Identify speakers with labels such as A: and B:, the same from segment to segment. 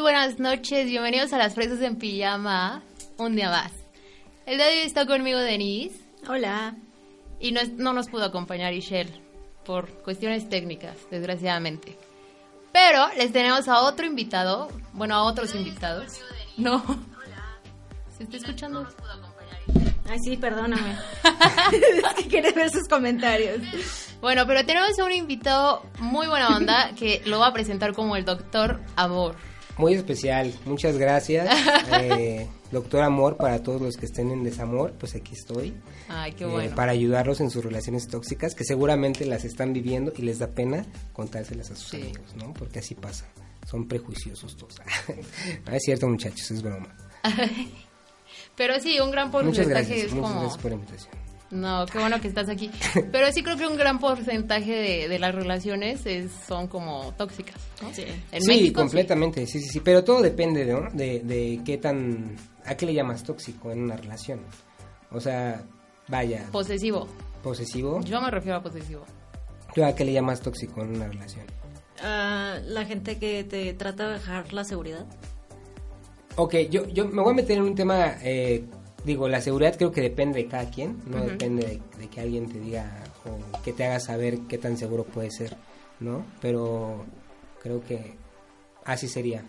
A: buenas noches, bienvenidos a Las Fresas en Pijama, un día más. El día de hoy está conmigo Denise
B: Hola.
A: y no, es- no nos pudo acompañar Ishel por cuestiones técnicas, desgraciadamente. Pero les tenemos a otro invitado, bueno, a otros invitados. No. ¿Se está escuchando?
B: Ay, sí, perdóname. es que quería ver sus comentarios.
A: Bueno, pero tenemos a un invitado muy buena onda que lo va a presentar como el Doctor Amor.
C: Muy especial, muchas gracias. Eh, doctor Amor, para todos los que estén en desamor, pues aquí estoy.
A: Ay, qué
C: eh,
A: bueno.
C: para ayudarlos en sus relaciones tóxicas, que seguramente las están viviendo y les da pena contárselas a sus
A: Sí.
C: amigos, ¿no? Porque así pasa. Son prejuiciosos todos. no es cierto, muchachos, es broma.
A: Pero sí, un gran
C: muchas
A: porcentaje
C: gracias,
A: es
C: muchas
A: como...
C: gracias por la invitación.
A: No, qué bueno que estás aquí. Pero sí creo que un gran porcentaje de, de las relaciones es- son como tóxicas. ¿no?
B: Sí.
A: En
C: sí,
A: México,
C: completamente, sí. sí, sí, Pero todo depende de, ¿no? de, de qué tan... ¿A qué le llamas tóxico en una relación? O sea, vaya,
A: Posesivo.
C: posesivo.
A: Yo me refiero a posesivo.
C: ¿Tú a qué le llamas tóxico en una relación?
B: Ah, la gente que te trata de dejar la seguridad.
C: Ok, yo, yo me voy a meter en un tema, eh, digo, la seguridad creo que depende de cada quien, no depende de, de que alguien te diga o que te haga saber qué tan seguro puede ser, ¿no? Pero creo que así sería.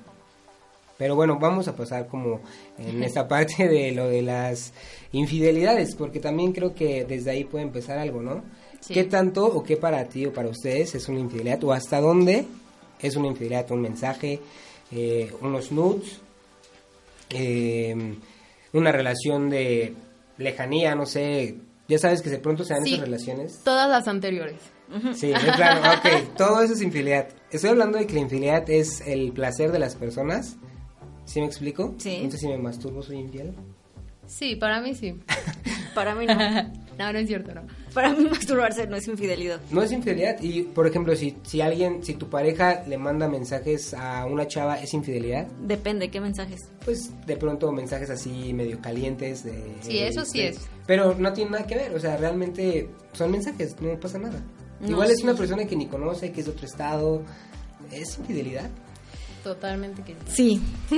C: Pero bueno, vamos a pasar como en esta parte de lo de las infidelidades, porque también creo que desde ahí puede empezar algo, ¿no?
A: Sí.
C: ¿Qué tanto o qué para ti o para ustedes es una infidelidad? ¿O hasta dónde es una infidelidad? ¿Un mensaje? eh, ¿Unos nudes? eh, ¿Una relación de lejanía? No sé. Ya sabes que de pronto se dan
A: Sí.
C: esas relaciones.
A: Todas las anteriores.
C: Sí, es claro, ok, todo eso es infidelidad. Estoy hablando de que la infidelidad es el placer de las personas. ¿Sí me explico?
B: Sí.
C: Entonces, si me masturbo, soy infiel.
A: Sí, para mí sí.
B: Para mí no.
A: no, no es cierto, no.
B: Para mí masturbarse no es infidelidad.
C: No es infidelidad. Y, por ejemplo, si, si alguien, si tu pareja le manda mensajes a una chava, ¿es infidelidad?
B: Depende, ¿qué mensajes?
C: Pues de pronto mensajes así medio calientes. De,
A: Sí, eso sí es.
C: Pero no tiene nada que ver, o sea, realmente son mensajes, no pasa nada.
B: No,
C: Igual es
B: sí.
C: una persona que ni conoce, que es de otro estado. ¿Es infidelidad?
A: Totalmente que sí.
B: Sí.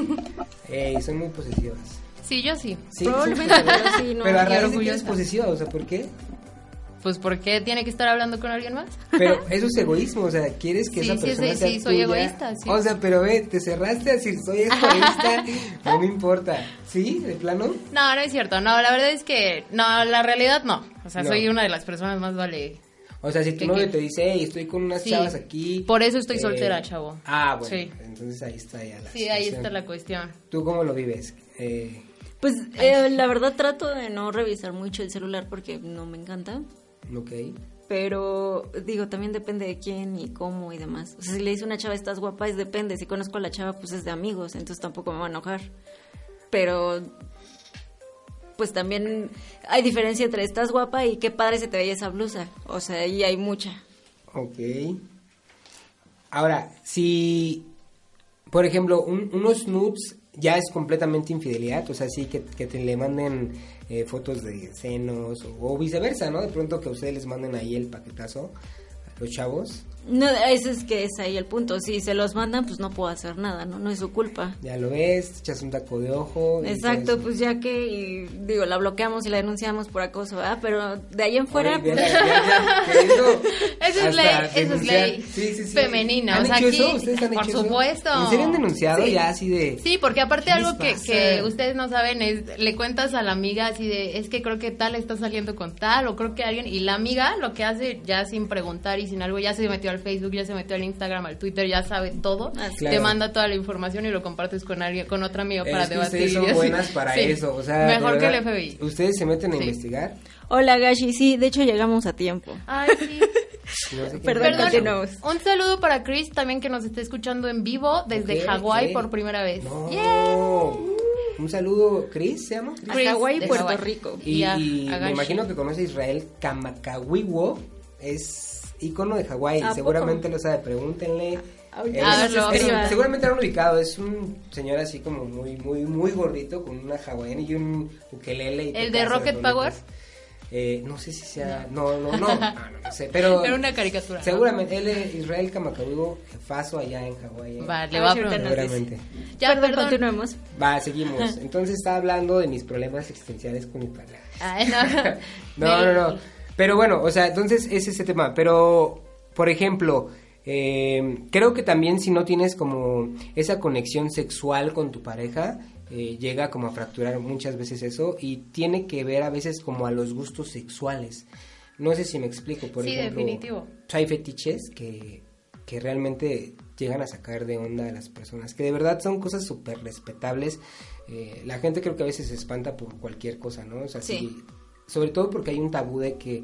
C: Ey, eh, son muy posesivas.
A: Sí, yo sí.
C: Sí,
B: Probablemente,
C: sí,
B: pero sí, no.
C: Pero a
A: y
C: raíz de que
A: orgullosa.
C: eres posesiva, o sea, ¿por qué?
A: Pues ¿por qué tiene que estar hablando con alguien más?
C: Pero eso es egoísmo, o sea, quieres que
A: Sí,
C: esa
A: sí,
C: persona
A: sí,
C: sea
A: sí, soy
C: tuya?
A: egoísta, sí.
C: O sea, pero ve, te cerraste así, soy egoísta, no me importa. ¿Sí? ¿De plano?
A: No, no es cierto. No, la verdad es que... No, la realidad no. O sea,
C: No.
A: soy una de las personas más vale...
C: O sea, si
A: ¿Qué,
C: tu novio
A: qué?
C: te dice, hey, estoy con unas
A: Sí,
C: chavas aquí. eh,
A: por eso estoy soltera, chavo.
C: Ah, bueno.
A: Sí.
C: Entonces ahí está ya la
A: Sí, ahí
C: situación.
A: está la cuestión.
C: ¿Tú cómo lo vives? Eh,
B: Pues eh, la verdad trato de no revisar mucho el celular porque no me encanta.
C: ok.
B: Pero digo, también depende de quién y cómo y demás. O sea, si le dice una chava, estás guapa, es depende. Si conozco a la chava, pues es de amigos, entonces tampoco me va a enojar. Pero, pues también hay diferencia entre estás guapa y qué padre se te veía esa blusa. O sea, ahí hay mucha.
C: Ok. Ahora, si, por ejemplo, un- unos nudes ya es completamente infidelidad, o sea, sí que, que te le manden eh, fotos de senos o, o viceversa, ¿no? De pronto que a ustedes les manden ahí el paquetazo a los chavos,
B: No, ese es que es ahí el punto. Si se los mandan, pues no puedo hacer nada, ¿no? No es su culpa.
C: ya lo ves, te echas un taco de ojo. y
B: Exacto,
C: dices,
B: pues ya que, y, digo, la bloqueamos y la denunciamos por acoso, ¿verdad? Pero de ahí en fuera...
C: "Ay, vela,
B: pues-
C: ya, ya, que eso,
A: Eso es
C: hasta
A: ley, eso es
C: denunciar".
A: ley
C: Sí, sí, sí.
A: femenina.
C: ¿Han
A: o sea,
C: hecho
A: aquí,
C: eso? ¿Ustedes han
A: por
C: hecho eso?
A: supuesto.
C: ¿En serio han denunciado
A: Sí.
C: ya así de...?
A: Sí, porque aparte
C: ¿Qué les
A: algo que,
C: pasa?
A: que ustedes no saben es, le cuentas a la amiga así de, es que creo que tal está saliendo con tal, o creo que alguien, y la amiga lo que hace ya sin preguntar y sin algo, ya se metió al Facebook, ya se metió al Instagram, al Twitter, ya sabe todo,
B: Ah,
C: claro.
A: te manda toda la información y lo compartes con alguien, con otra amiga para
C: es que
A: debatir.
C: ustedes
A: y
C: son
A: así.
C: buenas para
A: Sí.
C: eso, o sea, de
A: Mejor que el
C: verdad,
A: FBI.
C: Ustedes se meten a
A: Sí.
C: investigar.
B: Hola, Gashi, sí, de hecho llegamos a tiempo.
A: Ay, sí.
C: No sé qué
B: Perdón,
C: pasa.
B: continuamos.
A: Un saludo para Chris también que nos está escuchando en vivo desde
C: Ok,
A: Hawái
C: ok.
A: por primera vez.
C: No.
A: Yeah.
C: Un saludo, Chris, se llama.
B: A
A: Chris
B: Hawái y
A: de
B: Puerto
A: Hawái.
B: Rico.
C: Y,
A: Y a-
C: y
A: a
C: me
A: Gashi.
C: imagino que conoce a Israel Kamakawiwo, es icono de Hawái,
B: ¿A poco?
C: seguramente lo sabe, pregúntenle. Eh,
B: A
C: Es-
A: ver, lo
C: es-
A: escriban.
C: seguramente lo han ubicado, es un señor así como muy, muy, muy gordito, con una hawaiana y un ukelele. y
A: ¿El
C: toca
A: de
C: esas
A: Rocket
C: rolitas.
A: Power?
C: Eh, no sé si sea. No, no, no. ah, no, no sé. Pero.
A: Era una caricatura.
C: Seguramente. Él es Israel Kamakawigo, jefazo allá en Hawái. ¿eh?
A: Vale,
B: A
A: le
B: ver
A: voy a
B: si ahorita
A: preguntar.
B: nos
C: Seguramente.
A: Ya,
B: perdón,
A: perdón.
B: continuemos.
C: Va, seguimos. Entonces está hablando de mis problemas existenciales con mi pareja.
A: Ay, no.
C: No, no, no.
A: Nel.
C: Pero bueno, o sea, entonces es ese tema. Pero, por ejemplo, eh, creo que también si no tienes como esa conexión sexual con tu pareja, eh, llega como a fracturar muchas veces eso y tiene que ver a veces como a los gustos sexuales. No sé si me explico, por
A: Sí,
C: ejemplo.
A: definitivo.
C: Hay fetiches que, que realmente llegan a sacar de onda a las personas, que de verdad son cosas súper respetables. Eh, la gente creo que a veces se espanta por cualquier cosa, ¿no? O sea,
B: Sí.
C: sí, sobre todo porque hay un tabú de que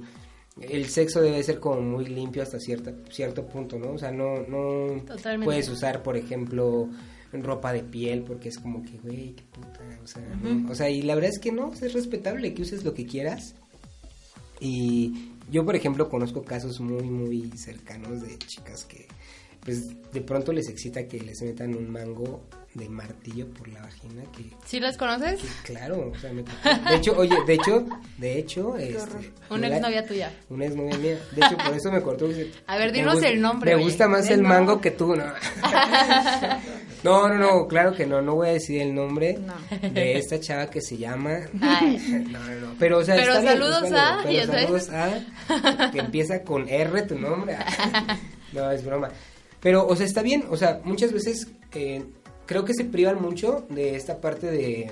C: el sexo debe ser como muy limpio hasta cierta, cierto punto, ¿no? O sea, no, no
A: Totalmente.
C: puedes usar, por ejemplo, ropa de piel porque es como que, güey, qué puta, o sea, ¿no? o sea, y la verdad es que no, o sea, es respetable que uses lo que quieras. Y yo, por ejemplo, conozco casos muy, muy cercanos de chicas que, pues, de pronto les excita que les metan un mango de martillo por la vagina que
A: ¿Sí las conoces?
C: Claro, o sea, me tocó. De hecho, oye, de hecho, de hecho, este,
A: Una
C: me la-
A: exnovia tuya.
C: Una exnovia mía. De hecho, por eso me cortó. dice,
A: A ver,
C: me
A: dinos
C: gusta-
A: el nombre,
C: Me
A: oye.
C: gusta más
A: Del
C: el mango
A: mango.
C: que tú, ¿no? No, no, no, claro que no. No voy a decir el nombre
B: No.
C: de esta chava que se llama.
A: Ay.
C: No, no, no. Pero, o sea,
A: Pero
C: está bien,
A: saludos
C: está bien,
A: a,
C: pero
A: ya sabes.
C: saludos a, que empieza con R tu nombre. No, es broma. Pero, o sea, está bien. O sea, muchas veces eh, creo que se privan mucho de esta parte de,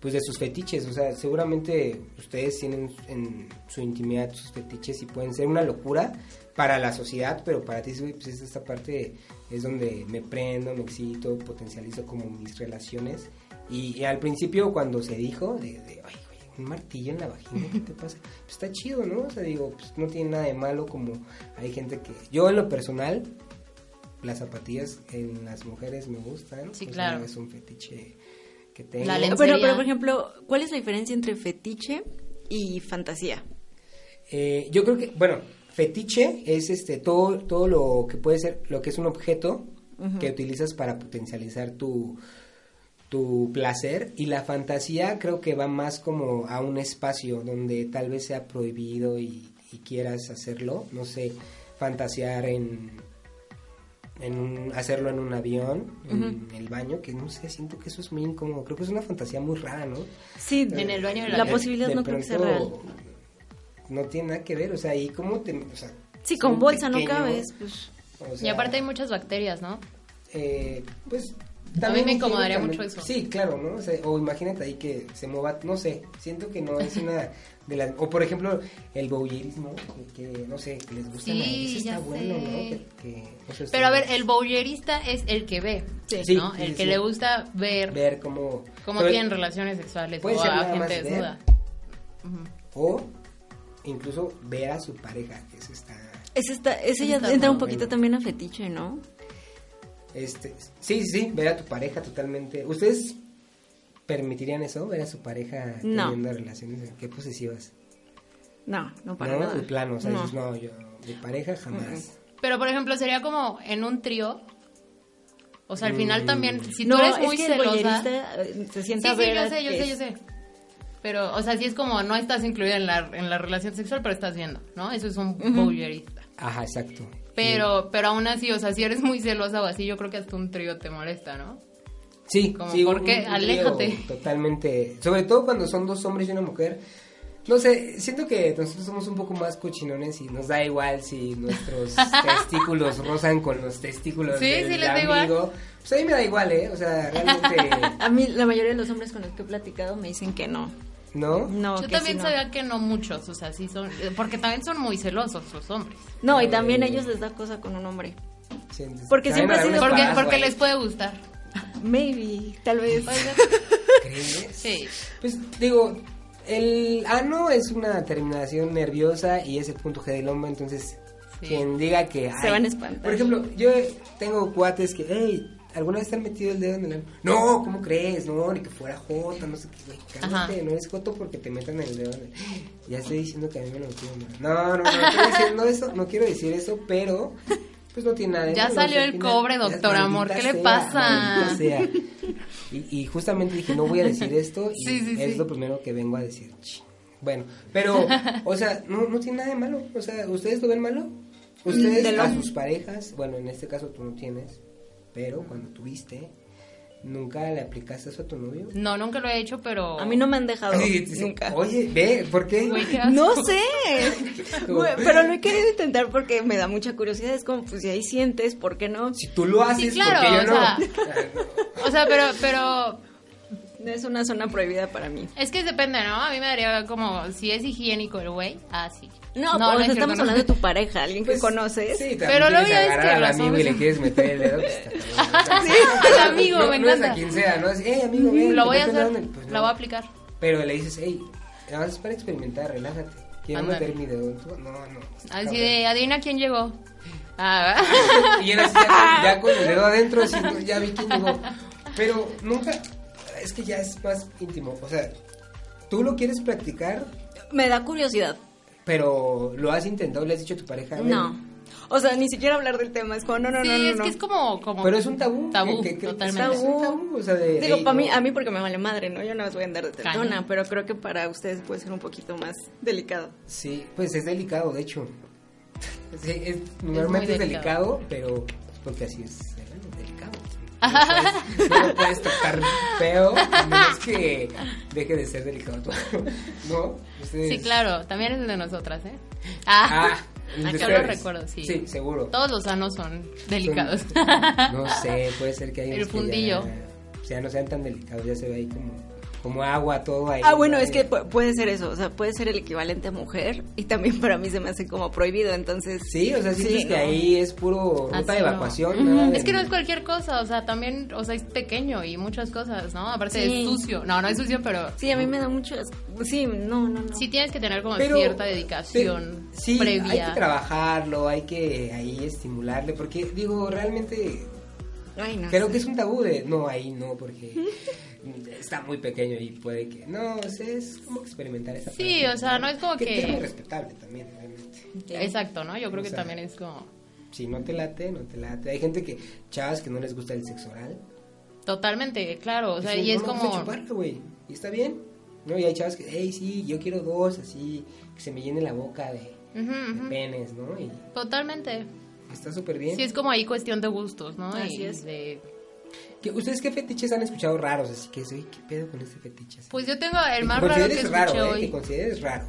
C: pues, de sus fetiches. O sea, seguramente ustedes tienen en su intimidad sus fetiches y pueden ser una locura para la sociedad, pero para ti, güey, pues, es esta parte es donde me prendo, me excito, potencializo como mis relaciones. Y, y al principio, cuando se dijo, de, de, "Ay, güey, un martillo en la vagina, ¿qué te pasa? Pues está chido, ¿no? O sea, digo, pues no tiene nada de malo como hay gente que... Yo en lo personal, las zapatillas en las mujeres me gustan.
A: Sí,
C: O sea,
A: claro.
C: es un fetiche que tengo.
A: La lencería.
B: Bueno, pero por ejemplo, ¿cuál es la diferencia entre fetiche y fantasía?
C: Eh, yo creo que, bueno, fetiche es este todo, todo lo que puede ser, lo que es un objeto que utilizas para potencializar tu, tu placer. Y la fantasía creo que va más como a un espacio donde tal vez sea prohibido y, y quieras hacerlo. No sé, fantasear en, en un- hacerlo en un avión, en el baño, que no sé, siento que eso es muy incómodo. Creo que es una fantasía muy rara, ¿no?
B: Sí,
A: En el baño del
B: la
A: avión.
B: posibilidad
C: de
B: no creo que sea real.
C: pronto No tiene nada que ver, o sea, ahí cómo te... O sea,
B: Sí,
C: es
B: con
C: un
B: bolsa
C: pequeño,
B: no cabes. Pues.
C: o sea,
A: Y aparte hay muchas bacterias, ¿no?
C: eh, pues...
A: me incomodaría
C: higiénicamente-
A: mucho eso.
C: Sí, claro, ¿no? O, sea, o imagínate ahí que se mueva, no sé, siento que no es una de las... O por ejemplo, el bowlerismo, que, que, no sé, que les gusta
A: Sí,
C: a eso
A: ya
C: está bueno,
A: sé.
C: ¿no? Que, que, o sea,
A: Pero a ver,
C: está-
A: el bowlerista es el que ve,
C: Sí,
A: ¿no?
C: sí,
A: el
C: sí,
A: que
C: sí.
A: le gusta ver,
C: Ver cómo...
A: cómo
C: sobre-
A: tienen relaciones sexuales
C: puede
A: o
C: ser
A: a
C: nada
A: gente
C: más ver.
A: desnuda.
C: O incluso ver a su pareja, que eso está...
B: Ese, está, ese ya
A: Está
B: entra un
C: muy
B: poquito
C: bueno.
B: también a fetiche, ¿no?
C: Este, sí, sí, sí, ver a tu pareja totalmente. ¿Ustedes permitirían eso? Ver a su pareja
B: No.
C: teniendo relaciones qué posesivas.
B: No, no para
C: no,
B: nada.
C: de plano, o sea,
B: No.
C: dices, no, yo de pareja jamás.
A: Pero por ejemplo, sería como en un trío. O sea, al
C: Mm.
A: final también, si
B: No,
A: tú eres muy
B: es que el
A: celosa.
B: voyerista eh, se
A: Sí,
B: sienta
A: sí,
B: a ver
A: yo
B: a-
A: sé, yo sé, yo sé. Pero, o sea, sí es como no estás incluida en la, en la relación sexual, pero estás viendo, ¿no? Eso es un bowlerista.
C: Ajá, exacto.
A: Pero, pero aún así, o sea, si eres muy celosa o así, yo creo que hasta un trío te molesta, ¿no?
C: Sí,
A: Como,
C: sí,
A: ¿por
C: un-
A: qué?
C: un trío
A: Aléjate.
C: Totalmente. Sobre todo cuando son dos hombres y una mujer. No sé, siento que nosotros somos un poco más cochinones y nos da igual si nuestros testículos rozan con los testículos
A: Sí,
C: del
A: sí, les da igual.
C: amigo. Pues a mí me da igual, ¿eh? O sea, realmente,
B: A mí la mayoría de los hombres con los que he platicado me dicen que no.
C: ¿no?
B: No,
A: yo
B: que
A: también
B: sí, no.
A: sabía que no muchos, o sea, sí son. Porque también son muy celosos los hombres.
B: No, y también a ellos les da cosa con un hombre.
C: Sí, entonces,
B: Porque
C: también
B: siempre ha
C: me da
B: sido-
C: unos
A: Porque,
C: paz,
A: porque
C: güey.
A: les puede gustar.
B: Maybe, tal vez.
C: ¿Crees?
A: Sí.
C: Pues digo, el ano es una terminación nerviosa y es el punto G del hombro, entonces
A: Sí.
C: quien diga que... ay,
B: van a espantar.
C: Por ejemplo, yo tengo cuates que, hey, ¿alguna vez te han metido el dedo en el ano? No, ¿cómo crees? No, ni que fuera Jota, no sé qué, güey, cálmate,
A: Ajá.
C: no es Joto porque te metan el dedo en el... Ya estoy diciendo que a mí me lo metieron. No, no, no, no estoy diciendo eso, no quiero decir eso, pero... Pues no tiene nada de
A: Ya
C: malo,
A: salió
C: o sea,
A: el
C: al
A: cobre,
C: ya,
A: doctor amor,
C: maldita
A: ¿qué le
C: sea,
A: pasa?
C: maldita sea. Y, y justamente dije, no voy a decir esto. Y
A: Sí, sí,
C: es
A: sí.
C: lo primero que vengo a decir. Ch- Bueno, pero, o sea, no, no tiene nada de malo. O sea, ¿ustedes lo ven malo? Ustedes
B: De lo-
C: a sus parejas, bueno, en este caso tú no tienes, pero cuando tuviste, ¿nunca le aplicaste eso a tu novio?
A: No, nunca lo he hecho, pero...
B: A mí no me han dejado
C: Así, dice,
B: nunca.
C: Oye, ve, ¿por qué?
A: Güey, qué asco.
B: No sé, Güey, pero lo he querido intentar porque me da mucha curiosidad. Es como, pues si ahí sientes, ¿por qué no?
C: Si tú lo haces,
A: claro,
C: ¿por qué
A: o
C: yo
A: sea.
C: no? Ah,
A: O sea, pero, pero
B: No es una zona prohibida para mí.
A: es que depende, ¿no? A mí me daría como, si es higiénico el güey, ah, sí.
B: No,
A: no
B: pues
A: es cierto,
B: estamos
A: no.
B: hablando de tu pareja, alguien
C: Pues,
B: que conoces.
C: Sí, también
A: Pero
C: pero
A: luego
C: lo
A: ya ves
C: agarrar
A: que
C: al
A: los
C: amigo y
A: hombres-
C: le quieres meter el dedo. Pues, está bien, o sea,
A: Al amigo,
C: no-
A: me
C: no es a
A: encanta.
C: quien sea, no es, hey, amigo, ven,
A: Lo
C: te
A: voy a
C: meto el
A: hacer,
C: dedo en el-". Pues,
A: la
C: no.
A: voy a aplicar.
C: Pero le dices, hey, nada más es para experimentar, relájate. Quiero
A: Ándale.
C: meter mi dedo en tu- No, no. está
A: Así
C: cabrón.
A: de, adivina quién llegó. Ah, ¿verdad?
C: Y él así ya, ya con el dedo adentro, así, no, ya vi quién llegó. Pero nunca, es que ya es más íntimo. O sea, tú lo quieres practicar,
B: Me da curiosidad.
C: pero lo has intentado, le has dicho a tu pareja. "Ven".
B: No. O sea, ni siquiera hablar del tema. Es como, no, no,
A: sí,
B: no, no.
A: es
B: no.
A: que es como, como
C: Pero es un tabú.
A: Tabú,
C: que- que- que-
A: totalmente.
C: Es un tabú. O sea, de,
B: Digo,
C: "Ey,
B: para mí,
C: no".
B: a mí porque me vale madre, ¿no? Yo no les voy a andar de
A: Cañón.
B: tetona, pero creo que para ustedes puede ser un poquito más delicado.
C: Sí, pues es delicado, de hecho. Sí, es- normalmente es, delicado,
A: delicado.
C: pero pues, porque así es, eh, delicado. No lo puedes- No lo puedes tocar feo, a menos que deje de ser delicado. ¿No? Ustedes-
A: Sí, claro, también es de nosotras, ¿eh? Ah,
C: Ah, el de
A: yo lo
C: ustedes.
A: recuerdo, sí.
C: Sí, seguro.
A: Todos los sanos son delicados.
C: No sé, puede ser que hay
A: El
C: unos que
A: fundillo.
C: Ya, ya no sean tan delicados, ya se ve ahí como, como agua todo ahí.
B: Ah, bueno,
C: ¿no?
B: es que pu- puede ser eso, o sea, puede ser el equivalente a mujer y también para mí se me hace como prohibido, entonces...
C: Sí, o sea, sientes que
B: no.
C: ahí es puro
A: Así
C: ruta de
A: no.
C: evacuación. nada
A: Es que
C: de-
A: no es cualquier cosa, o sea, también, o sea, es pequeño y muchas cosas, ¿no? Aparte
B: Sí.
A: es sucio. No, no es sucio, pero
B: Sí, a mí me da mucho... asco. Sí, no, no, no.
A: sí tienes que tener como
C: Pero-
A: cierta dedicación
C: pe- sí,
A: previa.
C: Hay que trabajarlo, hay que ahí estimularle, porque digo, realmente
B: Ay, no.
C: creo que es un tabú de no, ahí no, porque está muy pequeño y puede que. No, o sea, es como experimentar esa
A: Sí,
C: parte,
A: o sea, no es como que-
C: es muy respetable también, realmente.
A: Exacto, ¿no? Yo creo
C: O
A: que
C: sea,
A: también es como
C: Si no te late, no te late. Hay gente que, chavas, que no les gusta el sexo oral.
A: totalmente, claro, o sea,
C: Dicen,
A: y es
C: "No me gusta
A: como
C: chuparla, güey, y está bien. No, y hay chavas que, hey, sí, yo quiero dos, así, que se me llene la boca de,
A: Ujú,
C: de
A: ujú.
C: penes, ¿no? Y
A: totalmente.
C: está súper bien.
A: Sí, es como ahí cuestión de gustos, ¿no?
B: Así
A: y
B: es.
A: de-
C: ¿Qué- ¿Ustedes qué fetiches han escuchado raros? Así que, oye, ¿qué pedo con este fetiche?
A: Pues yo tengo el más
C: Que
A: raro que
C: consideres
A: escuché
C: raro, ¿eh? Que
A: hoy.
C: consideres raro.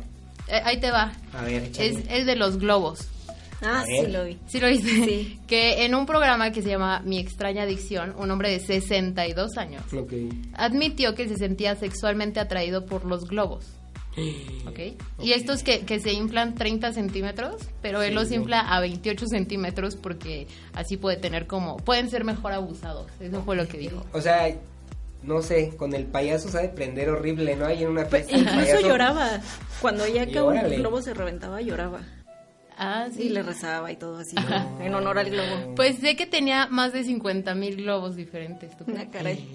A: Eh, ahí te va.
C: A ver,
A: Es, eh,
C: échale.
A: es de los globos.
B: Ah,
C: A
B: sí,
C: ver.
B: lo vi.
A: ¿Sí lo viste?
B: Sí.
A: Que en un programa que se llama Mi extraña adicción, un hombre de 62 años
C: lo que...
A: admitió que se sentía sexualmente atraído por los globos. ¿Ok? Y estos que, que se inflan 30 centímetros, pero él
C: Sí,
A: los
C: no.
A: infla a 28 centímetros porque así puede tener como. Pueden ser mejor abusados. Eso fue lo que dijo.
C: O sea, no sé, con el payaso sabe prender horrible, ¿no? Ahí en una
B: Pe-
A: Pues,
C: fiesta. el
B: incluso
C: payaso-
B: lloraba. Cuando ya
C: Y
B: acabó
C: órale.
B: el globo se reventaba, lloraba.
A: Ah, sí.
B: Y le rezaba y todo así,
C: No.
B: en honor al globo.
A: Pues sé que tenía más de 50 mil globos diferentes. ¿tú crees?
B: Una caray.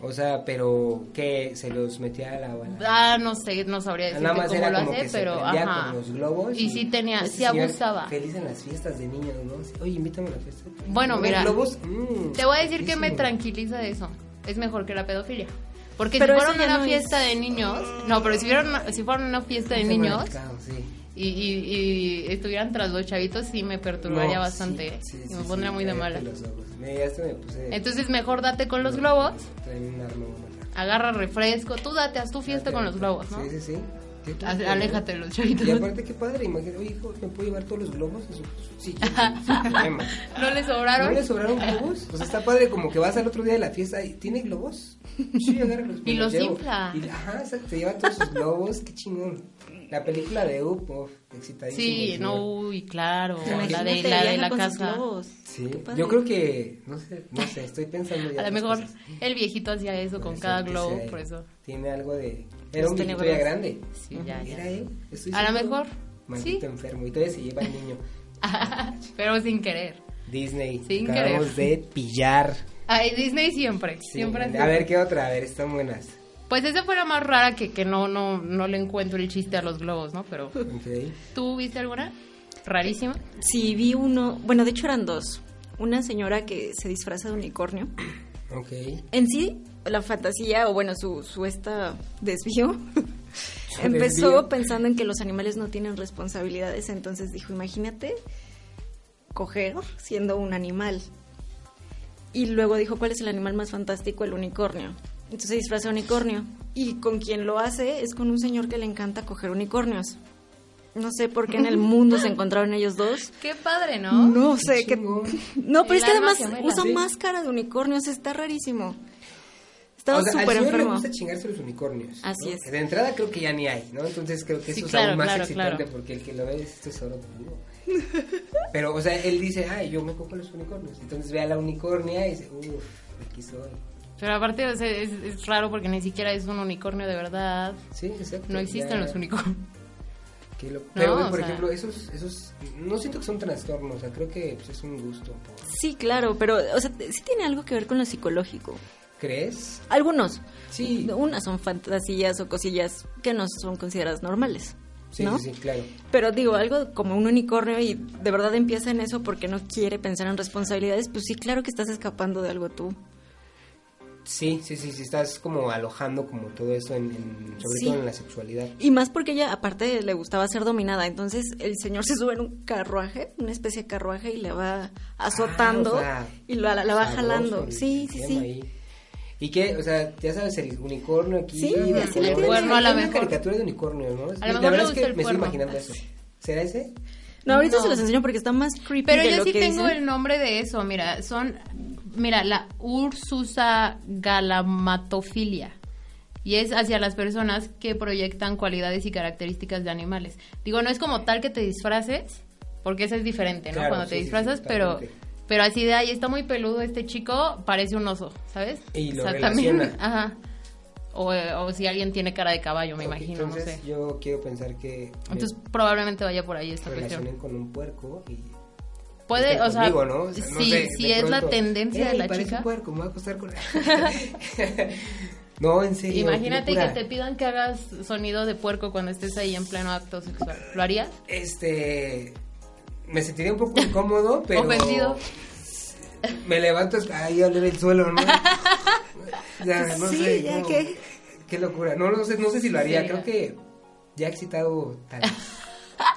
C: O sea, pero que se los metía a la bala.
A: Ah, no sé, no sabría decirte
C: Nada más
A: cómo
C: era
A: lo
C: como
A: hace,
C: que se
A: pero
C: prendía
A: ajá.
C: con los globos.
A: Y sí tenía,
C: Ese
A: sí
C: señor
A: abusaba.
C: Feliz en las fiestas de niños, ¿no? Así, Oye, invítame a la fiesta.
A: Bueno,
C: Unos
A: mira,
C: globos, mm,
A: Te voy a decir que me
C: riquísimo.
A: tranquiliza de eso. Es mejor que la pedofilia. Porque
B: Pero
A: si
B: eso
A: fueron a
B: ya
A: una
B: no es-
A: fiesta de niños, no, pero si fueron, si fueron a una fiesta de
C: Ese
A: niños
C: mercado, sí.
A: y, y- y estuvieran tras los chavitos, sí me perturbaría
C: No,
A: bastante.
C: sí,
A: ¿eh?
C: sí,
A: me
C: sí,
A: pondría
C: sí,
A: muy de
C: cállate
A: mala.
C: los ojos. Me- ya hasta me puse-
A: Entonces mejor date con los
C: No,
A: globos,
C: traen un arma buena.
A: agarra refresco, tú date, haz tu fiesta
C: Date,
A: con los
C: date.
A: globos, ¿no?
C: Sí, sí, sí. Qué
A: A-
C: padre, ¿no?
A: Aléjate de los chavitos.
C: Y aparte, qué padre, imagínate, oye, hijo, ¿me puedo llevar todos los globos? Eso, pues, sí, yo- sin problema.
A: ¿No les
C: ¿No
A: sobraron?
C: le sobraron globos? O sea, está padre como que vas al otro día de la fiesta y ¿tiene globos? Sí, agarra los
A: Y
C: me
A: los
C: llevo.
A: infla.
C: Y, ajá, o sea, te lleva todos sus globos, qué chingón. La película de Up, uf, excitadísimo.
A: Sí,
C: el
A: no,
C: señor.
A: uy, claro. La de
B: Imagínate,
A: la, de
B: viaja
A: la
B: con sus
A: casa.
B: globos.
C: Sí,
B: Qué padre.
C: yo creo que, no sé, no sé, estoy pensando ya.
A: A lo
C: otras
A: mejor
C: cosas.
A: el viejito hacía eso con
C: Puede
A: cada
C: ser que
A: globo,
C: sea él.
A: por eso.
C: Tiene algo de. Era un
B: Los
C: viejito
B: tenebrosos.
C: ya grande.
A: Sí, ya, ya.
C: Era él. estoy
A: A lo
C: seguro.
A: mejor,
C: Maldito
A: sí.
C: enfermo. Y todavía se lleva al niño.
A: Pero sin querer.
C: Disney.
A: Sin
C: acabamos de pillar.
A: Ay, Disney siempre,
C: Sí,
A: siempre así.
C: A ver qué otra. A ver, están buenas.
A: Pues esa fue la más rara que, que no, no, no le encuentro el chiste a los globos, ¿no? Pero,
C: Ok.
A: ¿tú viste alguna? Rarísima.
B: Sí, vi uno, bueno, de hecho eran dos. Una señora que se disfraza de unicornio.
C: Ok.
B: En sí, la fantasía, o bueno, su, su esta desvío,
C: su
B: Empezó
C: desvío.
B: pensando en que los animales no tienen responsabilidades, entonces dijo, imagínate coger siendo un animal. Y luego dijo, ¿cuál es el animal más fantástico? El unicornio. Entonces se disfraza de unicornio. Y con quien lo hace es con un señor que le encanta coger unicornios. No sé por qué en el mundo se encontraron ellos dos.
A: Qué padre, ¿no?
B: No, sé qué.
C: chingón.
B: No, pero
A: El
B: es que
A: alma
B: además
A: gemela.
B: usa
C: Sí.
B: máscara de unicornios, está rarísimo.
C: O
B: Estaba
C: sea, al
B: súper
C: señor le
B: enfermo.
C: gusta chingarse los unicornios.
B: Así
C: ¿no?
B: es.
C: De entrada creo que ya ni hay, ¿no? Entonces creo que
A: Sí,
C: eso es
A: claro,
C: aún más
A: claro,
C: excitante
A: claro.
C: porque el que lo ve es tesoro puro. Pero, o sea, él dice, ay, yo me cojo los unicornios. Entonces ve a la unicornia y dice, uff, aquí soy.
A: Pero aparte o sea, es, es raro porque ni siquiera es un unicornio de verdad.
C: Sí, exacto.
A: No existen
C: Pues ya.
A: los unicornios.
C: Qué lo- Pero,
A: No,
C: ve,
A: o
C: por
A: sea.
C: ejemplo, esos, esos, no siento que son trastornos, o sea, creo que pues, es un gusto. por-
B: Sí, claro, pero o sea, sí tiene algo que ver con lo psicológico.
C: ¿Crees?
B: Algunos.
C: Sí.
B: Unas son fantasías o cosillas que no son consideradas normales.
C: Sí,
B: ¿no?
C: sí, sí, claro.
B: Pero digo, algo como un unicornio y de verdad empieza en eso porque no quiere pensar en responsabilidades, pues sí, claro que estás escapando de algo tú.
C: Sí, sí, sí, sí, estás como alojando como todo eso, en, en- sobre
B: Sí.
C: todo en la sexualidad.
B: Y más porque ella, aparte, le gustaba ser dominada. Entonces el señor se sube en un carruaje, una especie de carruaje, y le va azotando
C: Ah, o sea,
B: y la, la va
C: sabroso
B: jalando.
C: el-
B: Sí,
C: el
B: sí,
C: tema
B: sí.
C: ahí. ¿Y qué? O sea, ya sabes, el unicornio aquí.
B: Sí,
C: de
B: así lo
C: colores.
B: tiene.
A: Cuerno a la
C: Hay una
A: mejor.
C: caricatura de unicornio,
A: A
C: ¿no? la
A: lo mejor le
C: verdad es
A: gusta
C: que
A: el
C: me estoy
A: cuerno.
C: imaginando eso. ¿Será ese?
B: No, ahorita
A: No.
B: se los enseño porque está más creepy.
A: Pero
B: de
A: yo
B: lo
A: sí
B: que
A: tengo
B: dicen.
A: el nombre de eso, mira, son, mira, la Ursusa galamatofilia. Y es hacia las personas que proyectan cualidades y características de animales. Digo, no es como tal que te disfraces, porque eso es diferente, ¿no?
C: Claro,
A: Cuando te
C: sí, sí, sí,
A: disfrazas, pero,
C: totalmente.
A: pero así de ahí está muy peludo este chico, parece un oso, ¿sabes?
C: Y lo
A: también-
C: relaciona.
A: ajá. O, eh, o si alguien tiene cara de caballo, me
C: Ok,
A: imagino,
C: Entonces,
A: no sé.
C: yo eh, quiero pensar que. me
A: Entonces probablemente vaya por ahí esta cuestión.
C: relacionen con un puerco y.
A: Puede,
C: Estén
A: o sea,
C: conmigo, ¿no? O sea, no
A: sí,
C: sé, de
A: sí es la
C: pronto,
A: tendencia de
C: "Ey,
A: la
C: parece
A: chica.
C: un puerco, me voy a acostar con No, en serio. qué
A: Imagínate que
C: locura.
A: te pidan que hagas sonido de puerco cuando estés ahí en pleno acto sexual. ¿Lo harías?
C: Este. Me sentiría un poco incómodo, pero.
A: Ofendido.
C: Me levanto hasta ahí a oler el suelo, ¿no? ya,
A: Pues
C: no
B: Sí,
C: sé.
B: ya
C: no,
B: que-
C: Qué locura. No, no sé, no sé si lo haría.
A: Sí.
C: Creo que ya he excitado tal.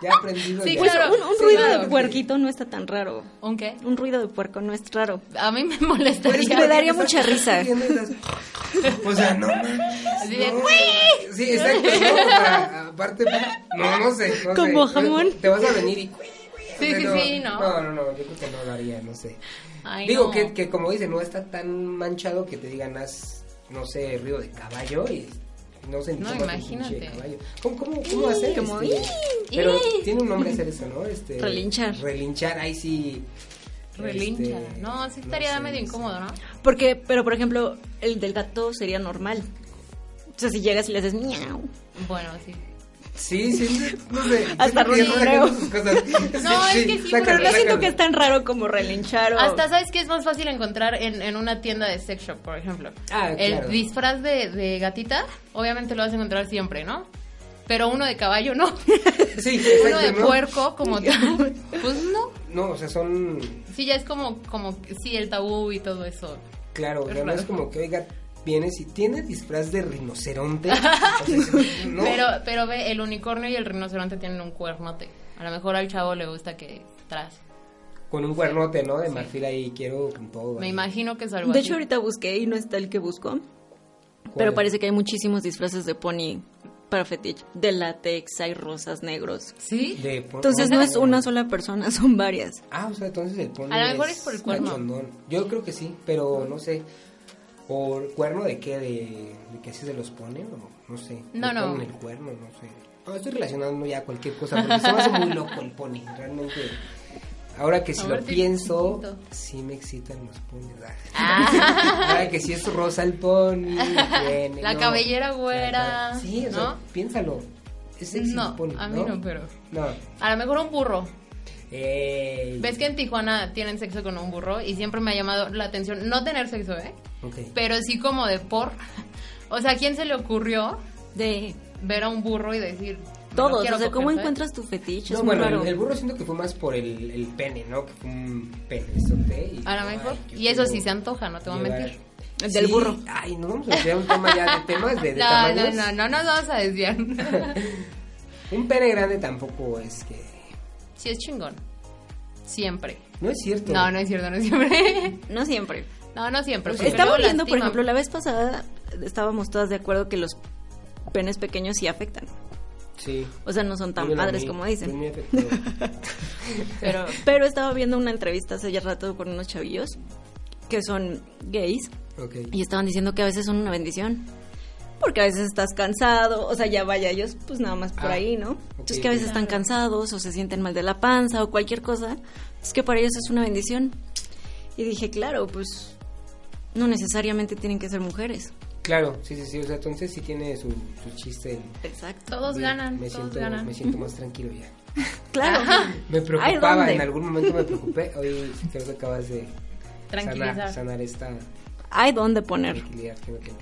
C: Ya he aprendido.
A: Sí,
C: ya.
B: Pues
A: Claro,
B: un, un
A: sí,
B: ruido
A: claro.
B: de puerquito no está tan raro.
A: Aunque
B: Un ruido de puerco no es raro.
A: a mí me
C: Pues
A: molestaría.
C: es que
B: Me daría
C: estás
B: mucha risa.
C: haciendo esas- O sea, no mames.
A: Así de,
C: no.
A: "Cuí".
C: Sí, exacto. ¿no? O sea, aparte, no, no sé. no
B: Como
C: sé.
B: jamón.
C: Te vas a venir y. "Cuí, cuí". O
A: Sí,
C: sea,
A: sí, sí, ¿no?
C: No, no, no. Yo creo que no lo haría, no sé.
A: Ay,
C: Digo
A: no.
C: que, que, como dice, no está tan manchado que te digan, haz, no sé, ruido de caballo y. No sé ni
A: No,
C: cómo hace un
A: imagínate.
C: pinche caballo. ¿Cómo, cómo, cómo hacer
B: como,
C: este?
B: "Ih,
C: Pero
A: ih".
C: tiene un nombre hacer eso, ¿no? Este,
B: Relinchar.
C: Relinchar, ahí sí.
A: Relincha.
C: este,
A: No, sí estaría
C: sé,
A: medio
C: sé.
A: incómodo, ¿no?
B: Porque, pero por ejemplo, el del gato sería normal. O sea, si llegas y le haces miau.
A: Bueno, sí.
C: Sí, sí, no sé.
B: Hasta
C: siempre pienso
B: ronroneo.
C: en sus cosas.
A: No, es que sí,
B: Pero no
A: Sácalo,
B: siento que es tan raro como relinchar o...
A: Hasta sabes que es más fácil encontrar en, en una tienda de sex shop, por ejemplo.
C: Ah,
A: El
C: claro.
A: disfraz de, de gatita, obviamente lo vas a encontrar siempre, ¿no? Pero uno de caballo no.
C: Sí,
A: uno
C: exacto,
A: de
C: ¿no?
A: puerco como tal. Pues no.
C: No, o sea, son.
A: Sí, ya es como, como, sí, el tabú y todo eso.
C: Claro,
A: Es
C: o sea, no
A: raro.
C: es como que, oiga, vienes y tienes disfraz de rinoceronte. O sea, no.
A: Pero, pero ve, el unicornio y el rinoceronte tienen un cuernote. A lo mejor al chavo le gusta que tras.
C: Con un cuernote, ¿no? De marfil ahí, quiero con todo.
A: Me
C: ahí.
A: imagino que es algo
B: De
A: así.
B: hecho, ahorita busqué y no está el que busco.
C: ¿Cuál?
B: Pero parece que hay muchísimos disfraces de pony para fetiche. De látex, hay rosas, negros.
A: ¿Sí?
C: De por-
B: Entonces no es una sola persona, son varias.
C: Ah, o sea, entonces el pony.
A: A lo mejor es por el cuerno.
C: cachondón. Yo creo que sí, pero no sé. ¿Por cuerno de qué? ¿De, de que así se los ponen? O no sé.
A: No,
C: ¿Le
A: no.
C: ponen el cuerno, no sé. No, estoy relacionando ya cualquier cosa porque se me hace muy loco el pony. Realmente. Ahora que si
A: Ahora
C: lo
A: sí,
C: pienso,
A: distinto.
C: sí me excitan los ponies.
A: Ah.
C: Ahora que si es rosa el pony. tiene-
A: La cabellera güera,
C: Sí, o sea,
A: ¿no?
C: piénsalo. Es sexy
A: No,
C: el pony,
A: a mí no, pero-
C: No. Eh,
A: A lo mejor un burro.
C: Ey.
A: ¿Ves que en Tijuana tienen sexo con un burro? Y siempre me ha llamado la atención no tener sexo, ¿eh?
C: Ok.
A: Pero sí como de por. O sea, ¿a quién se le ocurrió
B: De
A: ver a un burro y decir... "Me lo
B: todos.
A: quiero
B: O sea,
A: coger",
B: ¿cómo
A: ¿sabes?
B: encuentras tu fetiche?
C: No,
B: es muy
C: bueno,
B: raro.
C: el, el burro siento que fue más por el, el pene, ¿no? Que fue un pene, eso
A: A lo mejor. Y eso sí se antoja, no te voy a mentir.
B: Del
C: Sí,
B: burro.
C: Ay, nos vamos a desviar un tema ya de temas de, de
A: No, no,
C: tamaños.
A: no, no nos vamos a desviar.
C: Un pene grande tampoco es que...
A: sí, es chingón. Siempre.
C: No es cierto.
A: No, no es cierto, no es siempre.
B: No siempre.
A: No, no siempre. porque
B: Estaba
A: luego
B: viendo, por
A: lastiman.
B: ejemplo, la vez pasada estábamos todas de acuerdo que los penes pequeños sí afectan.
C: Sí.
B: O sea, no son tan
C: Bueno,
B: padres
C: a mí-
B: como
C: a
B: dicen.
C: mí me afectó.
B: Pero, pero estaba viendo una entrevista hace ya rato con unos chavillos que son gays
C: Ok.
B: y estaban diciendo que a veces son una bendición. Porque a veces estás cansado, o sea, ya vaya ellos, pues nada más por
C: Ah,
B: ahí, ¿no?
C: ok,
B: Entonces que a veces están cansados o se sienten mal de la panza o cualquier cosa. Es que para ellos es una bendición. Y dije, claro, pues no necesariamente tienen que ser mujeres.
C: Claro, sí, sí, sí. O sea, entonces sí tiene su, su chiste. el-
B: Exacto.
A: Todos
C: de-
A: ganan,
C: me
A: todos
C: siento,
A: ganan.
C: Me siento más tranquilo ya.
B: Claro.
C: Me
B: Ay,
C: preocupaba,
B: ¿dónde?
C: en algún momento me preocupé. Hoy creo que acabas de
A: Tranquilizar.
C: sanar, sanar esta
B: Hay dónde poner.
C: tranquilidad que me tengo.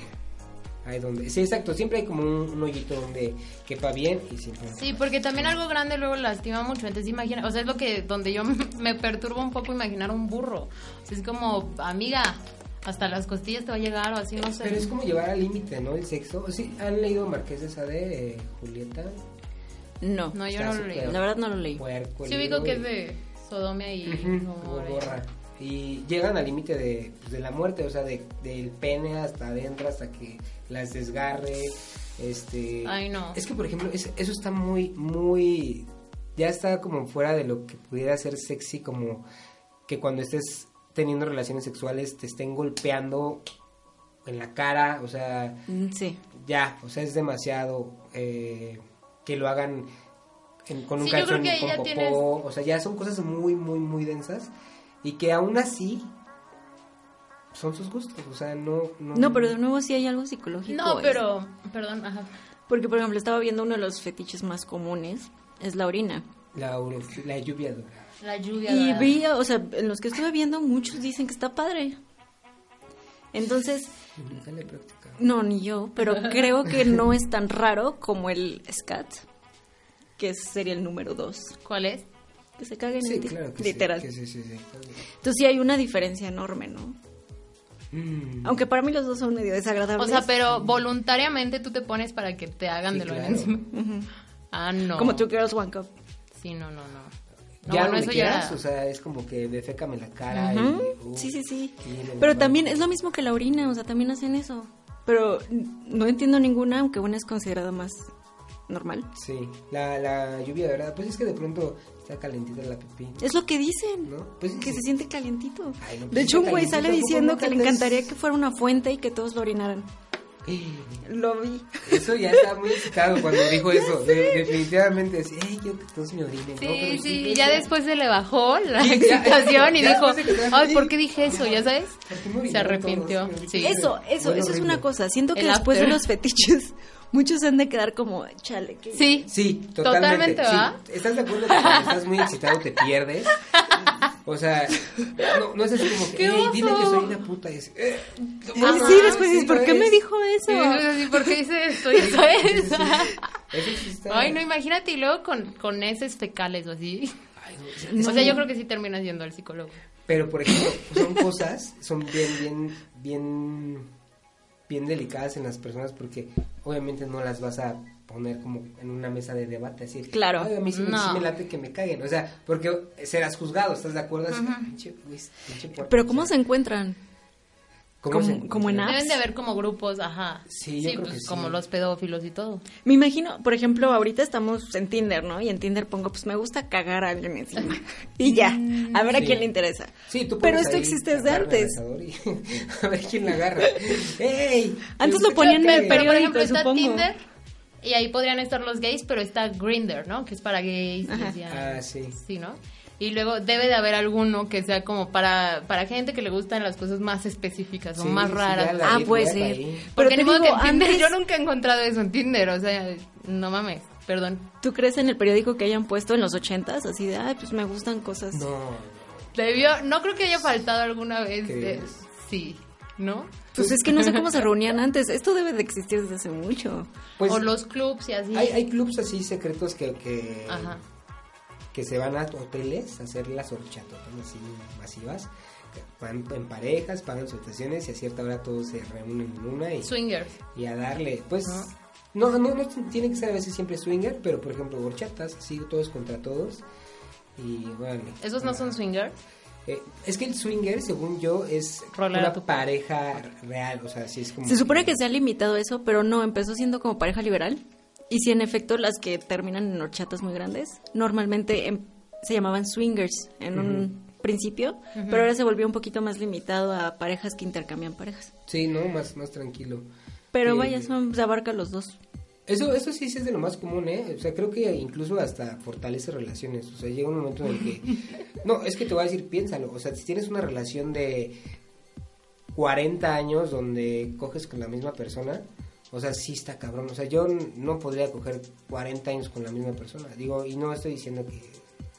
C: Ahí donde. Sí, exacto. Siempre hay como un, un hoyito donde quepa bien y siempre.
A: Sí, porque también algo grande luego lastima mucho. Entonces imagina, o sea, es lo que donde yo me perturbo un poco imaginar un burro. O sea, es como, amiga, hasta las costillas te va a llegar o así, no sé.
C: Pero es como llevar al límite, ¿no? El sexo. Sí, ¿han leído Marqués de Sade, eh, Julieta?
B: No.
A: No, yo
C: Está
A: no lo
C: súper
A: leí.
B: La verdad no lo leí.
C: Puerco.
A: Sí ubico que es de Sodomia y Gomorra.
C: borra. Y llegan al límite de, pues, de la muerte, o sea, de- del pene hasta adentro, hasta que las desgarre. Este.
A: Ay, no.
C: Es que, por ejemplo, es- eso está muy, muy. Ya está como fuera de lo que pudiera ser sexy, como que cuando estés teniendo relaciones sexuales te estén golpeando en la cara, o sea,
B: Mm, Sí.
C: ya, o sea, es demasiado eh, que lo hagan en- con un
A: Sí, yo
C: calzón
A: creo que
C: y
A: ahí
C: con
A: ya
C: popó,
A: tienes-
C: o sea, ya son cosas muy, muy, muy densas y que aún así son sus gustos, o sea, no... No,
B: No, pero de nuevo sí hay algo psicológico.
A: No,
B: es-
A: pero, perdón, ajá.
B: Porque, por ejemplo, estaba viendo uno de los fetiches más comunes, es la orina.
C: La, uro- la lluvia dura.
A: La lluvia.
B: Y
A: dorada.
B: vi, o sea, en los que estuve viendo, muchos dicen que está padre. Entonces,
C: Nunca le he practicado.
B: no, ni yo, pero creo que no es tan raro como el scat, que sería el número dos.
A: ¿Cuál es?
B: Que se caguen
C: Sí,
B: en ti,
C: claro que
B: literal.
C: sí. que sí, sí, sí.
B: Entonces sí hay una diferencia enorme, ¿no?
C: Mm,
B: Aunque para mí los dos son medio
A: O
B: desagradables.
A: sea, pero voluntariamente tú te pones para que te hagan
C: sí,
A: de lo
C: claro.
A: encima. Ah, no.
B: Como Two Girls One Cup.
A: Sí, no, no, no. No,
C: Ya
A: bueno,
C: donde
A: eso ya
C: quieras,
A: era-
C: o sea, es como que defécame la cara. y, uh,
B: Sí, sí, sí.
C: y me
B: Pero
C: lo-
B: también es lo mismo que la orina, o sea, también hacen eso. Pero n- no entiendo ninguna, aunque una es considerada más normal.
C: Sí, la, la lluvia dorada, pues es que de pronto está calentita la pipí. ¿no?
B: Es lo que dicen,
C: ¿no? Pues
B: que se siente calientito.
C: Ay, no, pues
B: de
C: sí
B: hecho, un
C: está
B: güey
C: calientito,
B: sale
C: ¿a poco
B: diciendo
C: no
B: que le
C: andas?
B: encantaría que fuera una fuente y que todos lo orinaran.
C: Eh,
B: Lo vi.
C: Eso ya está muy excitado cuando dijo eso. de- definitivamente, sí, "Ey, quiero que todos me orinen. ¿no? Pero
A: Sí, sí,
C: ¿qué
A: ya
C: es eso?
A: después se le bajó la
C: Sí, ya-
A: excitación y
C: ya
A: dijo,
C: después de que te-
A: ay, ¿por qué dije eso? ¿Ya sabes?
C: ¿Por qué me orinaron
A: Se arrepintió.
C: todos?
A: Sí.
B: Eso, eso,
C: Huele- huele
B: eso es
C: horrible.
B: una cosa. Siento que
A: El
B: después de
A: after.
B: los fetiches, muchos se han de quedar como, chale, que...
A: Sí.
C: Sí, totalmente.
A: Totalmente,
C: sí.
A: ¿va?
C: ¿Estás de acuerdo que cuando estás muy excitado te pierdes? O sea, no, no es así como que,
A: ¡Qué
C: "Ey, dile que
A: oso!
C: soy una puta. Y es, "Eh,
B: Y
A: Ajá,
B: Ah, sí, después dices,
C: sí
B: ¿por
C: lo
B: qué me
C: es".
B: dijo eso?
A: Y dices así, ¿Por qué hice esto? ¿Ya sabes?
C: Eso sí está-
A: Ay, no, imagínate y luego con, con heces fecales o así.
C: Ay, no, sí.
A: O sea, yo creo que sí terminas yendo al psicólogo.
C: Pero, por ejemplo, son cosas, son bien, bien, bien, bien delicadas en las personas porque obviamente no las vas a poner como en una mesa de debate, así.
B: Claro.
C: "Ay, a mí sí, me-
A: No.
C: sí me late que me caguen, o sea, porque serás juzgado, ¿estás de acuerdo? Así, "Pinche güey, pinche puerco",
B: Pero
C: o
B: ¿cómo se
C: sea,
B: encuentran?
C: ¿cómo se
B: como- como en
C: encuentra?
A: Deben de haber como grupos, ajá.
C: Ah, pues. Sí, yo creo
A: pues
C: que sí.
A: como los pedófilos y todo.
B: Me imagino, por ejemplo, ahorita estamos en Tinder, ¿no? Y en Tinder pongo, pues me gusta cagar a alguien encima. Y ya, a ver a
C: Sí.
B: quién le interesa.
C: Sí, tú
B: Pero
C: pones
B: esto
C: ahí,
B: existe desde
C: agarra
B: antes.
C: al asador y- a ver quién la agarra. ¡Ey!
B: Antes
C: ¿Te
B: lo
C: gusta
B: ponían en el
A: Pero
C: que-
A: por
B: Periódico,
A: ejemplo está
B: supongo.
A: Tinder y ahí podrían estar los gays, pero está Grinder, ¿no? Que es para gays. y
B: Ajá.
A: ya.
C: Ah, sí.
A: Sí, ¿no? Y luego debe de haber alguno que sea como para, para gente que le gustan las cosas más específicas o
C: Sí,
A: más
C: sí,
A: raras.
C: ya la-
A: Ah,
B: Ah,
C: Ahí,
B: puede
C: web,
B: ser.
C: ahí.
B: Pero
A: porque
B: te
A: ni modo
B: digo,
A: que en Tinder,
B: antes,
A: yo nunca he encontrado eso en Tinder, o sea, no mames, perdón.
B: ¿tú crees en el periódico que hayan puesto en los ochentas? Así de, ay, pues me gustan cosas.
C: No.
A: Debió, no creo que haya faltado alguna vez. de-
C: ¿Crees?
A: sí, ¿no?
B: Pues es que no sé cómo se reunían antes. Esto debe de existir desde hace mucho.
C: Pues
A: o los clubs y así.
C: hay, hay clubs así secretos que, que
A: Ajá.
C: que se van a hoteles a hacer las horchatotas así masivas. Van en parejas, pagan sus estaciones y a cierta hora todos se reúnen en una y,
A: Swingers.
C: y a darle, pues... No, no, no tiene que ser a veces siempre swinger, pero por ejemplo horchatas, así todos contra todos. Y bueno.
A: ¿Esos no
C: ah,
A: son swingers?
C: eh, es que el swinger, según yo, es
A: Rolar a
C: una
A: tu
C: pareja real, o sea, sí es como...
B: Se supone que se ha limitado eso, pero no, empezó siendo como pareja liberal. Y si en efecto las que terminan en horchatas muy grandes, normalmente em- se llamaban swingers en un principio, pero ahora se volvió un poquito más limitado a parejas que intercambian parejas.
C: Sí, no, más, más tranquilo.
B: Pero
C: Eh,
B: vaya, son- se abarca los dos.
C: Eso, eso sí, sí es de lo más común, ¿eh? O sea, creo que incluso hasta fortalece relaciones. O sea, llega un momento en el que... No, es que te voy a decir, piénsalo. O sea, si tienes una relación de 40 años donde coges con la misma persona, o sea, sí está cabrón. O sea, yo n- no podría coger 40 años con la misma persona. Digo, y no estoy diciendo que...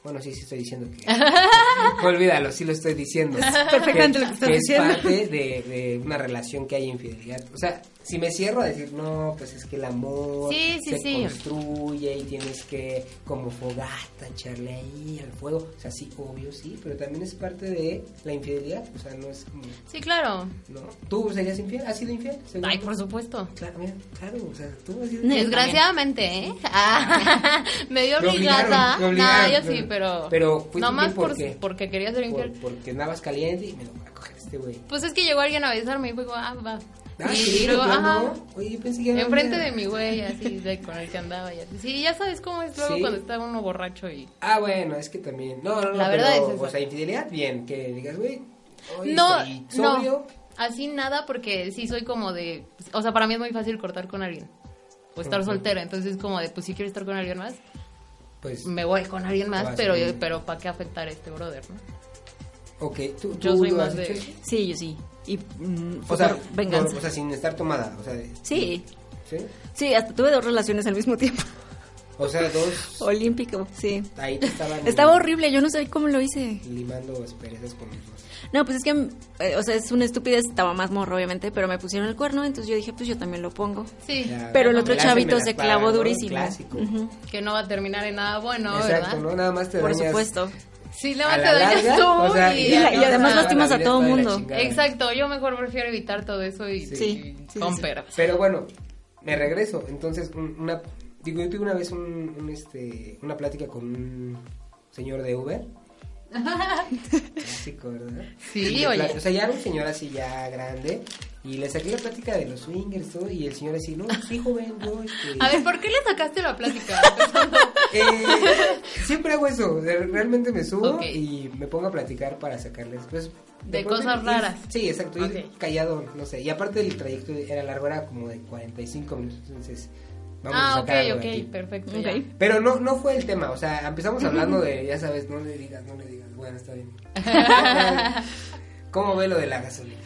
C: Bueno, sí, sí estoy diciendo que... Olvídalo, sí lo estoy diciendo.
B: perfectamente lo que estás diciendo.
C: Es parte de, de una relación que hay infidelidad. O sea, si me cierro a decir, no, pues es que el amor
A: Sí, sí,
C: se
A: sí.
C: construye y tienes que, como fogata, echarle ahí al fuego. O sea, sí, obvio, sí, pero también es parte de la infidelidad. O sea, no es como,
A: Sí, claro.
C: ¿no? ¿Tú serías infiel? ¿Has sido infiel? Según
A: Ay,
C: tú.
A: por supuesto.
C: Claro, mira, claro, o sea, tú has sido infiel.
A: Desgraciadamente, ¿eh? Ah, me dio
C: Me
A: obligada.
C: obligaron, me
A: Nah,
C: obligaron.
A: yo sí, pero.
C: Pero fuiste
A: No más
C: infiel, ¿por
A: por-
C: qué?
A: porque quería ser
C: Por-
A: infiel.
C: porque andabas caliente y me lo voy a coger este güey.
A: Pues es que llegó alguien a avisarme y dijo, ah, va.
C: Ah,
A: y
C: sí,
A: luego,
C: de plano.
A: ajá.
C: Oye, yo pensé que era
A: Enfrente
C: una-
A: de mi güey, así, de con el que andaba. Y así. Sí, ya sabes cómo es luego
C: Sí.
A: cuando está uno borracho y.
C: Ah, bueno, es que también. No, no, no.
A: La verdad
C: pero,
A: es esa.
C: O sea, infidelidad, bien. Que digas, güey. hoy
A: No,
C: estoy sobrio.
A: no. Así nada, porque sí soy como de. O sea, para mí es muy fácil cortar con alguien. O estar
C: Ujú.
A: soltera. Entonces, como de, pues si quiero estar con alguien más,
C: Pues,
A: me voy con alguien más,
C: Vas
A: pero,
C: con-
A: pero ¿para qué afectar a este brother, no?
C: ok. ¿Tú,
A: Yo
C: tú
A: soy
C: lo
A: más
C: has
A: de-
C: hecho eso?
B: Sí, yo sí. Y mm,
C: O
B: fue
C: sea,
B: por
C: por-
B: venganza.
C: o sea, sin estar tomada. O sea,
B: sí,
C: ¿sí?
B: sí, hasta tuve dos relaciones al mismo tiempo.
C: O sea, dos.
B: Olímpico, sí.
C: Ahí te estaban.
B: Estaba horrible, yo no sé cómo lo hice.
C: Limando asperezas con los dos.
B: No, pues es que, eh, o sea, es una estupidez, estaba más morro, obviamente, pero me pusieron el cuerno, entonces yo dije, pues yo también lo pongo.
A: Sí,
C: Ya,
B: Pero el
C: me
B: otro
C: las- me
B: chavito
C: las
B: se
C: pagan,
B: clavó
C: ¿no?
B: durísimo.
C: Clásico.
A: que no va a terminar en nada bueno,
C: Exacto,
A: ¿verdad?
C: ¿no? Nada más te
B: Por
C: dañas.
B: supuesto.
A: Sí, le
C: A
A: vas
C: la
A: a
C: larga,
A: dañar tú
C: o sea,
A: y,
B: y la- y
A: no,
B: además
A: o sea,
B: lastimas a
C: vida
B: todo
C: está de la
B: mundo.
C: chingada.
A: Exacto, yo mejor prefiero evitar todo eso y,
C: Sí.
A: y
B: Sí, sí, sí,
A: con
B: sí.
A: peras.
C: Pero bueno, me regreso. Entonces, un- una, digo, yo tuve una vez un, un, este, una plática con un señor de Uber. Clásico, ¿verdad?
A: Sí,
C: Y la
A: oye.
C: pla- O sea, ya era un señor así ya grande. Y le saqué la plática de los swingers todo. Y el señor así, no, sí, joven, yo, este.
A: A ver, ¿por qué le sacaste la plática?
C: eh, siempre hago eso. de- Realmente me subo
A: Ok.
C: y me pongo a platicar para sacarles. Pues,
A: De
C: pronto-
A: cosas raras.
C: Sí, exacto. y
A: Ok.
C: callado, no sé. Y aparte el trayecto era largo, era como de 45 minutos. Entonces, vamos a
A: ah, ok,
C: sacar algo de aquí.
A: ok, perfecto.
B: Ok.
A: ya.
C: Pero no, no fue el tema, o sea, empezamos hablando de, ya sabes, no le digas, no le digas, bueno, está bien. ¿Cómo ve lo de la gasolina?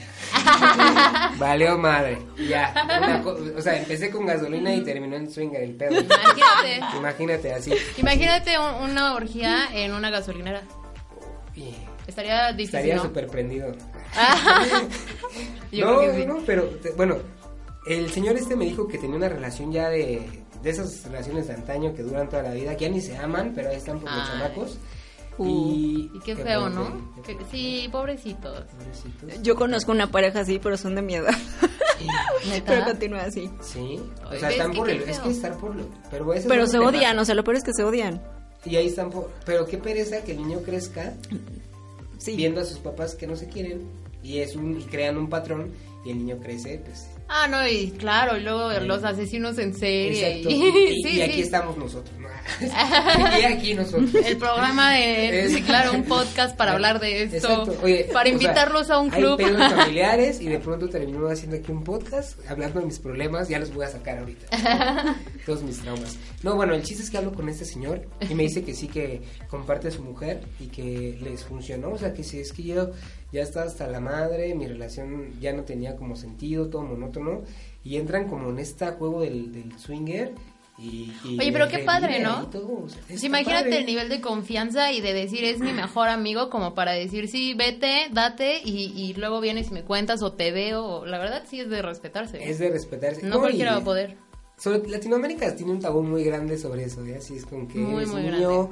C: Valió madre, ya. una co- o sea, empecé con gasolina y terminó en swinger el pedo.
A: Imagínate,
C: Imagínate así.
A: imagínate un- una orgía en una gasolinera.
C: Y
A: Estaría difícil,
C: estaría
A: ¿no?
C: súper prendido.
A: Yo
C: no,
A: creo que sí.
C: no, pero te- bueno, el señor este me dijo que tenía una relación ya de, de esas relaciones de antaño que duran toda la vida, que ya ni se aman, pero ahí están por los
A: Ay.
C: chamacos.
B: Uh,
A: Y qué
C: que
A: feo,
C: fue-
A: ¿no?
C: que-
A: Que- sí, pobrecitos.
C: Pobrecitos.
B: Yo conozco una pareja así, pero son de mi edad.
A: ¿Neta?
B: pero continúa así.
C: Sí, o
A: Ay,
C: sea,
A: ¿ves
C: están
A: que
C: por
A: qué
C: el, es
A: feo?
C: que estar por lo, pero ese es
B: Pero
C: otro
B: se
C: tema.
B: odian, o sea, lo peor es que se odian.
C: Y ahí están por, pero qué pereza que el niño crezca
B: Sí.
C: viendo a sus papás que no se quieren y es un y crean un patrón y el niño crece, pues.
A: Ah, no, y claro, y luego los asesinos en serie.
C: Exacto.
A: Y,
C: Y,
A: sí,
C: y aquí
A: sí.
C: estamos nosotros. ¿no? y aquí nosotros.
A: El programa de,
C: Es-
A: sí, claro, un podcast para hablar de esto.
C: Exacto. Oye,
A: para
C: o sea,
A: invitarlos a un club.
C: Hay pedos familiares y de pronto termino haciendo aquí un podcast hablando de mis problemas. Ya los voy a sacar ahorita. Todos mis traumas. No, bueno, el chiste es que hablo con este señor y me dice que sí que comparte a su mujer y que les funcionó. O sea, que si es que yo ya estaba hasta la madre, mi relación ya no tenía como sentido, todo monótono. Y entran como en este juego del, del swinger. Y, y
A: Oye, pero
C: el
A: qué
C: revive
A: padre, ¿no?
C: y todo, o sea,
A: Pues
C: está
A: imagínate
C: padre.
A: el nivel de confianza y de decir es mi mejor amigo como para decir sí, vete, date y, y luego vienes y me cuentas o te veo. La verdad sí es de respetarse. ¿eh?
C: Es de respetarse.
A: no cualquiera
C: y-
A: va a poder.
C: Sobre Latinoamérica tiene un tabú muy grande sobre eso, ¿eh? Así es con que
A: Muy,
C: eres
A: muy
C: niño,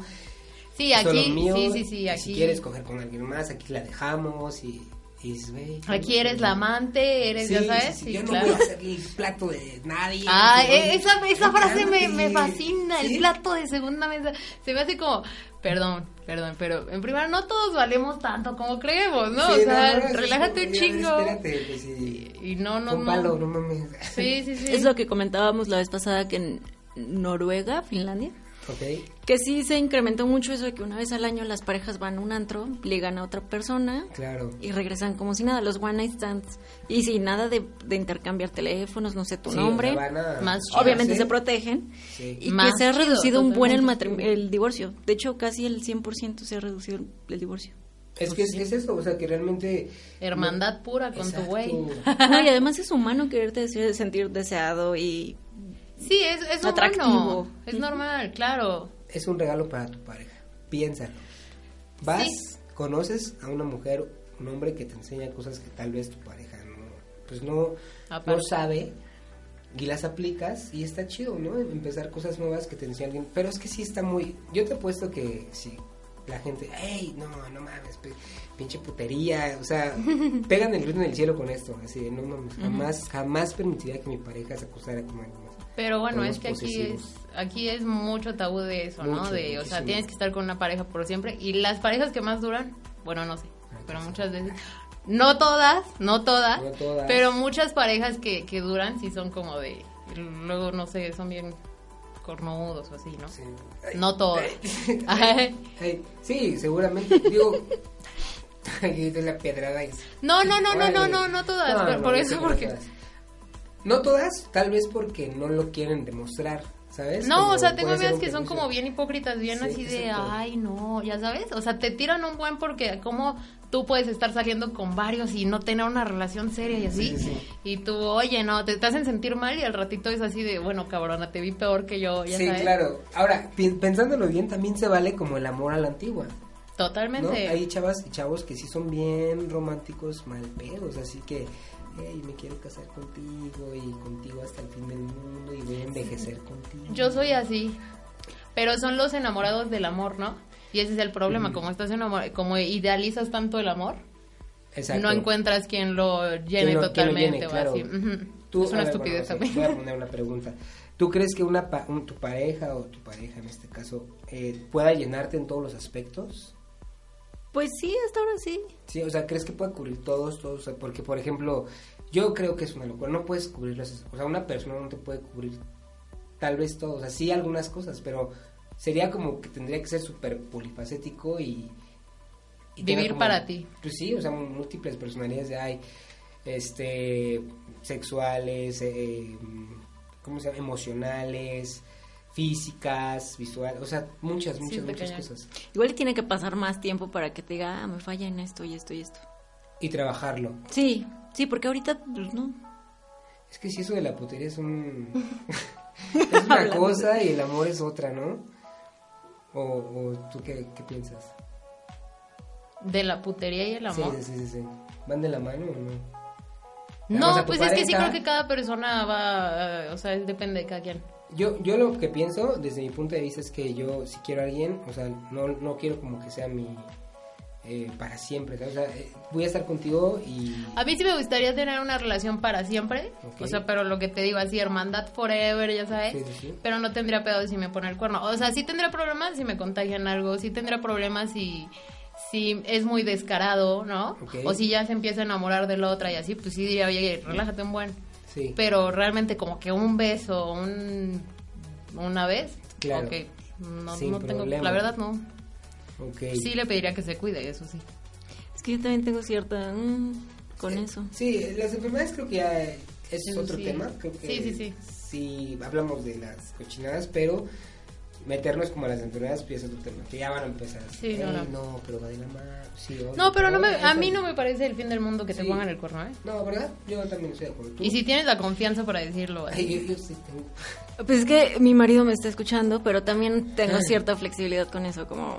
A: Sí,
C: esto es
A: aquí,
C: lo mío,
A: sí, sí, sí,
C: y
A: aquí.
C: Si quieres coger con alguien más, aquí la dejamos y, y dices, güey.
A: Aquí eres la amante, eres,
C: Sí,
A: ya sabes.
C: sí,
A: Sí,
C: yo no
A: claro.
C: voy a hacerle el plato de nadie.
A: Ah,
C: no,
A: eh, esa, esa frase me, me
C: Cálmate.
A: fascina, el
C: Sí.
A: plato de segunda mesa. Se me hace como, perdón, perdón, pero en primera no todos valemos tanto como creemos, ¿no?
C: Sí,
A: o sea,
C: no, no,
A: relájate un
C: ya,
A: chingo.
C: Espérate, pues sí.
A: Y no, no,
C: Con
A: no.
C: palo, no mames.
A: Sí, sí, sí.
B: Es lo que comentábamos la vez pasada que en Noruega, Finlandia,
C: Ok.
B: que sí se incrementó mucho eso de que una vez al año las parejas van a un antro, ligan a otra persona
C: Claro.
B: y regresan como si nada, los one night stands. Y sin nada de, de intercambiar teléfonos, no sé tu
C: Sí,
B: nombre.
C: o sea, van a-
A: Más chido.
B: Obviamente
C: Sí,
B: se protegen.
C: sí.
B: Y
A: Más
B: que se ha
A: chido,
B: reducido un buen el,
A: totalmente.
B: matrim- el divorcio. De hecho, casi el 100% se ha reducido el, el divorcio.
C: Es que es, es eso, o sea, que realmente.
A: Hermandad pura con tu
C: Exacto.
A: güey.
B: No, y además es humano quererte dese- sentir deseado y
A: Sí, es, es
B: Atractivo.
A: humano, Es normal, claro.
C: Es un regalo para tu pareja. Piénsalo. Vas,
A: Sí.
C: conoces a una mujer, un hombre que te enseña cosas que tal vez tu pareja no, pues no, no
A: Aparte.
C: sabe y las aplicas y está chido, ¿no? Empezar cosas nuevas que te enseña alguien. Pero es que sí está muy. Yo te apuesto que sí. La gente, ¡ey! No, no mames, pe- pinche putería. O sea, pegan el grito en el cielo con esto. Así de, no mames, jamás, jamás permitiría que mi pareja se acostara con alguien más.
A: Pero bueno,
C: Con los
A: es que aquí
C: posesivos.
A: es, aquí es mucho tabú de eso, ¿no?
C: Mucho,
A: De, o sea,
C: muchísimo.
A: tienes que estar con una pareja por siempre. Y las parejas que más duran, bueno, no sé, pero muchas veces, no todas, no todas,
C: No todas.
A: pero muchas parejas que, que duran sí son como de, luego, no sé, son bien cornudos o así, ¿no?
C: Sí.
A: No todas.
C: Ay, sí, seguramente. Digo, aquí de la pedrada. y-
A: no, no, no, no, no, no, no todas.
C: No,
A: por,
C: no,
A: por
C: no
A: eso,
C: creo que
A: porque...
C: todas. No todas, tal vez porque no lo quieren demostrar, ¿sabes?
A: No,
C: Como
A: o sea, tengo
C: puede ser
A: amigas
C: un
A: que son
C: prejuicio.
A: como bien hipócritas, bien
C: Sí,
A: así de,
C: exacto.
A: ay, no, ya sabes, o sea, te tiran un buen porque como tú puedes estar saliendo con varios y no tener una relación seria y así,
C: Sí, sí, sí.
A: y tú, oye, no, te, te hacen sentir mal y al ratito es así de, bueno, cabrona, te vi peor que yo, ya
C: Sí,
A: sabes.
C: claro. Ahora, pi- pensándolo bien, también se vale como el amor a la antigua. ¿no?
A: Totalmente.
C: Hay chavas y chavos que sí son bien románticos, mal pedos, así que, hey, me quiero casar contigo y contigo hasta el fin del mundo y voy a envejecer contigo.
A: Yo soy así, pero son los enamorados del amor, ¿no? Y ese es el problema, como estás enamorado, como idealizas tanto el amor,
C: Exacto.
A: no encuentras quien lo llene
C: lo- quien lo
A: totalmente
C: llene,
A: o
C: claro.
A: así. Ujú.
C: Tú-
A: es una
C: a ver,
A: estupidez
C: bueno,
A: también.
C: sí, Voy a poner una pregunta. ¿Tú crees que una pa- un- tu pareja o tu pareja en este caso eh, pueda llenarte en todos los aspectos?
B: pues sí, hasta ahora sí.
C: Sí, o sea, ¿crees que pueda cubrir todos, todos? O sea, porque, por ejemplo, yo creo que es una locura. No puedes cubrir las... O sea, una persona no te puede cubrir tal vez todo. O sea, sí algunas cosas, pero sería como que tendría que ser súper polifacético y... y
A: Vivir
C: tener como-
A: para ti.
C: Pues sí, o sea, múltiples personalidades de, ay, este, sexuales, eh, ¿cómo se llama? Emocionales, físicas, visuales, o sea, muchas,
A: Sí,
C: muchas,
A: está
C: muchas
A: cañón.
C: cosas.
B: Igual y tiene que pasar más tiempo para que te diga, ah, me falla en esto y esto y esto.
C: Y trabajarlo.
B: Sí, sí, porque ahorita, pues no.
C: Es que si eso de la putería es un... es una cosa y el amor es otra, ¿no? ¿O, o tú qué, qué piensas?
A: De la putería y el
C: Sí,
A: amor.
C: sí, sí, sí, sí. ¿Van de la mano o no? Vamos
A: No,
C: a tu
A: pues es que sí
C: pareja.
A: creo que cada persona va, eh, o sea, es- depende de cada quien.
C: Yo, yo lo que pienso, desde mi punto de vista, es que yo si quiero a alguien, o sea, no, no quiero como que sea mi... eh, para siempre, ¿sabes? O sea, eh, voy a estar contigo y...
A: A mí sí me gustaría tener una relación para siempre,
C: Ok.
A: o sea, pero lo que te digo así, hermandad forever, ya sabes,
C: Sí, sí, sí.
A: pero no tendría pedo si me pone el cuerno. O sea, sí tendría problemas si me contagian algo, sí tendría problemas si, si es muy descarado, ¿no?
C: Ok.
A: O si ya se empieza a enamorar de la otra y así, pues sí diría, oye, relájate un buen.
C: Sí.
A: Pero realmente como que un beso, un, una vez,
C: Claro.
A: ok, no,
C: Sin
A: no tengo,
C: problema.
A: la verdad no.
C: ok.
A: Sí le pediría que se cuide, eso sí.
B: Es que yo también tengo cierta... mm, con eso.
C: Sí, las enfermedades creo que ya es
A: Eso
C: otro
A: sí.
C: tema. Creo que
A: Sí, sí, sí.
C: sí hablamos de las cochinadas, pero meternos como a las enfermedades pues ya es otro tema. Que ya van a empezar.
A: Sí,
C: Ey,
A: no, no.
C: no, pero va de la mano. Sí, obvio,
A: No, pero no me, a
C: eso-
A: mí no me parece el fin del mundo que te
C: Sí.
A: pongan el cuerno, ¿eh?
C: No, ¿verdad? Yo también estoy de acuerdo. ¿Tú?
A: Y si tienes la confianza para decirlo, ¿eh? así.
C: Ay, yo, yo sí tengo.
B: Pues es que mi marido me está escuchando, pero también tengo cierta flexibilidad con eso, como...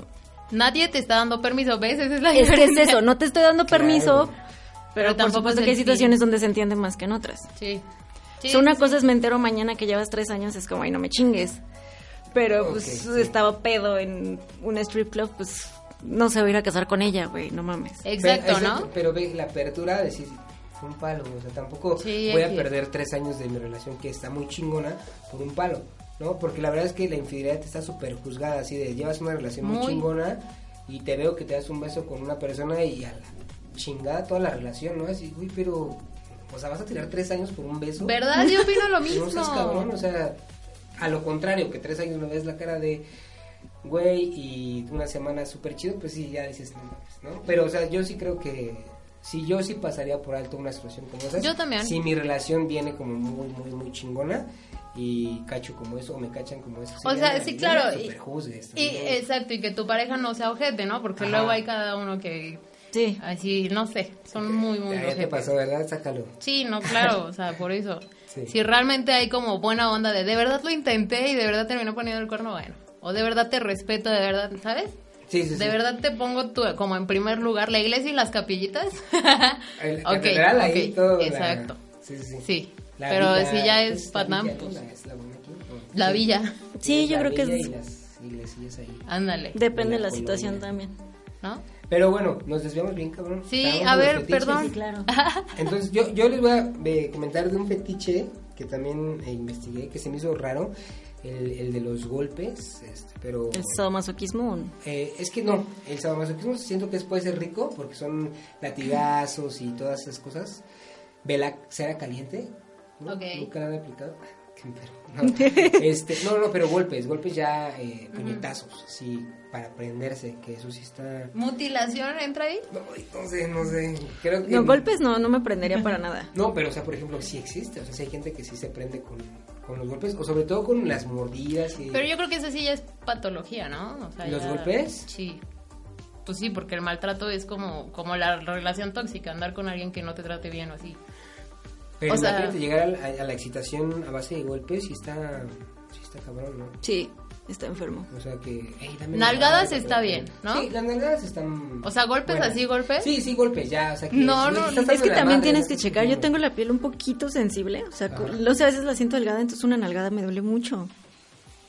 A: nadie te está dando permiso, ¿ves? Esa es la
B: Es que es
A: diferencia.
B: eso, no te estoy dando
C: Claro.
B: permiso,
A: Pero
B: pero,
A: tampoco
B: tampoco por
A: es
B: supuesto
A: el
B: que hay
A: fin.
B: situaciones donde se entiende más que en otras.
A: Sí.
B: O
A: Sí,
B: sea, una cosa es me entero mañana que llevas tres años, es como, ay, no me chingues. Pero
C: Ok,
B: pues
C: sí.
B: estaba pedo en un strip club, pues no se va a ir a casar con ella, güey, no mames.
A: Exacto, ¿no?
C: Pero ve la apertura, decir, fue un palo, o sea, tampoco
A: Sí,
C: voy a
A: X.
C: perder tres años de mi relación que está muy chingona por un palo, ¿no? Porque la verdad es que la infidelidad está súper juzgada, así de llevas una relación muy,
A: Muy.
C: chingona y te veo que te das un beso con una persona y a la chingada toda la relación, ¿no? Así, uy, pero, o sea, vas a tirar tres años por un beso.
A: ¿Verdad? Yo opino lo
C: No seas cabrón,
A: mismo.
C: o sea, a lo contrario, que tres años no ves la cara de güey y una semana súper chido, pues sí, ya dices, no mames, ¿no? Pero, o sea, yo sí creo que, sí, yo sí pasaría por alto una situación como esa.
A: Yo también.
C: Si mi relación viene como muy, muy, muy chingona y cacho como eso, o me cachan como eso.
A: O sea, sí, claro, y-
C: Y, juzgues,
A: Y exacto, y que tu pareja no sea ojete, ¿no? Porque
C: Ajá.
A: luego hay cada uno que
B: Sí.
A: así, no sé, son muy, muy
C: ya, ya te
A: ojetes.
C: pasó, ¿verdad? Sácalo.
A: Sí, no, claro, o sea, por eso.
C: Sí.
A: Si realmente hay como buena onda de de verdad lo intenté y de verdad terminó poniendo el cuerno, bueno. O de verdad te respeto, de verdad, ¿sabes?
C: Sí, sí, sí.
A: De verdad te pongo tu- como en primer lugar la iglesia y las capillitas.
C: El
A: Ok,
C: catedral ahí,
A: ok,
C: todo. la-
A: Exacto.
C: Sí, sí, sí.
A: Sí, pero si ya es
C: pues, la
A: Patán,
C: villa, ¿no?
A: pues,
C: La- es la buena aquí, ¿no?
A: La
C: Sí.
A: villa,
B: Sí, yo
C: la
B: creo que
C: villa
B: es-
C: y las iglesias ahí.
A: ándale,
B: Depende de la
C: Colombia.
B: situación también.
A: ¿no?
C: Pero bueno, nos desviamos bien, cabrón.
A: Sí, a
C: Estábamos en los
A: ver,
C: fetiches.
A: perdón.
B: Sí, claro.
C: Entonces, yo, yo les voy a eh, comentar de un fetiche que también eh, investigué, que se me hizo raro, el, el de los golpes, este, pero...
B: El sadomasoquismo. ¿no?
C: Eh, es que no, el sadomasoquismo siento que es- puede ser rico porque son latigazos y todas esas cosas. Vela, cera caliente. ¿no?
A: Ok.
C: Nunca la han aplicado. Qué perro. No. Este, no, no, pero golpes, golpes ya eh, puñetazos, sí, para prenderse, que eso sí está.
A: ¿Mutilación entra ahí?
C: No, no sé, no sé. Creo que
B: No, golpes no, no me prendería para nada.
C: No, pero o sea, por ejemplo, sí existe. O sea, sí hay gente que sí se prende con, con los golpes, o sobre todo con las mordidas y.
A: Pero yo creo que eso sí ya es patología, ¿no? O sea,
C: ¿Los
A: ya-
C: golpes?
A: Sí. Pues sí, porque el maltrato es como, como la relación tóxica, andar con alguien que no te trate bien o así.
C: Pero
A: O sea-
C: imagínate llegar a la, a la excitación a base de golpes y está, sí está cabrón, ¿no?
B: Sí, está enfermo.
C: O sea que... "Ey, dame una
A: Nalgadas
C: nalgada",
A: está
C: pero-
A: bien, ¿no?
C: Sí, las nalgadas están...
A: O sea, ¿golpes así, golpes?
C: Sí, sí, golpes, ya, o sea que...
A: No,
C: sí,
A: no, no.
C: estás dando
B: Es que
C: la
B: también
C: madre,
B: tienes
C: ¿no?
B: que
C: Sí,
B: checar. Yo
C: como-
B: tengo la piel un poquito sensible. O sea,
C: Mm. Ajá.
B: con- no sé, a veces la siento delgada, entonces una nalgada me duele mucho.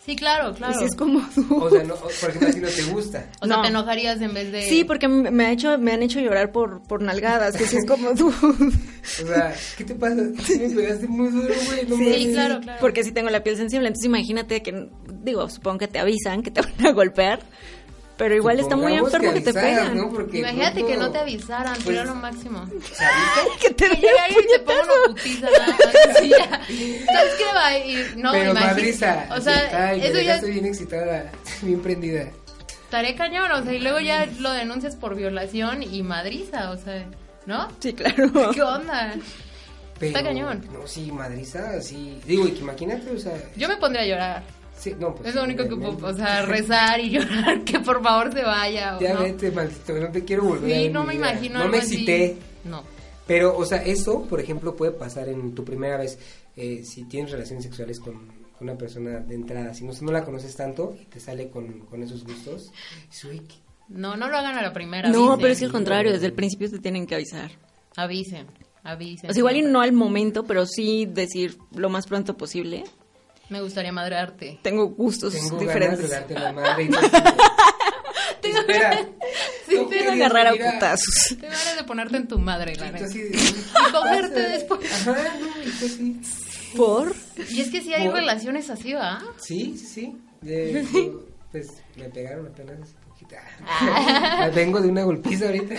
A: Sí, claro, claro.
B: Y si es cómodo.
C: O sea, no, o- por ejemplo, así no te gusta.
A: O sea,
B: No.
A: te enojarías en vez de...
B: Sí, porque me, me ha hecho, me han hecho llorar por, por nalgadas, que si es cómodo.
C: O sea, ¿qué te pasa? Me pegaste muy duro, güey. No
A: Sí,
C: mames.
A: claro, claro.
B: Porque si tengo la piel sensible, entonces imagínate que, digo, supongo que te avisan que te van a golpear, pero igual está muy
C: Supongamos
B: enfermo que, te
C: avisaras,
B: pegan.
C: ¿no? Porque
A: Imagínate
C: pronto-
A: que no te avisaran,
C: Pues-
A: pero era lo máximo.
B: Ay, que te
A: Que
B: den
A: llegue alguien y te ponga
B: puñetazo.
A: una putiza. Así ya. ¿Sabes qué va? Y, no,
C: Pero
A: imagínate.
C: madriza.
A: O sea,
C: Ay, me
A: eso ya
C: dejaste bien excitada, bien prendida.
A: estaré cañón. O sea, y luego ya lo denuncias por violación y madriza, o sea, ¿no?
B: Sí, claro.
A: ¿Qué onda?
C: Pero-
A: cañón.
C: No, sí, madriza, sí. Digo, y que imagínate, o sea...
A: Yo me pondría a llorar.
C: Sí, no, pues,
A: Es lo único que
C: obviamente.
A: puedo, o sea, rezar y llorar que por favor se vaya. o
C: Ya
A: ¿no?
C: vete, maldito, no te quiero volver. a ver
A: Sí,
C: en
A: no
C: mi
A: me
C: vida.
A: imagino.
C: No
A: algo
C: me
A: así.
C: excité.
A: No.
C: Pero, o sea, eso, por ejemplo, puede pasar en tu primera vez. eh, si tienes relaciones sexuales con con una persona de entrada, si no, no la conoces tanto y te sale con, con esos gustos, dices, "Uy, qué
A: No, no lo hagan a la primera.
B: No,
A: avisen.
B: pero es que al contrario, desde el principio te tienen que avisar.
A: Avisen, avisen.
B: O sea, igual y
A: siempre.
B: no al momento, pero sí decir lo más pronto posible.
A: Me gustaría madrearte.
B: Tengo gustos
C: tengo ganas de
B: diferentes.
C: darte la madre. Y no sé qué". espera.
A: Sí,
C: No
A: te
B: Quiero
C: quería
B: agarrar a
C: venir
B: putazos.
A: Te van a de ponerte en tu madre, la
C: Y Pues tú
A: neta.
C: así de,
A: Y comerte
C: pasa?
A: después.
C: Ajá, no, y tú así.
B: ¿Por?
A: Y es que sí hay
C: Por-
A: relaciones así, ¿va?
C: Sí, sí, sí. De- yo, pues me pegaron apenas hace poquito. Ah, Vengo de una golpiza ahorita.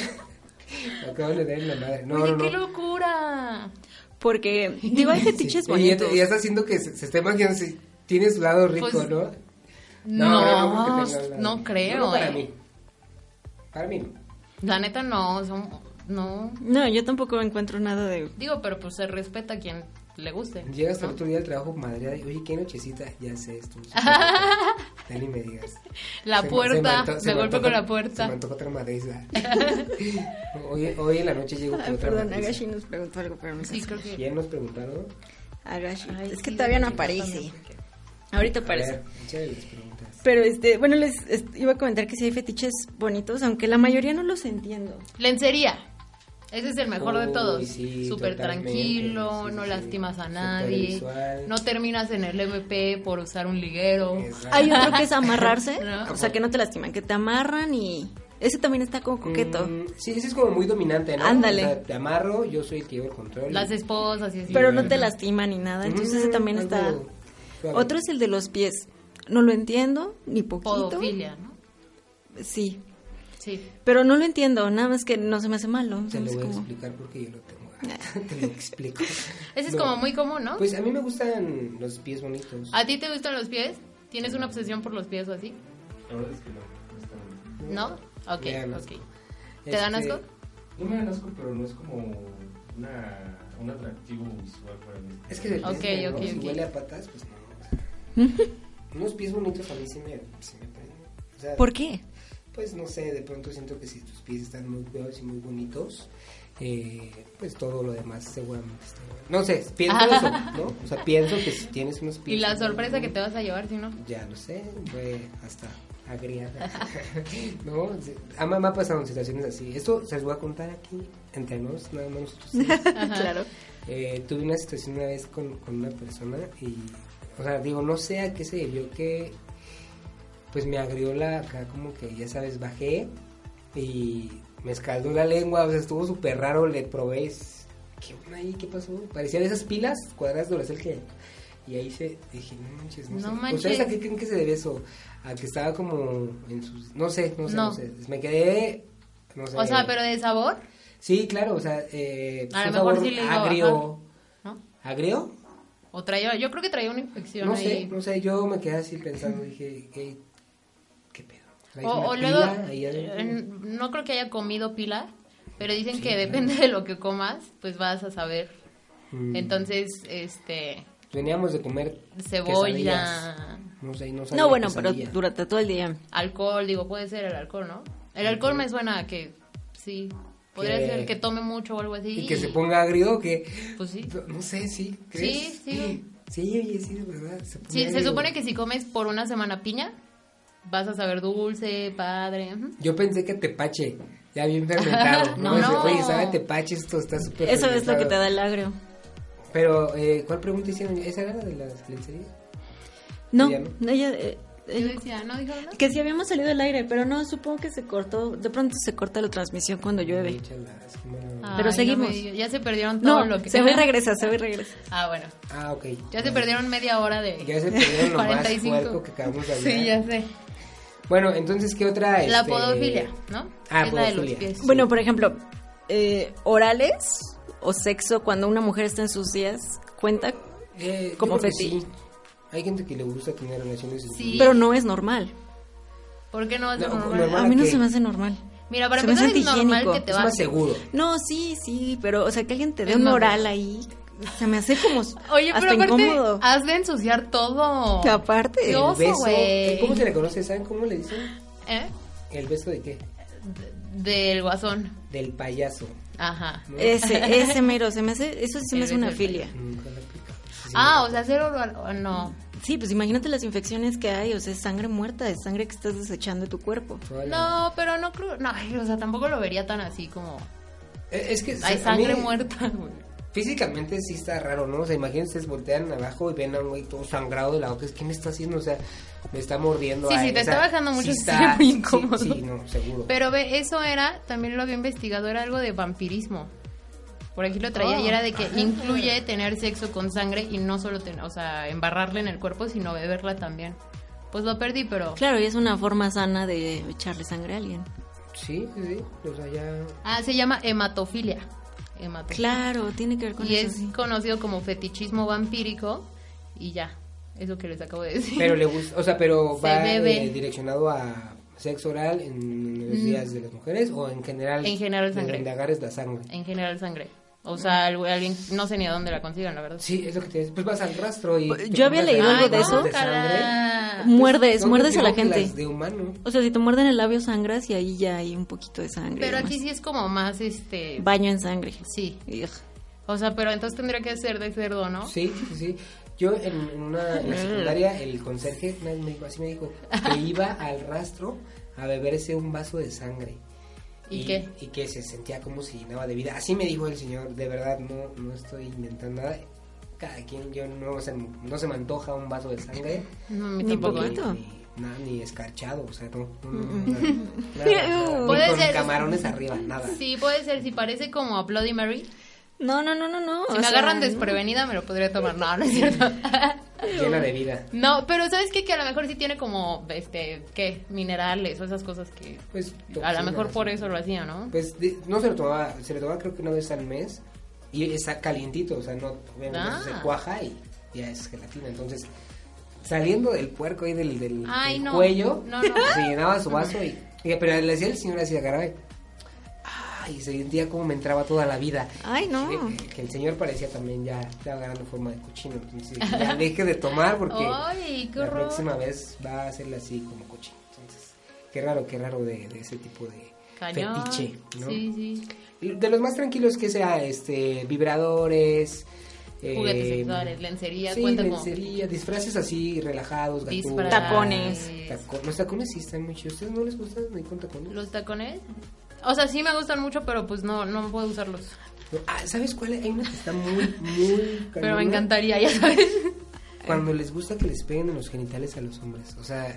C: Me acabo de dar en la madre. No,
A: Oye,
C: no,
A: qué
C: no.
A: locura.
B: Porque, digo, hay fetiches
C: Sí, y ya,
B: bonitos.
C: te- ya está haciendo que se, se esté imaginando si tiene su lado rico,
A: Pues,
C: ¿no?
A: No,
C: porque
A: no,
C: tenga un lado-
A: creo.
C: No, para
A: eh.
C: mí. Para mí no.
A: La neta no, son, no.
B: No, yo tampoco encuentro nada de...
A: Digo, pero pues se respeta a quien le guste.
C: Llegas
A: ¿no?
C: el otro día al trabajo, madre, oye, qué nochecita, ya sé esto. Ven y me digas.
A: La
C: Se me- se me
A: puerta,
C: anto-
A: me,
C: se me
A: golpeo
C: antoja-
A: con la
C: Se me
A: puerta.
C: antoja otra madriza. hoy, hoy en la noche llego con
B: Ay,
C: otra
B: perdón,
C: madriza.
B: Agashi nos preguntó algo, pero no sé.
A: Sí, creo que.
C: ¿Quién nos preguntaron?
B: Agashi.
A: Ay,
B: es que
A: sí,
B: todavía no
A: sí,
B: aparece.
A: también.
B: Ahorita
C: A
B: aparece.
C: ver, échale las preguntas.
B: Pero, este, bueno, les est- iba a comentar que sí hay fetiches bonitos, aunque la mayoría no los entiendo.
A: Lencería. Ese es el mejor de
C: Uy,
A: todos.
C: sí,
A: Súper
C: totalmente,
A: tranquilo,
C: sí, sí,
A: no
C: sí.
A: lastimas a
C: Súper
A: nadie.
C: visual.
A: No terminas en el MP por usar un liguero.
C: Exacto.
B: Hay otro que es amarrarse,
A: No.
B: o sea, que no te lastiman, que te amarran y ese también está como coqueto.
C: Mm, sí, ese es como muy dominante, ¿no?
B: Ándale.
C: O sea, te amarro, yo soy el que llevo el control. Mm,
A: Las esposas y así.
B: Pero no te lastiman ni nada, entonces ese también está. Otro es el de los pies. No lo entiendo, ni poquito.
A: Podofilia, ¿no?
B: Sí,
A: Sí.
B: pero no lo entiendo, nada más que no se me hace malo.
C: Te lo
B: es
C: voy a
B: como-
C: explicar porque yo lo tengo. te lo explico.
A: Ese es
C: No.
A: como muy común, ¿no?
C: Pues a mí me gustan los pies bonitos.
A: ¿A ti te gustan los pies? ¿Tienes una obsesión por los pies o así?
D: La verdad es que no. no está bien.
A: ¿No? Ok,
C: Me dan
A: ok.
C: asco.
A: ¿Te dan
C: Este,
A: asco?
D: No me dan asco, pero no es como una, un atractivo visual para mí.
C: Es que depende,
A: Ok,
C: ¿no?
A: ok,
C: Si
A: ok.
C: huele a patas, pues no. Unos pies bonitos a mí sí me, sí me prenden. O sea,
B: ¿Por qué?
C: Pues no sé, de pronto siento que si tus pies están muy cuidados y muy bonitos, eh, pues todo lo demás seguramente está bueno. No sé, pienso eso, ¿no? O sea, pienso que si tienes unos pies...
A: Y la sorpresa que te vas a llevar, si no.
C: Ya lo sé, fue hasta agriada. no, Sí, a mí me ha pasado en situaciones así. Esto se los voy a contar aquí, entre nos, nada más nosotros. tres.
B: claro.
C: Eh, tuve una situación una vez con, con una persona y, o sea, digo, no sé a qué se debió que, pues me agrió la, acá como que, ya sabes, bajé y me escaldó la lengua, o sea, estuvo súper raro, le probé, y s- ¿qué onda ahí? ¿Qué pasó? Parecía de esas pilas cuadradas de el que... Y ahí se, dije, no manches, no,
A: No
C: sé.
A: manches.
C: ¿Ustedes a qué creen que se debe eso? A que estaba como en sus, no sé, no sé, no,
A: No.
C: sé, me quedé... No sé.
A: O sea, pero de sabor,
C: Sí, claro, o sea, eh,
A: A
C: un
A: lo mejor
C: sabor
A: sí le digo,
C: agrio,
A: ¿no?
C: ¿Agrio?
A: O traía, yo creo que traía una infección
C: No sé,
A: ahí.
C: no sé, yo me quedé así pensando, dije, ¿qué, qué pedo? Traes
A: O,
C: una
A: o
C: pila
A: luego,
C: ahí adentro.
A: eh, no creo que haya comido pila, pero dicen
C: Sí,
A: que
C: claro.
A: depende de lo que comas, pues vas a saber.
C: Mm.
A: Entonces, este,
C: Veníamos de comer quesadillas.
A: cebolla,
C: No sé, no sabía
B: No, bueno, pero
C: quesadilla.
B: durante todo el día.
A: alcohol, digo, puede ser el alcohol, ¿no? El alcohol me suena a que sí, podría
C: Que-
A: ser que tome mucho o algo así.
C: Y que se ponga agrio, que...
A: Pues sí.
C: No sé, ¿sí? ¿Crees?
A: sí.
C: Sí, oye, sí, de verdad. Se, pone
A: Sí, se
C: agrio.
A: supone que si comes por una semana piña, vas a saber dulce, padre. ujú.
C: Yo pensé que tepache, ya bien fermentado.
A: No,
C: Ese,
A: no.
C: Oye, sabe tepache, esto está súper
B: Eso es lo que te
C: fermentado".
B: da el agrio.
C: Pero, eh, ¿cuál pregunta hicieron? ¿Esa era la de las lencerías?
B: No,
C: Ella no.
B: ella, eh,
A: Yo
B: ella-
A: decía, no, dijo, no.
B: que sí habíamos salido del aire, pero no, supongo que se cortó, de pronto se corta la transmisión cuando llueve.
C: Chala, es que no-
A: Ay,
B: Pero
A: no
B: seguimos.
A: me digas, ya se perdieron todo
B: No,
A: lo que
B: se ve y regresa, se ve y regresa.
A: Ah, bueno.
C: Ah, ok.
A: Ya se perdieron media hora de
C: Ya se perdieron lo más
A: 45.
C: puerco que acabamos de hablar.
A: Sí, ya sé.
C: Bueno, entonces, ¿qué otra es?
A: La podofilia, ¿no?
C: Este, Ah,
A: es la de los
C: podofilia.
A: pies.
B: Bueno, por ejemplo, eh, orales o sexo cuando una mujer está en sus días cuenta,
C: eh,
B: Como fetiche.
C: Hay gente que le gusta tener relaciones en su
A: Sí.
C: vida.
B: pero no es normal.
A: ¿Por qué no vas a
C: No,
A: normal?
C: normal.
B: A mí no
C: ¿Qué?
B: se me hace normal.
A: Mira, para
B: Se me
A: empezar
B: hace
A: es normal
B: antihigiénico.
A: que te
C: Es
A: vas.
C: más seguro.
B: No, sí, sí, pero o sea que alguien te dé
A: Es
B: un
A: más
B: oral ahí, se me hace como
A: Oye,
B: hasta
A: pero aparte,
B: incómodo.
A: has de ensuciar todo.
B: Que aparte,
A: Yo- Oso,
C: el beso. eh,
A: güey.
C: ¿Cómo se le conoce? ¿Saben cómo le dicen?
A: ¿Eh?
C: ¿El beso de qué?
A: D- Del guasón.
C: Del payaso.
A: Ajá.
C: ¿no?
B: ese, ese mero, se me hace, eso sí se me
A: El
B: hace una
A: beso.
B: filia.
C: Nunca lo he aplicado. Sí,
A: Ah, o sea, cero oral- No.
B: Sí, pues imagínate las infecciones que hay, o sea, es sangre muerta, es sangre que estás desechando de tu cuerpo.
C: toda la-
A: No, pero no creo. No, ay, o sea, tampoco lo vería tan así como.
C: Eh, Es que o sea,
A: Hay
C: a
A: sangre
C: mí
A: muerta, güey.
C: Físicamente sí está raro, ¿no? O sea, imagínense, ustedes voltean abajo y ven a un güey todo sangrado de la boca. Es que me está haciendo, o sea, me está mordiendo.
A: Sí,
C: ay,
A: sí, te
C: o sea,
A: está bajando mucho, sí
C: está-
A: muy incómodo.
C: Sí, sí, no, seguro.
A: Pero ve, eso era, también lo había investigado, era algo de vampirismo. Por aquí lo traía y era de que
B: Oh.
A: incluye tener sexo con sangre y no solo, ten- o sea, embarrarla en el cuerpo, sino beberla también. Pues lo perdí, pero...
B: Claro, y es una forma sana de echarle sangre a alguien.
C: Sí, sí, sí. O sea, ya.
A: Ah, se llama hematofilia. Hematofilia.
B: Claro, tiene que ver con
A: y
B: eso.
A: es
B: sí.
A: conocido como fetichismo vampírico y ya, es lo que les acabo de decir.
C: Pero le gusta, o sea, pero
A: Se
C: va
A: bebe.
C: eh, direccionado a sexo oral en los días de las mujeres o en general.
A: En general
C: de
A: sangre.
C: Donde agarres la sangre.
A: En general sangre. O sea, algu- alguien, no sé ni a dónde la consigan, la verdad.
C: Sí, es lo que te Pues vas al rastro y.
B: Pues,
C: te
B: yo había
C: compras
B: leído
C: la-
B: algo de
C: la
B: eso.
C: sangre.
A: Guácala.
B: Muerdes,
C: No,
B: muerdes a la
C: no,
B: gente.
C: las De humano.
B: O sea, si te muerden el labio sangras y ahí ya hay un poquito de sangre.
A: Pero
B: y
A: aquí
B: demás.
A: sí es como más, este...
B: Baño en sangre.
A: Sí,
B: Ugh.
A: O sea, pero entonces tendría que ser de cerdo, ¿no?
C: Sí, sí, sí. Yo en en una en la secundaria, el conserje una vez me dijo, así me dijo, que iba al rastro a beberse un vaso de sangre.
A: ¿Y qué?
C: Y que se sentía como si llenaba de vida. Así me dijo el señor, de verdad, no, no estoy inventando nada. Cada quien, yo no se, no se me antoja un vaso de sangre.
A: No, a mí
B: Ni
A: tampoco. ¿eh?
C: ni-
B: poquito.
C: Ni, na- ni escarchado, o sea, no. no, no, nada, nada, ni
A: Puede
C: con
A: ser-
C: camarones arriba, nada.
A: Sí, puede ser, si parece como a Bloody Mary.
B: No, no, no, no, no.
A: Si
B: o
A: me
B: sea,
A: agarran
B: no.
A: desprevenida, me lo podría tomar. No, no es cierto.
C: Llena de vida.
A: no, pero ¿sabes qué? Que a lo mejor sí tiene como, este, ¿qué? Minerales o esas cosas que...
C: Pues,
A: A lo
C: toxinas,
A: mejor por
C: ¿no?
A: eso lo hacía, ¿no?
C: Pues de- no se lo tomaba, se lo tomaba creo que una vez al mes y está calientito, o sea, no, obviamente
A: Ah.
C: se cuaja y ya es gelatina. Entonces, saliendo del puerco ahí del, del,
A: Ay,
C: del
A: no.
C: cuello,
A: No, no.
C: se llenaba su vaso y, y- pero le decía el señor así, agarraba y, ay, se sentía como me entraba toda la vida.
B: Ay, no.
C: Que, que el señor parecía también ya, estaba agarrando forma de cochino, entonces ya deje de tomar porque
A: Oh. Ay, qué
C: la
A: horror.
C: próxima vez va a hacerle así como cochino. Entonces, qué raro, qué raro de, de ese tipo de
A: Cañón.
C: fetiche, ¿no?
A: Sí, sí.
C: De los más tranquilos que sea, este, vibradores, eh,
A: Juguetes sexuales, lencería,
C: sí,
A: cuenta como...
C: lencería, disfraces así relajados,
A: disfraz.
C: gatunos,
B: Tacones.
C: taco- los tacones sí están muy chidos. ¿Ustedes no les gustan ni con tacones?
A: ¿Los tacones? O sea, sí me gustan mucho, pero pues no, no puedo usarlos.
C: No. Ah, ¿Sabes cuál? Hay una que está muy, muy.
A: Pero
C: cañona.
A: me encantaría, ya sabes.
C: Cuando les gusta que les peguen en los genitales a los hombres. O sea.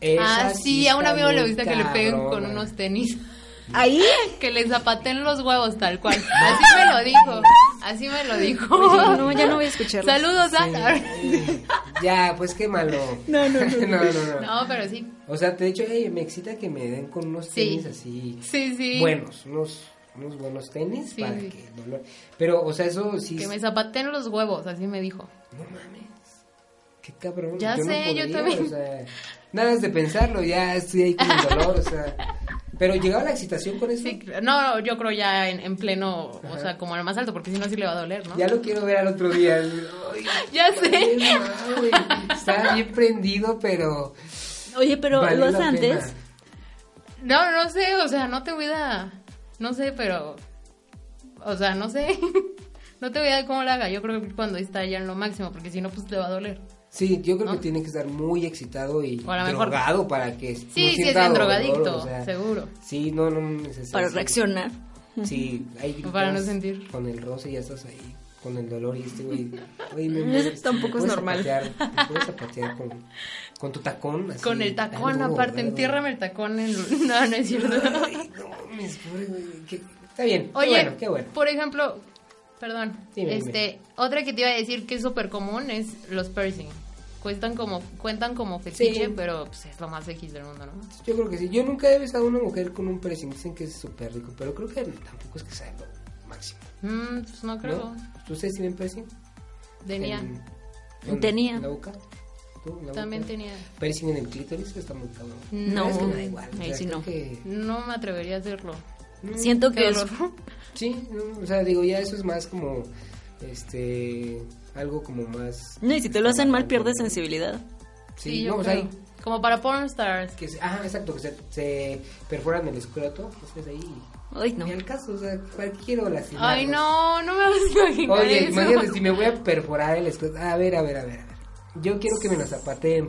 C: esa
A: ah, sí, a un
C: está
A: amigo le
C: muy
A: gusta que le peguen con
C: cabrona.
A: unos tenis.
B: Ahí.
A: Que le zapaten los huevos, tal cual. Así me lo dijo. Así me lo dijo.
B: No, ya no voy a escucharlo.
A: Saludos, Ana.
C: Eh, ya, pues qué malo.
B: No, no, no.
C: no, no, no.
A: No, pero sí.
C: O sea, de hecho, eh, me excita que me den con unos
A: Sí.
C: tenis así.
A: Sí, sí.
C: buenos, unos, unos buenos tenis
A: Sí,
C: para
A: sí.
C: que el dolor. Pero, o sea, eso sí.
A: Que
C: es-
A: me zapaten los huevos, así me dijo.
C: No mames. Qué cabrón.
A: Ya
C: no
A: sé, yo
C: podría,
A: también.
C: o sea, nada más de pensarlo, ya estoy ahí con el dolor, o sea. Pero llegaba la excitación con eso.
A: Sí, cre- no, yo creo ya en, en pleno, o sea, como en el más alto, porque si no, sí le va a doler, ¿no?
C: Ya lo quiero ver al otro día. Ay,
A: Ya sé.
C: no, güey, Estaba bien prendido, pero.
B: Oye, pero
C: valió
B: los
C: la pena.
B: antes.
A: No, no sé, o sea, no te voy a... No sé, pero... O sea, no sé. No te voy a dar cómo la haga. Yo creo que cuando está ya en lo máximo, porque si no, pues te va a doler.
C: Sí, yo creo
A: ¿No?
C: que tiene que estar muy excitado y
A: O a lo mejor-
C: drogado para que. no
A: Sí, sí, es
C: sienta
A: bien
C: dolor,
A: drogadicto,
C: o sea,
A: seguro.
C: Sí, no, no. es así.
B: Para reaccionar.
C: Sí, ahí gritas
A: Para no sentir.
C: Con el roce ya estás ahí, con el dolor y este güey. güey, me
B: Eso
C: mueres,
B: tampoco es
C: puedes
B: normal.
C: zapatear, te puedes zapatear con, con tu tacón. así,
A: Con el tacón,
C: duro,
A: aparte,
C: duro.
A: entiérrame el tacón en... No, no es cierto.
C: Ay, no mames, pobre güey. que- Está bien.
A: Oye,
C: qué bueno, qué bueno.
A: por ejemplo... Perdón.
C: Dime,
A: este,
C: dime.
A: Otra que te iba a decir que es súper común es los piercing. Cuentan como, cuentan como fetiche,
C: Sí.
A: pero pues, es lo más X del mundo, ¿no?
C: Yo creo que sí. Yo nunca he besado a una mujer con un piercing. Dicen que es súper rico, pero creo que tampoco es que sea lo máximo.
A: Mm, pues no creo.
C: ¿no? ¿Ustedes tienen piercing?
A: Tenía.
C: En- ¿dónde?
B: Tenía.
C: ¿En la boca? ¿Tú? ¿En la
A: También
C: boca?
A: tenía.
C: Piercing en el clítoris está muy cabrón.
B: No,
C: Es que me da igual. o
B: ahí
C: sea,
B: sí
C: creo
B: no.
C: que-
A: No me atrevería a hacerlo.
C: Mm,
B: Siento
A: Qué
B: que es
A: horror.
C: Sí, no, o sea, digo, ya eso es más como, este, algo como más...
B: No, y si te lo hacen mal, pierdes sensibilidad.
C: Sí,
A: Sí, yo
C: no, pues
A: creo.
C: ahí,
A: Como para porn stars.
C: que se- ah, exacto, que se, se perforan el escroto, pues es ahí.
B: Ay, no.
C: Ni al caso, o sea, ¿para qué quiero lastimar?
A: Ay, no, no me vas a imaginar
C: Oye,
A: eso.
C: imagínate, si me voy a perforar el escroto, a ver, a ver, a ver, a ver. Yo quiero que me lo zapateen,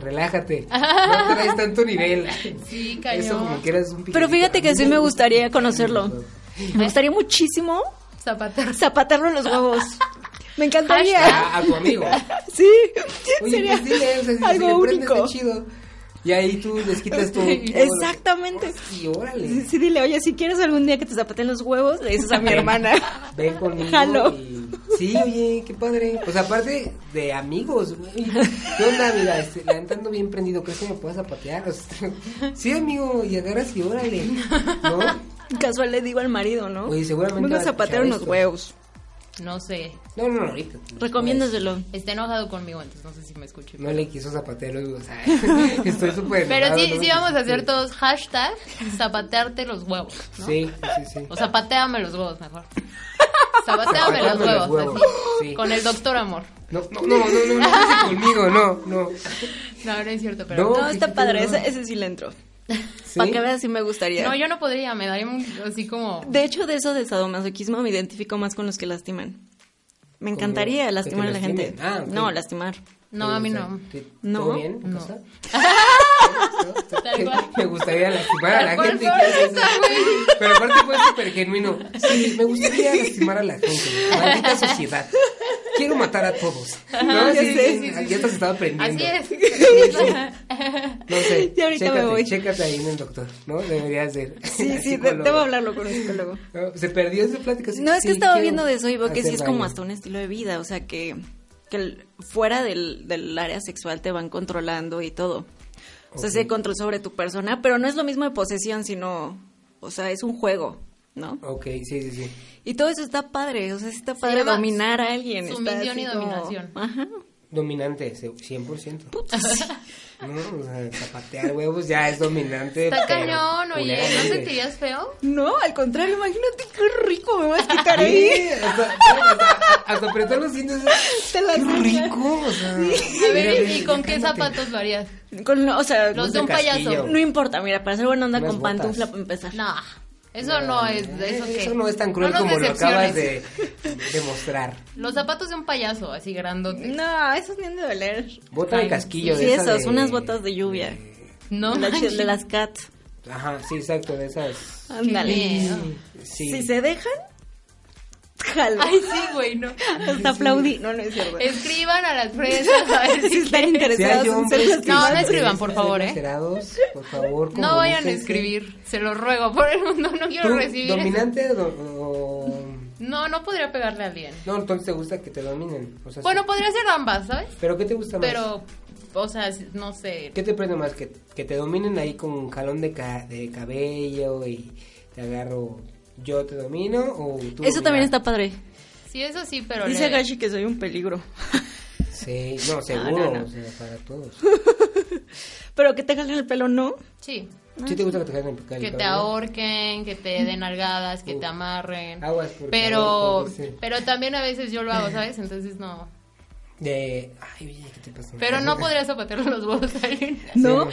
C: relájate. No traes tanto nivel.
A: Sí,
C: Eso
A: cañón.
C: como que eras
B: Pero
C: un piquetito.
B: fíjate
C: A
B: que
C: mí
B: sí me
C: gusta
B: gustaría
C: mucho.
B: conocerlo. Me gustaría muchísimo
A: Zapatar.
B: zapatarlo en los huevos. Me encantaría.
C: Ah, a tu amigo.
B: Sí.
C: Oye,
B: Sería
C: pues dile, o sea, si- si
B: algo
C: le prendes,
B: único.
C: está chido. Y ahí tú les quitas tu...
B: Exactamente.
C: Y órale.
B: Sí, sí, dile, oye, si quieres algún día que te zapaten los huevos, le dices a mi hermana.
C: Ven conmigo.
B: Jalo.
C: y- Sí, oye, qué padre. Pues aparte de amigos, güey. ¿Qué onda, mira? Este, la neta ando bien prendido. ¿Crees que me puedas zapatear? O sea, sí, amigo, y agarras y órale. ¿No?
B: Casual le digo al marido, ¿no?
C: Oye, seguramente
B: Vengo
C: va
B: a
C: a
B: zapatear
C: escuchar
B: unos
C: esto.
B: huevos.
A: No sé.
C: No, no, no, ahorita.
B: Recomiéndaselo.
A: Está enojado conmigo, entonces no sé si me escuché.
C: No le quiso zapatear los- o sea, estoy súper
A: Pero
C: enojado,
A: sí,
C: ¿no?
A: sí vamos a hacer todos hashtag zapatearte los huevos, ¿no?
C: Sí, sí, sí.
A: O zapateame los huevos, mejor. Zapateame los
C: Zapateame los
A: huevos,
C: huevos,
A: así.
C: sí.
A: Con el doctor amor.
C: No, no, no, no, no, no, no, no, conmigo, no, no.
A: No, no es cierto, pero...
C: No,
B: No,
C: Oh, sí,
B: está
C: sí,
B: padre,
C: no.
B: ese, ese sí le entró.
C: ¿Sí?
B: Para que veas si me gustaría.
A: No, yo no podría, me daría muy- así como...
B: De hecho, de eso de sadomasoquismo me identifico más con los que lastiman. Me
C: ¿Cómo?
B: encantaría
C: ¿Que te
B: lastimar a la gente.
C: lastimen? Ah, ok.
B: No, lastimar.
A: No, a mí no.
C: ¿Qué-
B: No,
C: ¿Todo bien? en
A: no.
C: casa?
A: Tal cual.
C: Me gustaría lastimar a la
A: Tal cual
C: gente.
A: fue ahorita,
C: Pero aparte fue súper genuino. Sí, me gustaría lastimar a la gente. Maldita sociedad. Quiero matar a todos. No,
B: ya
C: sí,
B: sé,
C: sí, ya te has estado
A: Así
C: aprendiendo.
A: es.
C: No sé.
B: Ya ahorita me
C: chécate,
B: voy.
C: Chécate ahí en el doctor, ¿no? Debería ser.
B: Sí, sí, de-
C: Psicólogo.
B: debo hablarlo con un psicólogo.
C: No, Se perdió esa plática. sí,
B: No, es
C: sí,
B: que estaba
C: quiero
B: viendo de eso y veo que sí
C: hacer
B: es como
C: daño.
B: hasta un estilo de vida, o sea que, que el- fuera del, del área sexual te van controlando y todo. O sea,
C: Ok.
B: ese control sobre tu persona, pero no es lo mismo de posesión, sino, o sea, es un juego, ¿no?
C: Ok, sí, sí, sí.
B: Y todo eso está padre, o sea, sí está
A: Se
B: padre
A: llama
B: dominar a alguien. está
A: sumisión
B: así
A: y
B: como-
A: dominación.
B: Ajá.
C: Dominante, se- 100%. No, o sea, zapatear huevos ya es dominante.
A: Está
C: pero
A: cañón, oye. ¿No
C: culeramente.
A: sentirías feo?
B: No, al contrario, imagínate qué rico me vas a quitar
C: Sí,
B: ahí.
C: hasta, hasta, hasta apretar los dientes.
B: Te la
C: ¡Qué
B: saca.
C: rico! O sea,
A: A ver,
C: mira,
A: ¿y
C: ve,
A: con qué
C: cálmate.
A: zapatos lo harías?
B: Con, o sea,
A: Los
C: Unos
A: de un
C: castillo.
A: payaso.
B: no importa, mira, para ser buena onda
C: Unas
B: con pantufla
C: botas.
B: para empezar.
A: No, eso no es. ¿Eso, qué?
C: Eh, Eso no es tan cruel
A: No nos
C: como lo acabas
A: decepciones.
C: de demostrar.
A: Los zapatos de un payaso, así grandote.
B: No, esos ni han de doler.
C: Bota de
A: Ay,
C: casquillo.
B: sí,
C: de esa
B: esas,
C: de-
B: unas botas de lluvia.
A: No,
B: de, la-
A: manches.
B: de las cat.
C: Ajá, sí, exacto, de esas.
A: Qué
B: Ándale.
A: miedo.
C: Sí.
B: Si se dejan, jalo.
A: Ay, sí, güey, no.
B: Hasta aplaudí. No, no es cierto.
A: Escriban a las fresas. a ver
B: Si
A: si
B: están
A: quieren.
C: Si
B: interesados
C: hay
B: en ser
C: hombres
B: las
C: que
A: No, no
C: están
A: escriban, por
C: interesados,
A: favor, ¿eh?
C: enterados, por favor,
A: No vayan a
C: comuníquense.
A: escribir, se los ruego por el mundo, no quiero
C: ¿Tú,
A: recibir. eso.
C: ¿Dominante o, o-
A: No, no podría pegarle a alguien.
C: No, entonces te gusta que te dominen. O sea,
A: Bueno,
C: Pues sí.
A: podría ser ambas, ¿sabes?
C: ¿Pero qué te gusta más?
A: Pero, o sea, no sé.
C: ¿Qué te prende más? ¿Que, que te dominen ahí con un jalón de, ca- de cabello y te agarro yo te domino o tú
B: Eso también
C: dominas?
B: está padre.
A: Sí, eso sí, pero.
B: Dice
A: leve.
B: Gashi que soy un peligro.
C: Sí, no, seguro,
B: no, no.
C: o sea, para todos.
B: Pero que te jalen el pelo, no.
A: Sí.
C: ¿Sí te gusta que te jalen el
A: Que
C: cabello?
A: te ahorquen, que te den nalgadas, que te amarren.
C: Aguas, Ah, porque
A: Pero,
C: ahorcan, dice.
A: pero también a veces yo lo hago, ¿sabes? Entonces no.
C: De... Ay, oye, ¿qué te pasa?
A: Pero no podría zapatearle los huevos a alguien.
B: No.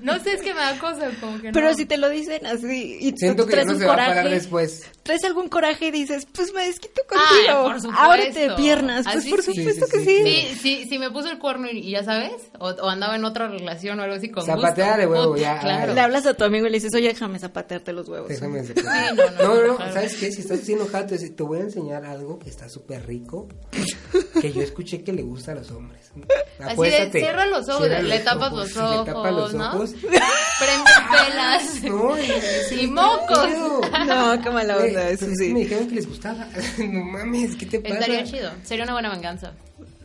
A: No sé, es que me da cosa, como que
B: Pero
A: no.
B: si te lo dicen así y tú
C: Siento que ya
B: traes
C: no
B: un
C: se va a
B: coraje,
C: parar después.
B: traes algún coraje y dices, pues me desquito
A: Ay,
B: contigo.
A: por supuesto.
B: Ábrete de piernas. Pues
A: Así
B: por
A: sí.
B: supuesto
C: Sí, sí,
B: que
C: sí,
B: sí.
A: Sí, sí, sí me puso el cuerno y, y ya sabes, o, o andaba en otra relación o algo así con
C: Zapatea
A: gusto.
C: de huevo,
A: Puta,
C: ya,
A: Claro.
B: Le hablas a tu amigo y le dices, oye, déjame zapatearte los huevos.
C: Déjame
A: Sí,
C: no,
A: no,
C: no,
A: no,
C: no,
A: no, claro.
C: ¿sabes qué? Si estás así enojado, te, te voy a enseñar algo que está súper rico, que yo escuché que le gusta a los hombres.
A: de,
C: Acuéstate.
A: cierra los ojos,
C: Cierra
A: le tapas los
C: sí, le tapas los
A: ojos, ¿no?
C: ojos.
A: Prende velas.
C: No, es-
A: Y mocos.
C: Tío.
B: No, qué mala
C: Güey,
B: onda, eso
C: pero es que
B: sí.
C: Me dijeron que les gustaba. No mames, ¿qué te pasa?
A: Estaría chido, sería una buena venganza.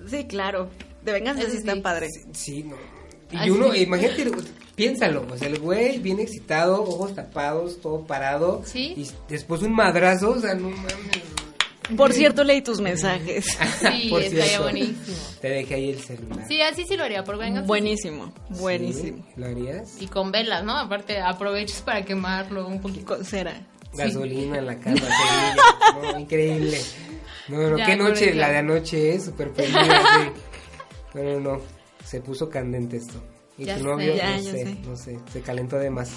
B: Sí, claro. De venganza
A: Eso
B: sí está
A: sí.
B: padre.
C: Sí, no. Y
A: Así.
C: uno, imagínate, piénsalo, o sea, el güey bien excitado, ojos tapados, todo parado.
A: Sí.
C: Y después un madrazo, o sea, no mames.
B: Por cierto, leí tus mensajes.
A: Sí,
C: Por
A: estaría
C: cierto,
A: buenísimo.
C: Te dejé ahí el celular.
A: Sí, así sí lo haría, por venganza.
B: Buenísimo, buenísimo.
C: Sí, ¿Lo harías?
A: Y con velas, ¿no? Aparte, aprovechas para quemarlo un poquito.
B: Con cera.
C: Gasolina en la casa. Sevilla. No, increíble. No, no,
A: Ya,
C: qué
A: con
C: noche,
A: eso.
C: la de anoche es súper prendida. sí. No, no, no. Se puso candente esto. Y
A: Ya
C: tu
A: sé,
C: novio,
B: ya,
C: no
B: ya
C: sé,
B: sé.
C: no sé, se calentó de más.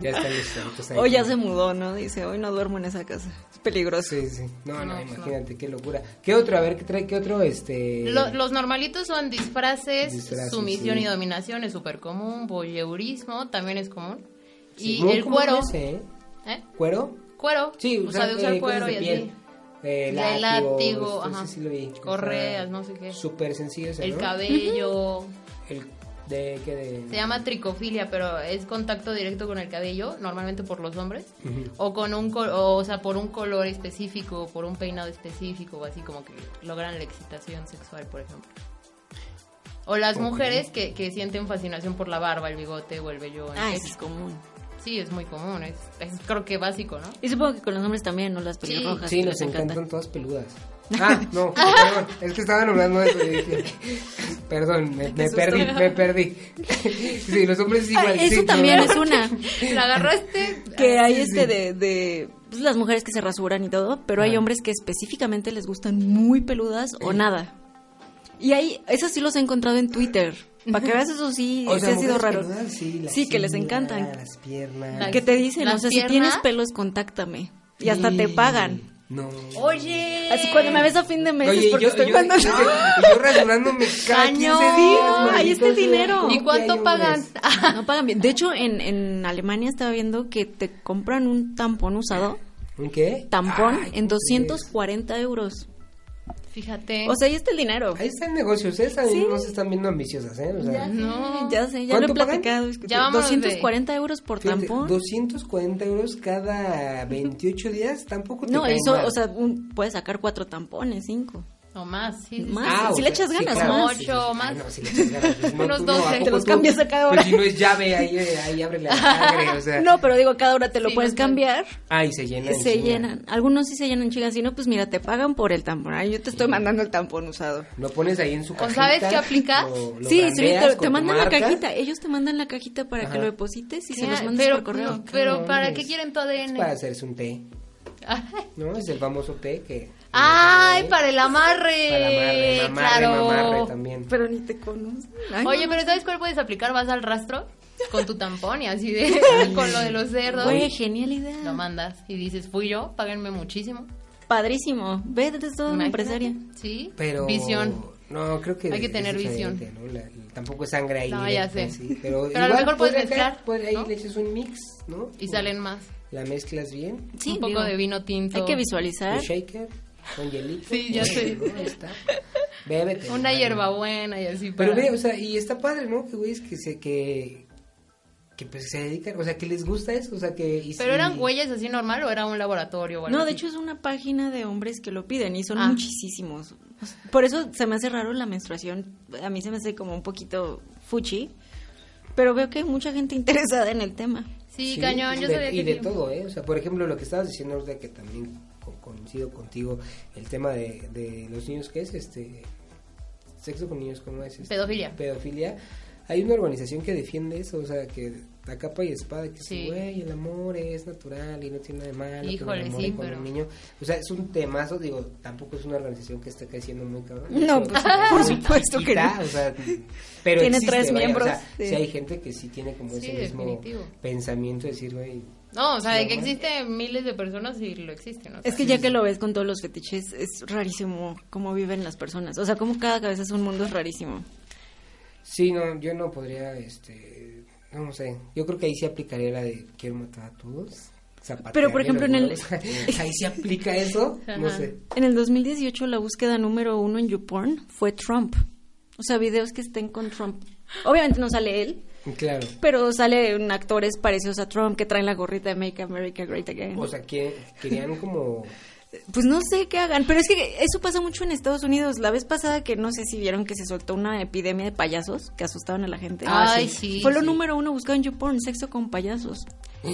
C: ya están los chavitos ahí.
B: Hoy ya se mudó, ¿no? Dice, hoy no duermo en esa casa. Es peligroso.
C: Sí, sí. No, no,
A: No,
C: imagínate, qué locura. ¿Qué otro? A ver, ¿qué trae? ¿Qué otro? Este...
A: Lo- los normalitos son disfraces,
C: Disfraces,
A: sumisión
C: sí.
A: y dominación es súper común, voyeurismo también es común.
C: Sí,
A: y
C: muy
A: el
C: común
A: cuero,
C: ese, ¿eh?
A: ¿eh?
C: ¿Cuero?
A: Cuero,
C: Sí,
A: o sea, de usar
C: eh, cosas
A: cuero
C: de
A: y así.
C: piel. Eh,
A: El
C: látigos,
A: látigo,
C: eso
A: ajá.
C: sí lo vi.
A: Correas,
C: Ajá.
A: no sé qué.
C: Súper sencillo ese,
A: El
C: ¿no?
A: cabello,
C: El de que de
A: se llama tricofilia, pero es contacto directo con el cabello, normalmente por los hombres,
C: Ujú.
A: o con un col- o, o sea, por un color específico, por un peinado específico, o así como que logran la excitación sexual, por ejemplo. O las
C: Ok.
A: mujeres que, que sienten fascinación por la barba, el bigote o el vello. en
B: Ah,
A: sexo.
B: eso es común.
A: Sí, es muy común, es, es creo que básico, ¿no?
B: Y supongo que con los hombres también, ¿no? Las pelirrojas.
C: Sí,
B: que
C: nos
B: les encantan.
C: encantan todas peludas. Ah, no, perdón, es que estaban hablando de eso. y dije, Perdón, me, me
B: susto.
C: perdí, me perdí. Sí, los hombres es
B: Ah,
C: igual.
B: eso
C: sí,
B: también
C: no,
B: es
C: no.
B: una.
A: La ah, agarraste.
C: Ah,
B: Que hay este de, de pues, las mujeres que se rasuran y todo, pero hay
C: Ajá.
B: hombres que específicamente les gustan muy peludas o nada. Y ahí, esos sí los he encontrado en Twitter. Para que veas eso sí,
C: O
B: sí
C: sea,
B: ha sido
C: mujeres
B: raro.
C: peludas, sí, la
B: Sí, que les
C: silla,
B: encantan.
C: Las piernas.
A: La-
B: Que te dicen,
A: Las
B: o sea, si
A: piernas.
B: tienes pelos, contáctame. Y hasta te
C: Sí.
B: pagan.
C: No.
A: Oh, Oye.
B: Así cuando me ves a fin de mes
C: Oye,
B: es
C: y
B: porque
C: yo,
B: estoy
C: y yo,
B: mandando-
C: y yo- y yo rasurándome cada
A: Cañón.
C: 15 días.
B: Ay,
C: maldito
B: este
C: sea.
B: dinero.
A: ¿Y cuánto
C: Ay,
A: pagan?
C: hombres.
B: No pagan bien. De hecho, en, en Alemania estaba viendo que te compran un tampón usado,
C: ¿Un qué?
B: tampón,
C: Ay,
B: en
C: ¿cómo
B: 240 euros.
A: Fíjate.
B: O sea, ahí está el dinero.
C: crees? Eh. Ahí está el negocio. Ustedes también no se están viendo ambiciosas, ¿eh? O sea,
A: no.
B: Ya sé, ya lo he
C: ¿Cuánto pagan?
B: platicado.
A: Ya vámonos de-
B: 240 euros por
C: fíjate,
B: tampón.
C: 240 euros cada 28 días tampoco te
B: No,
C: cae
B: eso,
C: mal.
B: o sea, un- puedes sacar cuatro tampones, cinco.
A: O más, sí. sí, sí.
B: Más. si
C: Ah, o
B: le
C: sea,
B: echas ganas,
A: más. Ocho,
C: Ah,
A: más.
C: no, si le echas ganas, pues, no,
A: Unos
C: tú no, ¿a
A: doce. Te
C: poco
B: los
C: tú?
B: cambias a cada hora.
C: Pues si no es llave, ahí, eh, ahí abre la sangre, o sea.
B: No, pero digo, cada hora te lo
A: Sí,
B: puedes
A: no sé.
B: cambiar.
C: Ay, se llenan.
B: se
C: sí, mira.
B: llenan. Algunos sí se llenan, chicas. Si no, pues mira, te pagan por el tampón. Ay, yo te estoy mandando el tampón usado.
C: Lo pones ahí en su cajita.
A: sabes qué aplicas?
C: lo- lo
B: sí, sí,
C: brandeas
B: te,
C: con
B: te
C: tu
B: mandan
C: marca.
B: la cajita. Ellos te mandan la cajita para que
C: Ajá.
B: lo deposites y se
A: Mira,
B: los mandas
A: pero,
B: por correo.
A: no, pero ¿para
C: Cabrones.
A: qué quieren tu
C: Es
A: ADN?
C: para hacerse un té, ¿no? Es el famoso té que... ¿eh?
A: Ay, para el
C: Para
A: amarre.
C: amarre, mamarre,
A: Eh, claro.
C: mamarre también.
B: Pero ni te conocen. Ay,
A: Oye,
B: no.
A: pero ¿sabes cuál puedes aplicar? Vas al rastro con tu tampón y así de con lo de los cerdos.
B: Güey, genial idea.
A: Lo mandas y dices, fui yo, páguenme muchísimo.
B: Padrísimo. Ve, eres toda una
A: Imagínate.
B: Ah, empresaria.
A: Sí.
C: Pero...
A: Visión.
C: No, creo que...
A: Hay que
C: es
A: tener visión.
C: diferente, ¿no? La- la- tampoco es sangre ahí.
A: No,
C: directa,
A: ya sé.
C: sí, Pero,
A: Pero a lo
C: igual
A: mejor puedes
C: puede caer,
A: mezclar,
C: puede-
A: ¿no?
C: Ahí le echas un mix, ¿no?
A: Y salen más.
C: La mezclas bien.
B: Sí,
A: Un poco
B: digo,
A: de vino tinto.
B: Hay que visualizar.
C: Un shaker, con hielito.
A: ¿Eh? Sí, ya
C: y
A: sé.
C: luego ahí está. Bébete.
A: Una
C: hermano.
A: hierbabuena y así.
C: Pero
A: para-
C: ve, o sea, y está padre, ¿no? Que güeyes que se... Que, que pues se dedican, o sea, que les gusta eso, o sea, que... y
A: ¿Pero
C: si-
A: eran huellas así normal o era un laboratorio? o algo
B: No, de
A: así?
B: hecho es una página de hombres que lo piden y son
A: Ah.
B: muchísimos. Por eso se me hace raro la menstruación. A mí se me hace como un poquito fuchi. Pero veo que hay mucha gente interesada en el tema.
A: Sí, cañón,
C: y
A: yo
C: pues de-
A: sabía que...
C: Y de
A: sí.
C: todo, ¿eh? O sea, por ejemplo, lo que estabas diciendo ahorita, que también co- coincido contigo, el tema de, de los niños, ¿qué es? este Sexo con niños, ¿cómo es? Este,
A: Pedofilia.
C: Pedofilia. Hay una organización que defiende eso, o sea, que a capa y espada, que
A: Sí.
C: sí. güey, el amor es natural y no tiene nada de malo. que
A: Híjole,
C: me enamore
A: sí,
C: con
A: pero-
C: un niño. O sea, es un temazo, digo, tampoco es una organización que esté creciendo muy cabrón.
B: No,
C: Eso-
B: pues, por supuesto que
C: Está,
B: no.
C: o sea, pero
B: Tiene
C: existe,
B: tres
C: vaya, o
B: miembros,
C: sea,
B: sí.
C: sí hay gente que sí tiene como
A: Sí,
C: ese mismo
A: definitivo.
C: pensamiento de decir, güey,
A: No, o sea, de que
C: Normal.
A: existen miles de personas y lo existen. O sea.
B: Es que ya que lo ves con todos los fetiches, es rarísimo cómo viven las personas. O sea, como cada cabeza es un mundo es rarísimo.
C: sí, no, yo no podría, este, no, no sé, yo creo que ahí sí aplicaría la de quiero matar a todos. zapatearme
B: Pero, por ejemplo,
C: los
B: en el-
C: huevos. ahí sí aplica eso, no
A: Ajá.
C: sé.
B: En el 2018 la búsqueda número uno en YouPorn fue Trump. O sea, videos que estén con Trump. Obviamente no sale él,
C: Claro.
B: pero sale un actores parecidos a Trump que traen la gorrita de Make America Great Again.
C: O sea, que querían como
B: Pues no sé qué hagan, pero es que eso pasa mucho en Estados Unidos. La vez pasada que no sé si vieron que se soltó una epidemia de payasos que asustaban a la gente.
A: Ah, Ay, sí. sí,
B: Fue lo
A: sí.
B: número uno buscado en YouPorn, sexo con payasos.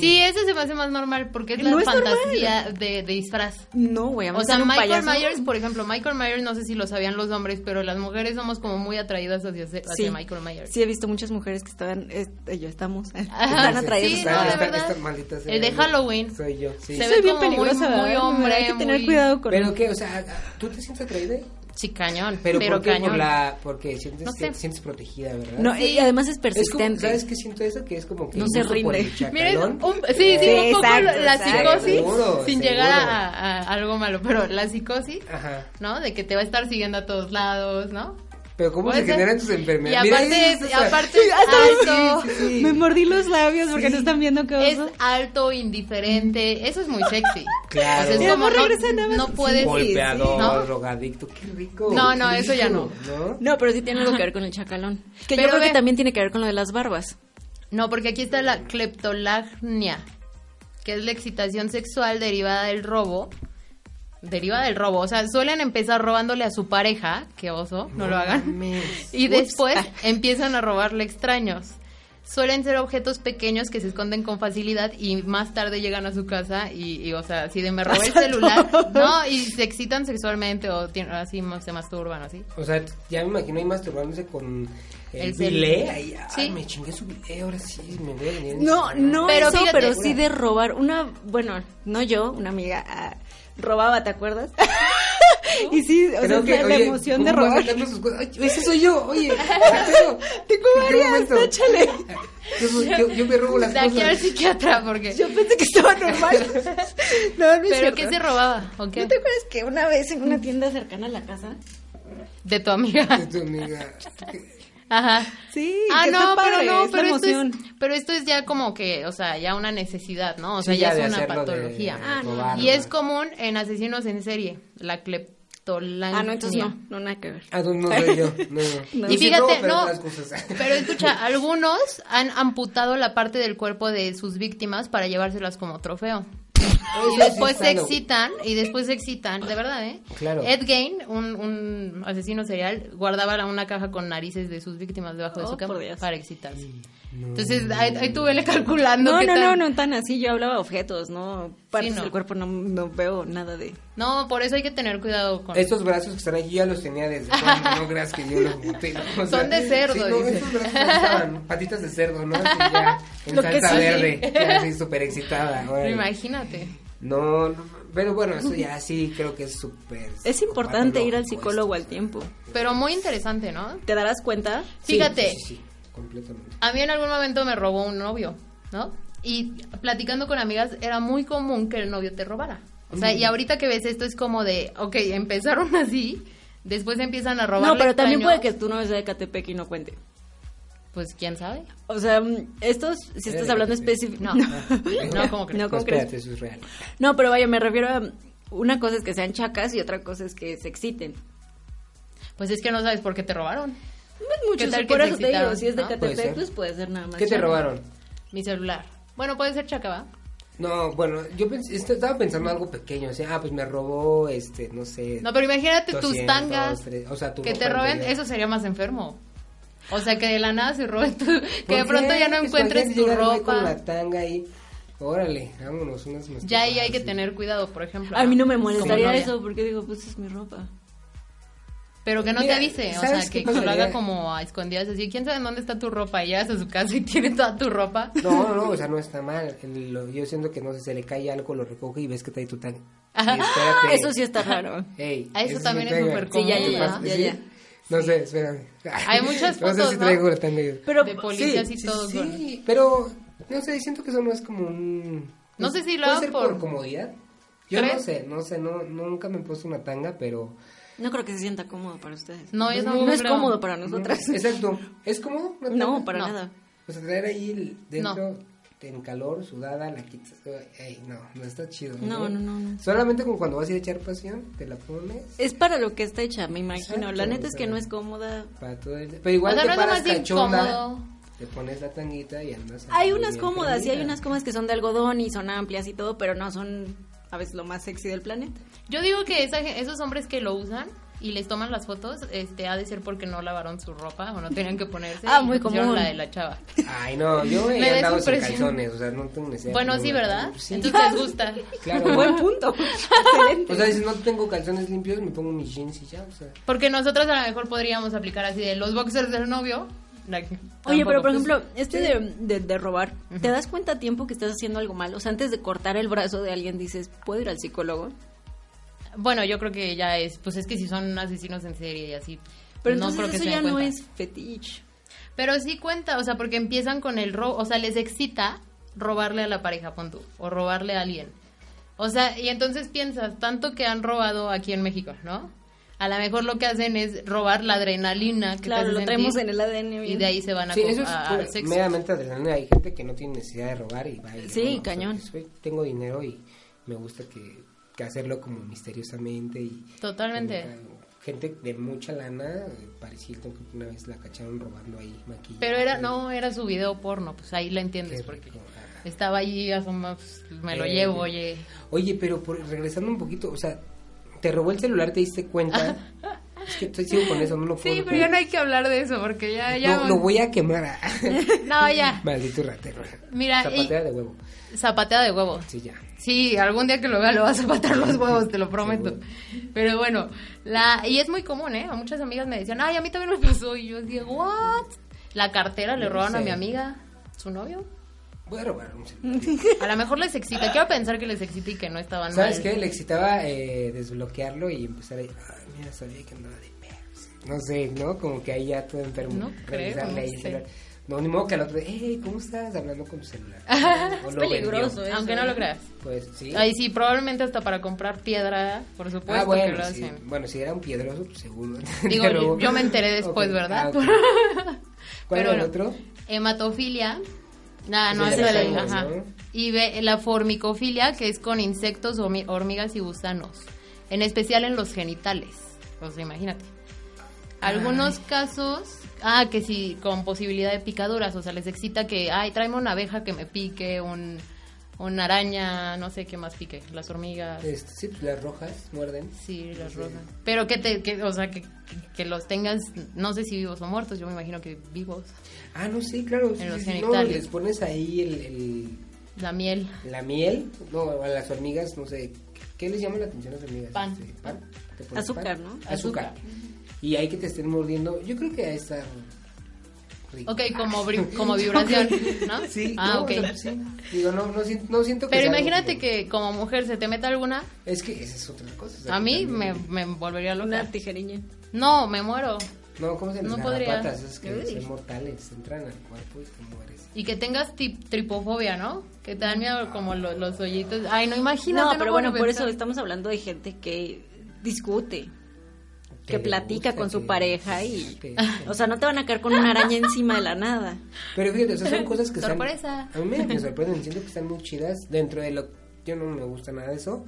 A: Sí, eso se me hace más normal porque es la
B: No es normal.
A: fantasía de, de disfraz.
B: No, güey,
A: O
B: vamos a
A: sea,
B: hacer un
A: Michael
B: payaso.
A: Myers, por ejemplo, Michael Myers, no sé si lo sabían los hombres, pero las mujeres somos como muy atraídas hacia, hacia
B: Sí.
A: Michael Myers.
B: Sí, he visto muchas mujeres que estaban, es- eh, yo estamos,
A: Ajá,
B: están atraídas.
A: sí,
B: a-
A: no, de
C: esta-
A: verdad.
C: esta maldita sea,
A: El de
C: ¿no?
A: Halloween.
C: Soy yo, sí.
A: Se
B: Soy
A: ve
B: bien
A: como muy-
B: peligrosa,
A: muy
B: ¿verdad?
A: hombre,
B: Hay que tener
A: muy-
B: cuidado con
C: Pero que, o sea, ¿tú te sientes atraída?
A: Sí, cañón.
C: Pero,
A: Pero,
C: ¿por qué?
A: cañón.
C: Por la, porque sientes
A: No
C: que
A: sé.
C: te sientes protegida, ¿verdad?
B: No,
A: Sí.
B: y además es
C: Es como,
B: persistente.
C: ¿Sabes qué siento eso? Que es como que
B: No
C: el
B: se
C: gusto por el
B: rinde.
A: Miren,
C: chacalón.
A: un- sí, sí,
B: Sí,
A: un poco
B: exacto,
A: la
B: exacto.
A: psicosis,
C: Seguro,
A: sin
C: seguro.
A: llegar a, a- a algo malo, pero la psicosis,
C: Ajá.
A: ¿no? De que te va a estar siguiendo a todos lados, ¿no?
C: Pero ¿cómo
A: Puede
C: se
A: ser.
C: generan tus
A: Y
C: enfermedades? Mira,
A: aparte,
C: ahí está, o sea,
A: aparte es alto,
B: Me mordí los labios porque
C: Sí.
B: no están viendo qué
A: es
B: oso.
A: alto, indiferente, eso es muy sexy.
C: Claro.
A: O sea, es
C: Mira,
A: como
B: amor,
A: no,
B: regresa nada más.
A: no puedes...
C: Golpeador,
A: ¿no?
C: drogadicto, qué rico.
A: No, no,
C: qué
A: eso ya
C: rico, ¿no?
B: No, pero sí tiene algo que ver con el chacalón. Que yo
A: Pero
B: creo
A: ve-
B: que también tiene que ver con lo de las barbas.
A: No, porque aquí está la cleptolagnia, que es la excitación sexual derivada del robo. Derivada del robo, o sea, suelen empezar robándole a su pareja, que oso, no, lo hagan.
C: mames.
A: Y
B: Ups.
A: después empiezan a robarle extraños. Suelen ser objetos pequeños que se esconden con facilidad y más tarde llegan a su casa y, y, o sea, si de me robé el celular, ¿no? Y se excitan sexualmente o tien- así mo- se masturban o así.
C: O sea, ya me imagino ahí masturbándose con
A: El
C: el
A: cel.
C: bilé. Ahí, ay,
A: Sí.
C: me chingué su bilé, ahora sí, me voy a venir.
B: No,
A: Pero
B: no pero eso,
A: fíjate-
B: pero sí de robar. Una, bueno, no yo, una amiga ah, robaba, ¿te acuerdas?
E: Y sí, o sea,
C: Creo que,
E: la, la
C: oye,
E: emoción
C: ¿cómo
E: de
C: vas
E: robar.
C: sacando sus cosas? Ay, ese soy yo, oye. ¿qué pedo?
E: Tengo
C: ¿En qué
E: varias,
C: momento?
E: échale.
C: Yo, yo- yo me robo las
A: De aquí al
C: cosas.
A: psiquiatra, porque.
E: Yo pensé que estaba normal. No, no es
A: ¿Pero
E: cierto.
A: qué se robaba? ¿O qué?
E: ¿No te acuerdas que una vez en una
B: Una tienda cercana a la casa.
A: De tu amiga.
C: Es tu amiga.
A: Ajá.
E: Sí,
A: ah,
E: que está
A: no,
E: padre,
A: pero no,
E: es la
A: pero esto es,
E: emoción.
A: pero esto es ya como que, o sea, ya una necesidad, ¿no? O sea,
C: Sí,
A: ya,
C: de
A: es una
C: hacerlo de
A: patología. Ah,
C: robar,
A: y es
C: ¿no?
A: común en asesinos en serie, la cleptolania.
B: Ah, no, entonces no, no nada que ver.
C: Ah, no, no soy yo. No, no.
A: Y
C: Sí
A: fíjate,
C: robo, pero
A: no.
C: otras cosas.
A: Pero escucha, algunos han amputado la parte del cuerpo de sus víctimas para llevárselas como trofeo. Y
C: Eso sí
A: después
C: está
A: se
C: lo-
A: excitan, y después se excitan, de verdad, ¿eh?
C: Claro.
A: Ed Gain, un, un asesino serial, guardaba la- una caja con narices de sus víctimas debajo de
B: Oh,
A: su cama
B: por Dios.
A: para excitarse. Entonces, ahí, ahí tú vele calculando
B: No,
A: qué
B: no, no,
A: tan-
B: no tan así. Yo hablaba objetos, no partes
A: no.
B: del cuerpo, no, no veo nada de.
A: No, por eso hay que tener cuidado con...
C: Estos brazos que están aquí yo ya los tenía desde cuando, no creas que yo los boté. ¿no? O
A: Son de cerdo,
C: sí, no,
A: dice.
C: estos brazos estaban patitas de cerdo, ¿no? Así ya, en
B: Lo que
C: salsa
B: sí.
C: verde, ya así súper excitada.
A: Pero
C: órale.
A: Imagínate.
C: No, no, pero bueno, eso ya sí creo que es súper.
B: Es importante ir al
C: patológico
B: psicólogo al tiempo.
A: Pero muy interesante, ¿no?
B: ¿Te darás cuenta?
C: esto.
A: Fíjate,
C: Sí, sí, sí, completamente.
A: A mí en algún momento me robó un novio, ¿no? Y platicando con amigas era muy común que el novio te robara. O sea,
B: Mm.
A: y ahorita que ves esto es como de, ok, empezaron así, después empiezan a robar.
B: No, pero también puede que tú no sea de Catepec y no cuente.
A: Pues quién sabe.
B: O sea, mm, estos, si
C: Era
B: estás
C: de
B: hablando
C: Catepec.
B: específico.
A: No. No, ¿cómo crees?
B: No,
C: No,
B: ¿cómo crees?
C: espérate, eso es real.
B: No, pero vaya, me refiero a. Una cosa es que sean chacas y otra cosa es que se exciten.
A: Pues es que no sabes por qué te robaron.
B: Pues
A: ¿Qué
B: mucho,
A: tal que
B: sí, por
A: se
B: eso te
A: excitaron,
B: digo, si es de
A: no?
B: Catepec,
C: Puede ser.
B: pues puede ser nada más.
C: ¿Qué te
B: chaca.
C: robaron?
A: Mi celular. Bueno, puede ser chacaba.
C: No, bueno, yo pens- est- estaba pensando algo pequeño, o sea, ah, pues me robó, este, no sé.
A: No, pero imagínate
C: 200,
A: tus tangas.
C: tres- o sea, tu
A: que te
C: ropa
A: roben,
C: interior.
A: eso sería más enfermo. O sea, que de la nada se roben tu... Que
C: ¿Por
A: de
C: qué?
A: pronto ya no
C: Pues
A: encuentres
C: imagínate
A: tu
C: llegar ahí Con
A: ropa.
C: la tanga ahí. Órale, vámonos unas masturbadas,
A: Ya ahí hay que
C: sí.
A: tener cuidado, por ejemplo.
B: A mí no me
A: Como
B: molestaría
A: novia.
B: eso porque digo, pues es mi ropa.
A: Pero que no
C: Mira,
A: te avise, o
C: ¿sabes
A: sea,
C: qué
A: que, que lo
C: pasaría?
A: haga como a escondidas, así, ¿quién sabe en dónde está tu ropa? Y llegas a su casa y tiene toda tu ropa.
C: No, no, no, o sea, no está mal. El- lo- yo siento que no sé, se le cae algo, lo recoge y ves que trae tu tanga. Y espérate.
B: Eso sí está raro.
C: Ey,
A: Ah, eso
C: mi
A: también es
C: tanga.
A: súper
B: Sí, ya,
A: común,
B: ya,
A: ¿verdad?
B: ya, ya.
C: No sé, espérame.
A: Hay muchas
C: No
A: fotos,
C: sé si
A: ¿no?
C: traigo la tanga yo.
B: Pero
A: de policías y todo.
C: sí,
A: con-
C: pero no sé, siento que eso no es como un.
A: No sé si lo
C: ¿Puede
A: hagan
C: ser por...
A: por-
C: comodidad. Yo no
A: ¿Crees?
C: sé, no sé, no, nunca me he puesto una tanga, pero.
B: no creo que se sienta cómodo para ustedes.
A: No, yo
B: no,
A: tampoco
B: es
A: creo.
B: cómodo para nosotras.
C: Exacto. ¿Es cómodo? una tanga?
B: No, para
A: No.
B: nada.
C: O sea, traer ahí el- dentro en calor, sudada, la quitas. Ey, no, no está chido.
B: No, no, no, no.
C: Solamente como cuando vas a ir a echar pasión, te la pones
B: Es para lo que está hecha, me imagino.
C: Exacto,
B: la neta
C: o
B: es
C: sea.
B: que no es cómoda.
C: para todo el... Pero
A: O
C: igual
A: sea,
C: te
A: no es lo
C: paras
A: más
C: cachonda,
A: incómodo.
C: te pones la tanguita y andas...
B: Hay
C: ahí
B: unas
C: bien
B: cómodas, y hay
C: prendida.
B: unas cómodas que son de algodón y son amplias y todo, pero no son a veces lo más sexy del planeta.
A: Yo digo que esa gen- esos hombres que lo usan y les toman las fotos, este, ha de ser porque no lavaron su ropa o no tenían que ponerse.
B: Ah,
A: y
B: muy
A: le pusieron
B: común.
A: la de la chava.
C: Ay, no, yo
A: Me
C: he
A: da
C: andado
A: esa
C: sin
A: impresión.
C: calzones, o sea, no tengo necesidad.
A: Bueno,
C: de
A: sí,
C: una
A: ¿verdad?
C: tanga. Sí,
A: Entonces les gusta.
C: claro.
B: Buen punto. Excelente.
C: O sea, si no tengo calzones limpios, me pongo mis jeans y ya, o sea...
A: Porque nosotros a lo mejor podríamos aplicar así de los boxers del novio. like,
B: Oye,
A: tampoco,
B: pero por
A: pues,
B: ejemplo, este de, de- de robar, ¿te das cuenta a tiempo que estás haciendo algo mal? O sea, antes de cortar el brazo de alguien dices, ¿puedo ir al psicólogo?
A: Bueno, yo creo que ya es, pues es que si son asesinos en serie y así.
B: Pero
A: no
B: entonces
A: creo que
B: eso
A: se
B: ya
A: den
B: no
A: cuenta.
B: es fetiche.
A: Pero sí cuenta, o sea, porque empiezan con el robo, o sea, les excita robarle a la pareja, pon tú, o robarle a alguien. O sea, y entonces piensas, tanto que han robado aquí en México, ¿no? A lo mejor lo que hacen es robar la adrenalina que te
B: Claro,
A: hace
B: lo
A: sentir,
B: traemos en el ADN.
A: y
B: bien.
A: de ahí se van a,
C: Sí,
A: co-
C: eso es
A: a-
C: pura-
A: al sexo.
C: meramente adrenalina. Hay gente que no tiene necesidad de robar y va y
B: Sí,
C: roba, o sea,
B: cañón.
C: que soy- tengo dinero y me gusta que, que hacerlo como misteriosamente. y ah,
A: Totalmente.
C: Gente de mucha lana, eh, parecía que una vez la cacharon robando ahí maquillaje.
A: Pero era, no, era su video porno, pues ahí la entiendes,
C: Qué
A: porque
C: rico, ah. ajá.
A: estaba allí, asoma, pues, me lo
C: Eh,
A: llevo, oye.
C: Oye, pero por- regresando un poquito, o sea, te robó el celular, te diste cuenta. es que estoy sigo con eso, no lo puedo.
A: Sí, pero ya no hay que hablar de eso, porque ya, ya.
C: Lo, lo voy a quemar. ah.
A: No, ya.
C: Maldito ratero.
A: Mira,
C: Zapatea de huevo.
A: Zapatea de huevo.
C: Sí, ya.
A: Sí, algún día que lo vea lo vas a patar los huevos, te lo prometo. Pero bueno, la y es muy común, ¿eh? A muchas amigas me decían, ay, a mí también me pasó. Y yo decía, ¿what? La cartera le
C: No
A: robaron a
C: sé.
A: mi amiga, su novio.
C: Voy a robar un celular.
A: A lo mejor les excita. Quiero pensar que les excita y que no estaban
C: ¿Sabes
A: mal.
C: qué? Le excitaba eh, desbloquearlo y empezar a ay, mira, sabía que andaba de perros. No sé, ¿no? Como que ahí ya todo enfermo.
A: No creo,
C: Revisarle ahí
A: no sé.
C: el celular. No, ni modo que al otro, hey, ¿cómo estás? Hablando con tu celular. O
B: Es
C: lo vendió.
B: peligroso, ¿eh?
A: Aunque no lo creas.
C: Pues sí.
A: Ay, sí, probablemente hasta para comprar piedra, por supuesto
C: ah,
A: que Pues, lo
C: bueno, sí.
A: hacen.
C: bueno, si era un piedroso, pues seguro.
A: Digo, yo- yo me enteré después,
C: Ok,
A: ¿verdad?
C: ah, ok. ¿Cuál
A: Pero
C: era el
A: bueno.
C: otro?
A: Hematofilia. Nada, no,
C: Sí,
A: eso
C: la
A: de la-
C: sangre,
A: ajá.
C: ¿no?
A: Y ve- la formicofilia, que es con insectos, hormi- hormigas y gusanos. En especial en los genitales. O sea, imagínate. Algunos casos, ah, que sí, con posibilidad de picaduras. O sea, les excita que, ay, tráeme una abeja que me pique, un, una araña, no sé qué más pique. Las hormigas.
C: Este, sí, pues las rojas muerden.
A: Sí, las rosas. Pero que te, que, o sea, que, que los tengas, no sé si vivos o muertos, yo me imagino que vivos.
C: Ah, no, sí, claro. sí,
A: En los
C: sí, sí, no,
A: genitales.
C: les pones ahí el- el,
A: La miel.
C: La miel, no, a las hormigas, no sé, ¿qué les llama la atención a las hormigas?
A: Pan.
C: Este, pan. ¿Te pones
B: Azúcar,
C: pan?
B: ¿no?
C: Azúcar.
A: Azúcar.
C: Y ahí que te estén mordiendo, yo creo que ahí está rico.
A: Ok, como, bri- como vibración, ¿no?
C: Sí,
A: Ah,
C: no,
A: ok.
C: o sea, sí. Digo, no, no, siento, no siento que
A: Pero
C: sea algo
A: imagínate
C: como-
A: que como mujer se te meta alguna,
C: Es que esa es otra cosa. o sea,
A: a
C: que
A: mí me,
C: también-
A: me volvería
B: Una
A: loca.
B: tijeriña.
A: No, me muero.
C: No, ¿cómo se les
A: no
C: llama?
A: podría. ¿Eh?
C: Patas, es que
B: Uy.
C: son mortales, entran al cuerpo y te mueres.
A: Y que tengas ti- tripofobia, ¿no? Que te dan miedo como lo- los hoyitos. Ay, no, imagínate.
B: No, pero bueno,
A: puedo
B: por eso
A: pensar.
B: estamos hablando de gente que discute,
C: Que
B: que
C: le
B: platica
C: gusta,
B: con su
C: que-
B: pareja y...
C: que-
B: O sea, no te van a caer con una araña encima de la nada.
C: Pero fíjate, o sea, son cosas que están-
A: Sorpresa.
C: a mí me, me sorprenden, siento que están muy chidas dentro de lo... Yo no me gusta nada de eso,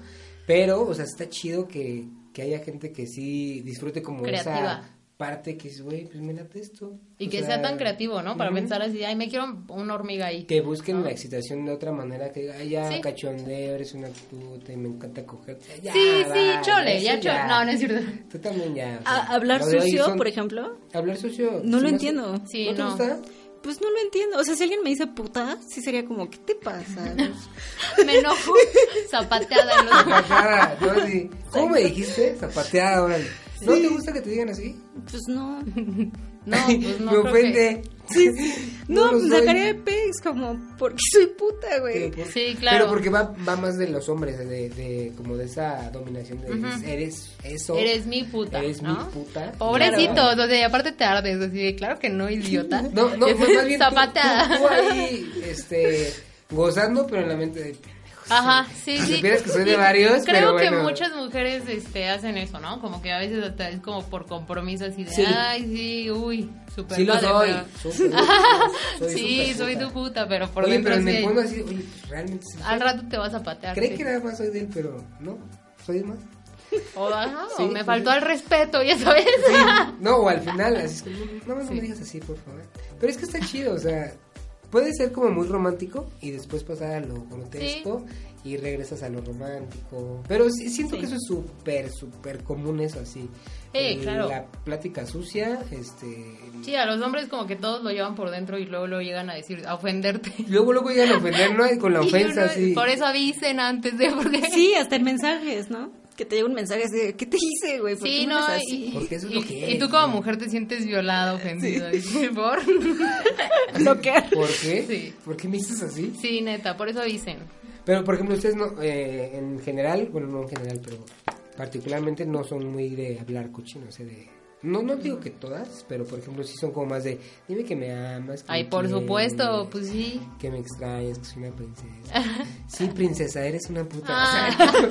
C: pero, o sea, está chido que, que haya gente que sí disfrute como
A: Creativa.
C: esa parte que es, güey, pues me late esto.
A: Y
C: O
A: que sea tan creativo, ¿no? Para
C: ujú.
A: pensar así, ay, me quiero una hormiga ahí.
C: Que busquen la excitación de otra manera, que diga, ay, ya,
A: Sí.
C: cachondeo, eres una puta y me encanta coger. Ya,
A: sí, sí,
C: va,
A: chole,
C: eso
A: ya chole. No, no es cierto.
C: Tú también ya. o sea,
B: A- hablar
C: lo de hoy
B: sucio,
C: son-
B: por ejemplo,
C: Hablar
B: no
C: sucio. se
B: lo
C: me hace-
B: entiendo.
A: Sí,
C: ¿No te
A: no.
C: gusta?
B: Pues no lo entiendo. O sea, si alguien me dice puta, sí sería como, ¿qué te pasa?
A: Me enojo. Zapateada en los
C: Zapateada, yo así, ¿Cómo me dijiste? Zapateada, órale. ¿No te gusta que te digan así?
B: Pues no.
A: No, pues no. creo
C: me
A: que-
C: ofende. Sí,
B: No,
C: lo
B: pues
C: soy.
B: sacaría de pex, como, porque soy puta,
C: Pero
B: güey.
C: por-
A: Sí, claro.
C: Pero porque va, va más de los hombres, de, de- como de esa dominación de eres eso.
A: Eres mi puta.
C: Eres mi
A: ¿no?
C: puta.
A: Pobrecito, o sea, y aparte te ardes, así de, claro que no, idiota.
C: No, no,
A: Y
C: más
A: después
C: bien tú-
A: zapateada.
C: Tú, tú ahí, este, gozando, pero en la mente de pendejos.
A: Ajá, sí,
C: Si
A: sí.
C: supieras que soy
A: Y
C: de varios,
A: Creo
C: pero
A: que
C: bueno.
A: muchas mujeres este, hacen eso, ¿no? Como que a veces hasta es como por compromiso así de,
C: Sí.
A: ay, sí, uy, super
C: Sí lo
A: padre,
C: soy.
A: pero-
C: súper, soy
A: sí,
C: súper
A: soy
C: puta.
A: tu puta, pero por
C: oye,
A: dentro
C: pero en
A: sí
C: el
A: hay-
C: fondo así, oye, pues, realmente sí.
A: al rato te vas a patear.
C: Creí
A: sí.
C: que nada más soy de él, pero no, soy más.
A: O, ajá,
C: Sí,
A: o me
C: sí,
A: faltó
C: sí.
A: al respeto, ya sabes.
C: No, o al final, así es que, no, no, no
A: Sí.
C: me digas así, por favor. Pero es que está chido, o sea, puede ser como muy romántico y después pasar a lo grotesco y regresas a lo romántico. Pero sí, siento
B: Sí.
C: que eso es súper, súper común eso así.
A: Eh, claro.
C: La plática sucia, este...
A: Sí, a los hombres como que todos lo llevan por dentro y luego lo llegan a decir, a ofenderte.
C: Luego, luego llegan a ofender, ¿no? Y Con la
A: Y
C: ofensa,
A: uno-
C: así.
A: Por eso avisen antes de porque
B: Sí, hasta en mensajes, ¿no? Que te llega un mensaje así, de, ¿qué te hice, güey? ¿Por
A: Sí,
B: qué me
A: no,
B: haces así?
A: y,
C: Porque eso es lo
A: y-
C: que
A: y
C: eres,
A: tú como
C: ¿no?
A: mujer te sientes violada, ofendida, dices, por.
B: Bloquear.
C: ¿Por qué?
A: Sí.
C: ¿Por qué me dices así?
A: Sí, neta, por eso avisen.
C: Pero, por ejemplo, ustedes no, eh, en general, bueno, no en general, pero particularmente no son muy de hablar cochino, o sea, de... No, no digo que todas, pero por ejemplo sí son como más de, dime que me amas. que
A: Ay,
C: me
A: por
C: quieres,
A: supuesto, pues sí.
C: Que me extrañas, que soy una princesa. Sí, princesa, eres una puta.
A: Ah.
C: o sea,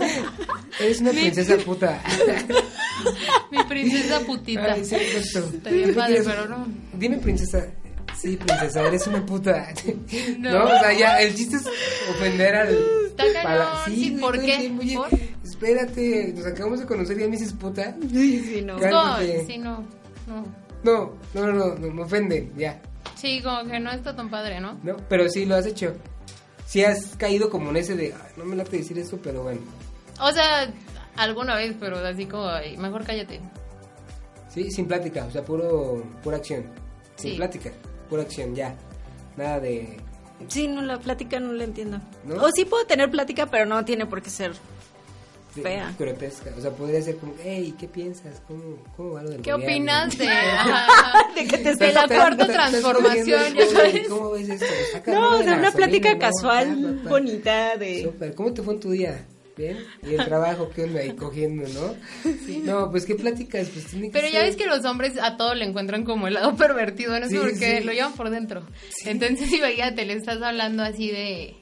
C: eres una princesa puta.
A: Mi princesa putita.
C: Ay, sí, exacto.
A: Está bien
C: ¿Qué
A: padre,
C: quieres?
A: pero no.
C: Dime princesa. Sí, princesa, eres una puta.
A: No.
C: No, o sea, ya, el chiste es ofender al...
A: Está
C: a la-
A: cañón, sí,
C: güey,
A: ¿por
C: todo
A: qué?
C: el tiempo, oye,
A: ¿Por?
C: espérate, nos acabamos de conocer y ya me dices puta.
B: Sí, sí, no.
C: Claro. Cálmate.
A: No, Pues, sí, no, no.
C: No, no, no, no, no, me ofenden, ya.
A: Sí, como que no está tan padre, ¿no?
C: No, pero sí, lo has hecho. Sí has caído como en ese de, "Ay, no me late decir esto, pero bueno.
A: O sea, alguna vez, pero así como, ay, mejor cállate.
C: Sí, sin plática, o sea, puro, pura acción. Sin
A: Sí.
C: plática, pura acción, ya. Nada de...
B: Sí, no, la plática no la entiendo.
C: ¿No?
B: O sí puedo tener plática, pero no tiene por qué ser
C: de-
B: fea.
C: grotesca. O sea, podría ser como, hey, ¿qué piensas? ¿Cómo, cómo va lo del
A: ¿Qué
C: gobierno?"
A: opinas de, ajá,
B: Ah, De que te
A: de la
C: Estás-
A: cuarta
C: estás- estás
A: transformación?
C: corrigiendo,
A: ya
C: güey,
A: sabes?
C: ¿Cómo ves esto? Saca
B: No,
C: algo
B: o
C: de
B: sea,
C: la
B: una
C: gasolina,
B: plática
C: ¿no?
B: casual
C: Pa, pa, pa.
B: bonita de...
C: Súper, ¿cómo te fue en tu día? ¿Bien? ¿Y el trabajo qué onda ahí cogiendo, no? No, pues qué pláticas, pues tiene que
A: Pero ya
C: ser-
A: ves que los hombres a todo le encuentran como el lado pervertido, no sé
C: Sí,
A: por qué,
C: sí.
A: lo llevan por dentro. Entonces, imagínate, le estás hablando así de,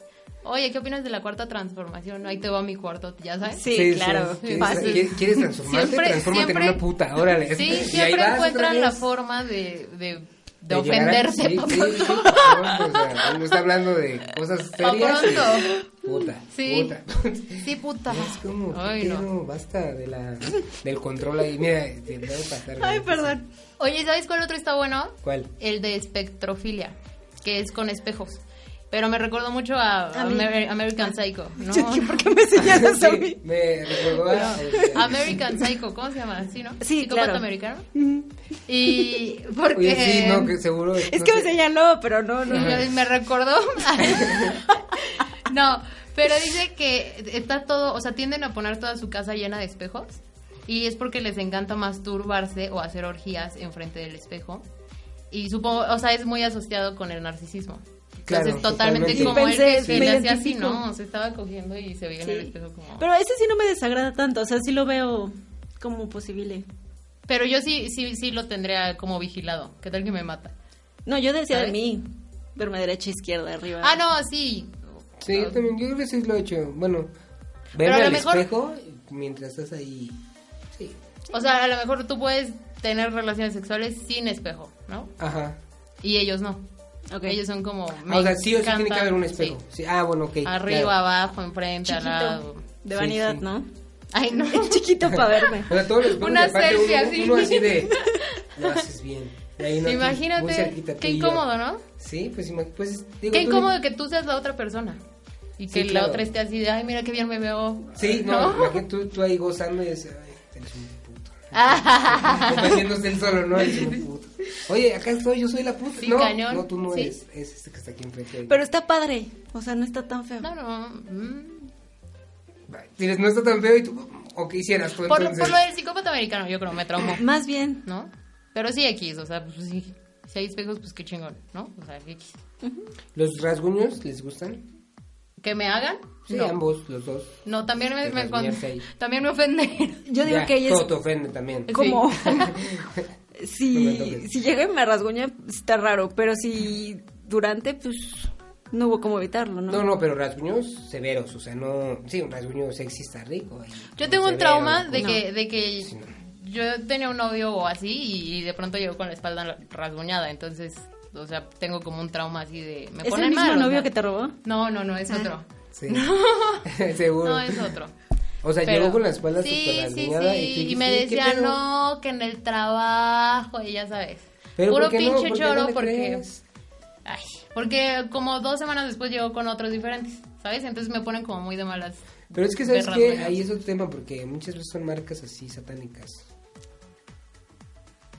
A: oye, ¿qué opinas de la cuarta transformación? Ahí te va mi cuarto, ya sabes.
B: Sí, claro,
C: ¿Quieres,
B: fácil.
C: ¿quieres- quieres transformarte? Transfórmate en una puta, órale. Y
A: Sí,
C: ahí
A: siempre
C: vas otra
A: encuentran
C: vez.
A: la forma de, de, de
C: De llegar a-
A: ofenderte.
C: sí,
A: pa'
C: sí,
A: pronto.
C: sí, cabrón, o sea, uno está hablando de cosas
A: Pa'
C: serias. y-
A: pronto.
C: Puta,
A: Sí.
C: puta.
A: Sí, puta.
C: Es como,
A: Ay,
C: ¿qué
A: no.
C: pedo? basta de la, del control ahí. Mira, te voy a pasar.
B: Ay,
C: güey.
B: perdón.
A: Oye, ¿sabes cuál otro está bueno?
C: ¿Cuál?
A: El de espectrofilia, que es con espejos. Pero me recordó mucho a,
B: A mí. Ah.
A: Amer- American Psycho, ¿no?
B: Yo, ¿qué- ¿Por qué me señalas a
C: Sí,
B: mí?
C: me recordó a... este.
A: American Psycho, ¿cómo se llama? ¿Sí, no?
B: Sí,
A: ¿Psicópata
B: claro.
A: americano? Y porque...
C: Oye, sí, no, que seguro...
B: Es
C: no
B: que me
C: sé.
B: señaló, pero no, no.
A: Yo- me recordó. no, pero dice que está todo, o sea, tienden a poner toda su casa llena de espejos y es porque les encanta masturbarse o hacer orgías enfrente del espejo. Y supongo, o sea, es muy asociado con el narcisismo.
C: Claro,
A: Entonces, totalmente,
C: totalmente.
A: como él
B: Sí,
A: que
B: pensé,
A: que
B: me
A: le hacía así,
B: identifico.
A: ¿no? Se estaba cogiendo y se veía en el
B: Sí.
A: espejo como...
B: Pero ese sí no me desagrada tanto, o sea, sí lo veo como posible.
A: Pero yo sí, sí, sí lo tendría como vigilado. ¿Qué tal que me mata?
B: No, yo decía
A: ¿Sabes?
B: de mí, verme derecha, izquierda, arriba.
A: Ah, no, sí.
C: Sí, yo también, yo creo que sí lo he hecho. Bueno,
A: Pero a
C: verme
A: lo
C: al
A: mejor-
C: espejo mientras estás ahí. Sí.
A: O sea, a lo mejor tú puedes tener relaciones sexuales sin espejo, ¿no?
C: Ajá.
A: Y ellos no.
B: Ok.
A: Ellos son como...
C: Ah,
A: me
C: o sea, sí o sí tiene que
A: encanta-
C: haber un espejo.
A: sí.
C: Sí. Ah, bueno, ok.
A: Arriba,
C: claro.
A: abajo, enfrente,
B: Chiquito.
A: al lado.
B: De
C: Sí,
B: vanidad,
C: sí.
B: ¿no?
A: Ay, no.
B: Chiquito para verme.
C: O sea, todos los espejos
A: Una
C: de parte,
A: selfie
C: uno,
A: así.
C: Uno así de. Lo haces bien. Y ahí uno aquí, muy cerquita
A: Imagínate,
C: tú
A: qué
C: y yo.
A: incómodo, ¿no?
C: Sí, pues, ima- pues digo.
A: Qué
C: tú-
A: incómodo que tú seas la otra persona. Y
C: Sí,
A: que la
C: claro.
A: otra esté así de, ay, mira qué bien me veo.
C: Sí, no, imagínate tú, tú ahí gozando y dices, ay, eres un puto. pues, Haciéndose el solo, ¿no? Eres un puto. Oye, acá estoy, yo soy la puta.
A: Sí,
C: no,
A: cañón.
C: no, tú no
A: Sí.
C: eres. Es este que está aquí enfrente. de mí.
B: Pero está padre, o sea, no está tan feo.
A: No, no. mm.
C: Dices, no está tan feo y tú. O qué hicieras tú
A: Por,
C: entonces.
A: por lo del psicópata americano, yo creo, me traumó,
B: Más bien,
A: ¿no? Pero sí X, o sea, pues sí. Si hay espejos, pues qué chingón, ¿no? O sea, X.
C: ¿Los rasguños les gustan?
A: ¿Que me hagan?
C: Sí,
A: no.
C: ambos, los dos.
A: No, también me,
C: De
A: me-
C: rasguñarse ahí.
A: también me ofende.
B: yo digo
C: Ya,
B: que ella
C: Todo
B: es
C: te ofende también.
A: Sí.
B: como...
C: No me
B: si,
C: toques.
B: si llega y me rasguña, está raro, pero si durante, pues no hubo como evitarlo, ¿no?
C: No, no, pero rasguños severos, o sea, no... Sí, un rasguño sexy está rico. ahí.
A: Yo tengo un
C: Severo,
A: trauma de
C: no.
A: que, de que yo tenía un novio o así y, de pronto llegó con la espalda rasguñada, entonces, o sea, tengo como un trauma así de... Me
B: ¿Es
A: ponen
B: el mismo
A: mal, o
B: novio
A: sea.
B: que te Ah. robó?
A: No, no, no, es otro.
C: Sí. Seguro.
A: No, es otro.
C: O sea,
A: Pero-
C: llegó con la espalda
A: sí,
C: súper
A: sí,
C: rasguñada
A: sí,
C: y tú
A: y,
C: dijiste,
A: me
C: "¿Qué
A: decía,
C: pedo?".
A: no, que en el trabajo, y ya sabes.
C: Pero
A: Puro
C: ¿por qué no?
A: pinche
C: ¿Por qué no
A: choro
C: le
A: porque...
C: crees?
A: Ay, porque como dos semanas después llegó con otros diferentes, ¿sabes? Entonces me ponen como muy de malas.
C: Pero es que, ¿sabes
A: de
C: qué?
A: rasguños.
C: Ahí es otro tema, porque muchas veces son marcas así, satánicas.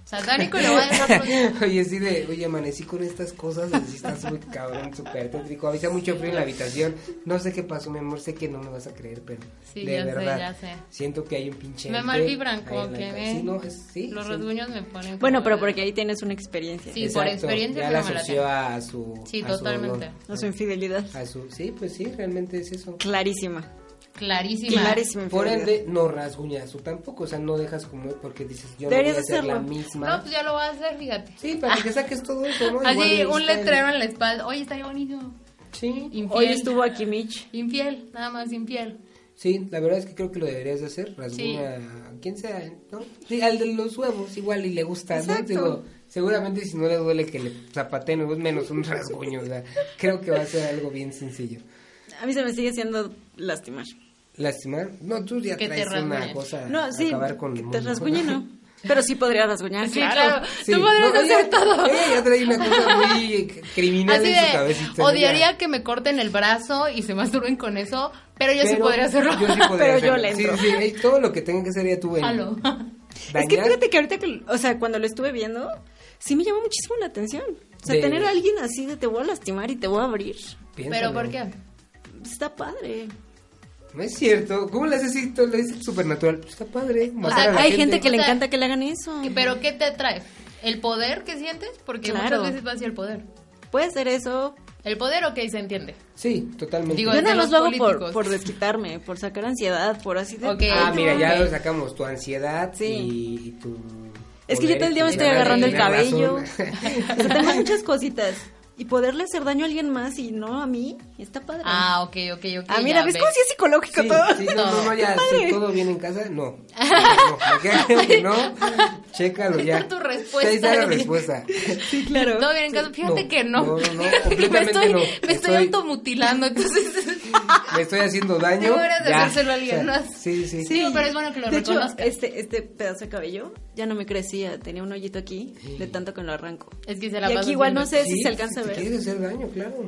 A: Satánico y lo voy a dejar por-
C: oye, sí de, oye, amanecí con estas cosas, así estás muy cabrón, súper tétrico. Había mucho frío en la habitación. No sé qué pasó, mi amor, sé que no me vas a creer, pero
A: Sí,
C: de
A: ya sé,
C: verdad.
A: ya sé.
C: Siento que hay un pinche.
A: Me
C: ente
A: malvibran,
C: ahí
A: como
C: en la
A: que
C: habitación.
A: me-
C: Sí, no, es- sí,
A: Los
C: sí.
A: rasguños me ponen. como-
B: Bueno, pero porque ahí tienes una experiencia.
A: Sí, por experiencia,
C: ya
A: pero
C: la
A: me late.
C: asoció a su.
A: Sí,
C: a su
A: totalmente.
C: dolor.
B: O su infidelidad.
C: A su, sí, pues sí, realmente es eso.
B: Clarísima.
A: Clarísima.
B: Clarísima.
C: Por
B: infidelidad.
C: ende, no rasguñas tú tampoco, o sea, no dejas como porque dices yo
B: Deberías
C: no voy a ser la
B: hacerlo.
C: misma.
A: No, pues ya lo voy a hacer, fíjate.
C: Sí, para que saques todo eso, ¿no? Igual
A: Así,
C: y
A: un
C: está-
A: letrero en la espalda. Oye, estaría bonito.
C: Sí,
A: Infiel.
B: Hoy estuvo aquí Mitch.
A: Infiel, nada más infiel.
C: sí, la verdad es que creo que lo deberías de hacer, rasguña a quien sea, ¿no? Sí, al de los huevos igual y le gusta, ¿no? Digo, seguramente si no le duele que le zapateen, pues menos un rasguño, o sea, creo que va a ser algo bien sencillo.
B: A mí se me sigue haciendo lastimar.
C: ¿Lastimar? No, tú ya
A: Que te
C: traes una
A: rasguñen.
C: cosa,
B: No, sí,
C: acabar con el
B: que te
C: mundo.
B: rasguñe no. Pero sí podría rasguñar.
A: Sí,
B: claro.
A: claro.
C: Sí.
A: Tú podrías
C: No,
A: hacer
C: ella-
A: todo.
C: Ella ya trae una cosa muy criminal
A: Así
C: en su
A: de,
C: cabecita.
A: odiaría
C: ¿no?
A: que me corten el brazo y se masturben con eso, pero yo sí
C: Pero
A: podría hacerlo.
C: Yo sí podría
B: Pero yo
C: hacerlo.
B: le entro.
C: Sí, sí, eh, todo lo que tenga que hacer ya tú. en
A: Jalo.
B: Es que
C: dañar,
B: fíjate que ahorita que, o sea, cuando lo estuve viendo, sí me llamó muchísimo la atención. O sea,
C: De-
B: tener a alguien así de te voy a lastimar y te voy a abrir.
C: piénsalo.
A: Pero ¿por qué?
B: Está padre.
C: No es cierto. ¿Cómo le haces así? Todo Le dices supernatural. Pues está padre. matar
A: sea,
C: a la
B: hay gente que
A: O
B: le
A: sea,
B: encanta que le hagan eso.
A: ¿Qué- ¿Pero qué te atrae? ¿El poder que sientes? Porque
B: Claro.
A: muchas veces va hacia el poder.
B: Puede ser eso.
A: El poder, ok, se entiende.
C: Sí, totalmente.
A: Digo,
B: Yo
A: desde
B: nada más
A: los
B: lo hago por,
A: políticos.
B: por desquitarme, por sacar ansiedad, por así de...
A: Ok.
C: ah, mira, ya
A: ok.
C: lo sacamos. Tu ansiedad
B: Sí.
C: y, y tu...
B: Es que yo
C: poder
B: todo el día me
C: y tu
B: estoy agarrando el
C: ganas de tener
B: cabello.
C: razón.
B: O sea, tengo muchas cositas. Y poderle hacer daño a alguien más y no a mí, está padre.
A: Ah, ok, ok, ok.
B: Ah,
A: ya
B: mira, ¿ves
A: ves.
B: cómo sí es psicológico
C: Sí,
B: todo?
C: sí, no, no, no, ya, si todo bien en casa, no. No, me queda claro que no, chécalo
A: Ahí
C: ya.
A: está tu respuesta.
C: Ahí está la respuesta.
B: Sí, claro.
A: Todo bien en casa. Fíjate
C: No,
A: que no.
C: no, no, no,
A: me estoy,
C: completamente no.
A: me estoy,
C: Estoy-
A: automutilando, entonces.
C: Me estoy haciendo daño.
A: Deberías de
C: ya.
A: hacérselo a alguien más.
C: Sí, sí.
A: Sí, pero es bueno que lo
B: de hecho,
A: reconozcas.
B: este, este pedazo de cabello ya no me crecía, tenía un hoyito aquí de tanto que lo arranco.
A: es que se la
B: Y
A: pasas
B: aquí igual
A: viendo.
B: no sé
C: Sí,
B: si se alcanza a
C: te
B: ver.
C: Quieres hacer daño, claro.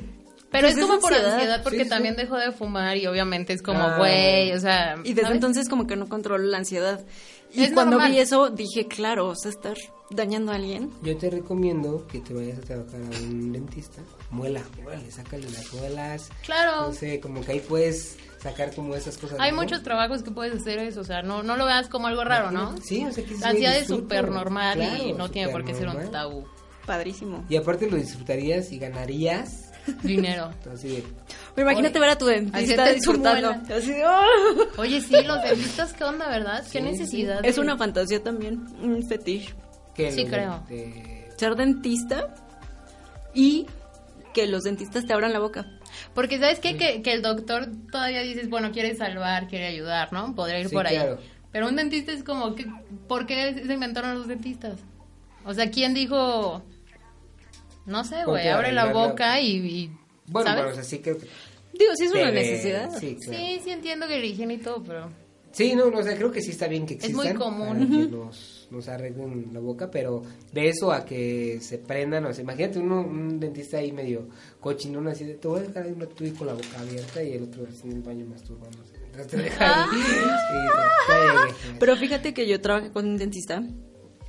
A: Pero es
B: Pues es
A: como por
B: ansiedad.
A: ansiedad, porque
C: Sí, sí.
A: también dejó de fumar y obviamente es como,
C: Ah.
A: güey, o sea.
B: Y desde
A: ¿sabes?
B: entonces como que no controlo la ansiedad. Y
A: Es
B: cuando
A: normal.
B: vi eso dije, claro, o sea, estar dañando a alguien.
C: Yo te recomiendo que te vayas a trabajar a un dentista. Muela, muela, sácale las muelas.
A: Claro.
C: No sé, como que ahí puedes sacar como esas cosas.
A: Hay
C: ¿no?
A: muchos trabajos que puedes hacer eso, o sea, no, no lo veas como algo raro, ¿no?
C: Sí, o sea que sí,
A: La ansiedad es
C: disfruto.
A: súper normal y
C: Claro,
A: no tiene por qué ser un
C: supernormal.
A: tabú.
B: Padrísimo.
C: Y aparte lo disfrutarías y ganarías.
A: Dinero.
C: Así de,
B: Pero imagínate
A: Oye,
B: ver a tu
A: así
B: dentista
A: te
B: disfrutando.
A: muela.
B: Así de, "Ah".
A: Oye, sí, los dentistas, ¿qué onda, verdad? ¿Qué necesidad?
B: Es
A: de-
B: una fantasía también, un fetiche.
C: que
A: Sí,
C: lo-
A: creo.
C: de-
B: Ser dentista y que los dentistas te abran la boca.
A: Porque sabes qué? que, que el doctor todavía dices, bueno, quiere salvar, quiere ayudar, ¿no? Podría ir
C: Sí,
A: por ahí.
C: claro.
A: Pero un dentista es como, que, ¿por qué se inventaron los dentistas? O sea, ¿quién dijo, no sé, güey,
C: Ponte a
A: abre la
C: arreglarla.
A: boca y... y-
C: Bueno,
A: ¿sabes?
C: bueno, o sea, sí creo que...
B: Digo, sí es una
C: te-
B: necesidad.
C: Sí, claro.
A: Sí, sí entiendo que el higiene y todo, pero...
C: Sí, no, no, o sea, creo que sí está bien que
A: Es muy
C: existan.
A: común.
C: para que nos, nos arreglen la boca, pero de eso a que se prendan, o sea, imagínate uno, un dentista ahí medio cochinón así de, te voy a dejar ahí una tú y con la boca abierta y el otro así en el baño masturbándose. Entonces te deja
A: Ah.
C: ahí. Sí, no, sí,
B: Pero fíjate que yo trabajé con un dentista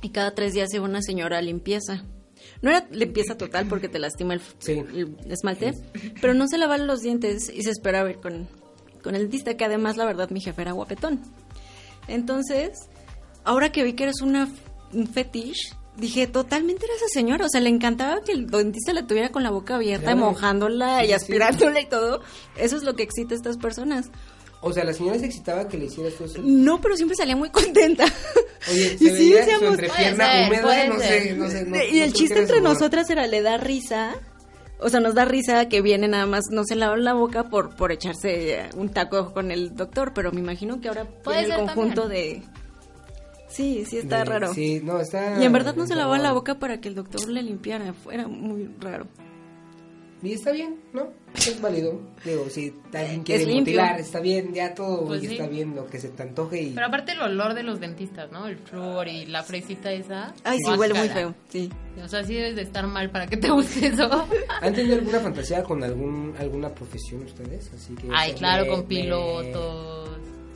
B: y cada tres días iba una señora a limpieza. No era limpieza total porque te lastima el,
C: Sí.
B: el esmalte, pero no se lavaban los dientes y se esperaba ir con, con el dentista, que además la verdad mi jefe era guapetón. Entonces, ahora que vi que eres una, f- un fetiche, dije, totalmente era esa señora. O sea, le encantaba que el dentista la tuviera con la boca abierta,
C: Claro.
B: mojándola
C: Sí,
B: y
C: sí.
B: aspirándola y todo. Eso es lo que excita a estas personas.
C: O sea, la señora se excitaba que le hicieras todo eso.
B: No, pero siempre salía muy contenta.
C: Oye,
B: y
C: se
B: sí
C: veía su
B: decíamos,
C: entrepierna
A: Puede ser,
C: húmeda,
A: puede
C: no sé,
A: ser.
C: no sé. no-
B: y
C: no
B: el
C: sé
B: chiste
C: qué
B: entre
C: era su
B: nosotras era, le da risa. O sea, nos da risa que viene nada más, no se lavan la boca por, por echarse eh, un taco con el doctor, pero me imagino que ahora
A: Puede
B: puede el
A: ser
B: conjunto de... Sí, sí, está
C: De-
B: raro.
C: Sí, no, está.
B: Y en verdad no se
C: está
B: lavaba la
C: raro.
B: boca para que el doctor le limpiara, era muy raro.
C: Y está bien, ¿no? Es válido. Digo, si alguien quiere
B: limpio.
C: mutilar, está bien, ya todo
A: Pues
C: y
A: sí.
C: está bien lo que se te antoje y
A: Pero aparte el olor de los dentistas, ¿no? El flúor y la fresita esa.
B: Ay, sí,
A: guácala.
B: huele muy feo, sí.
A: O sea, sí debes de estar mal para que te guste eso.
C: ¿Han tenido alguna fantasía con algún alguna profesión ustedes? Así que
A: Ay,
C: o sea,
A: claro,
C: me-
A: con
C: me-
A: pilotos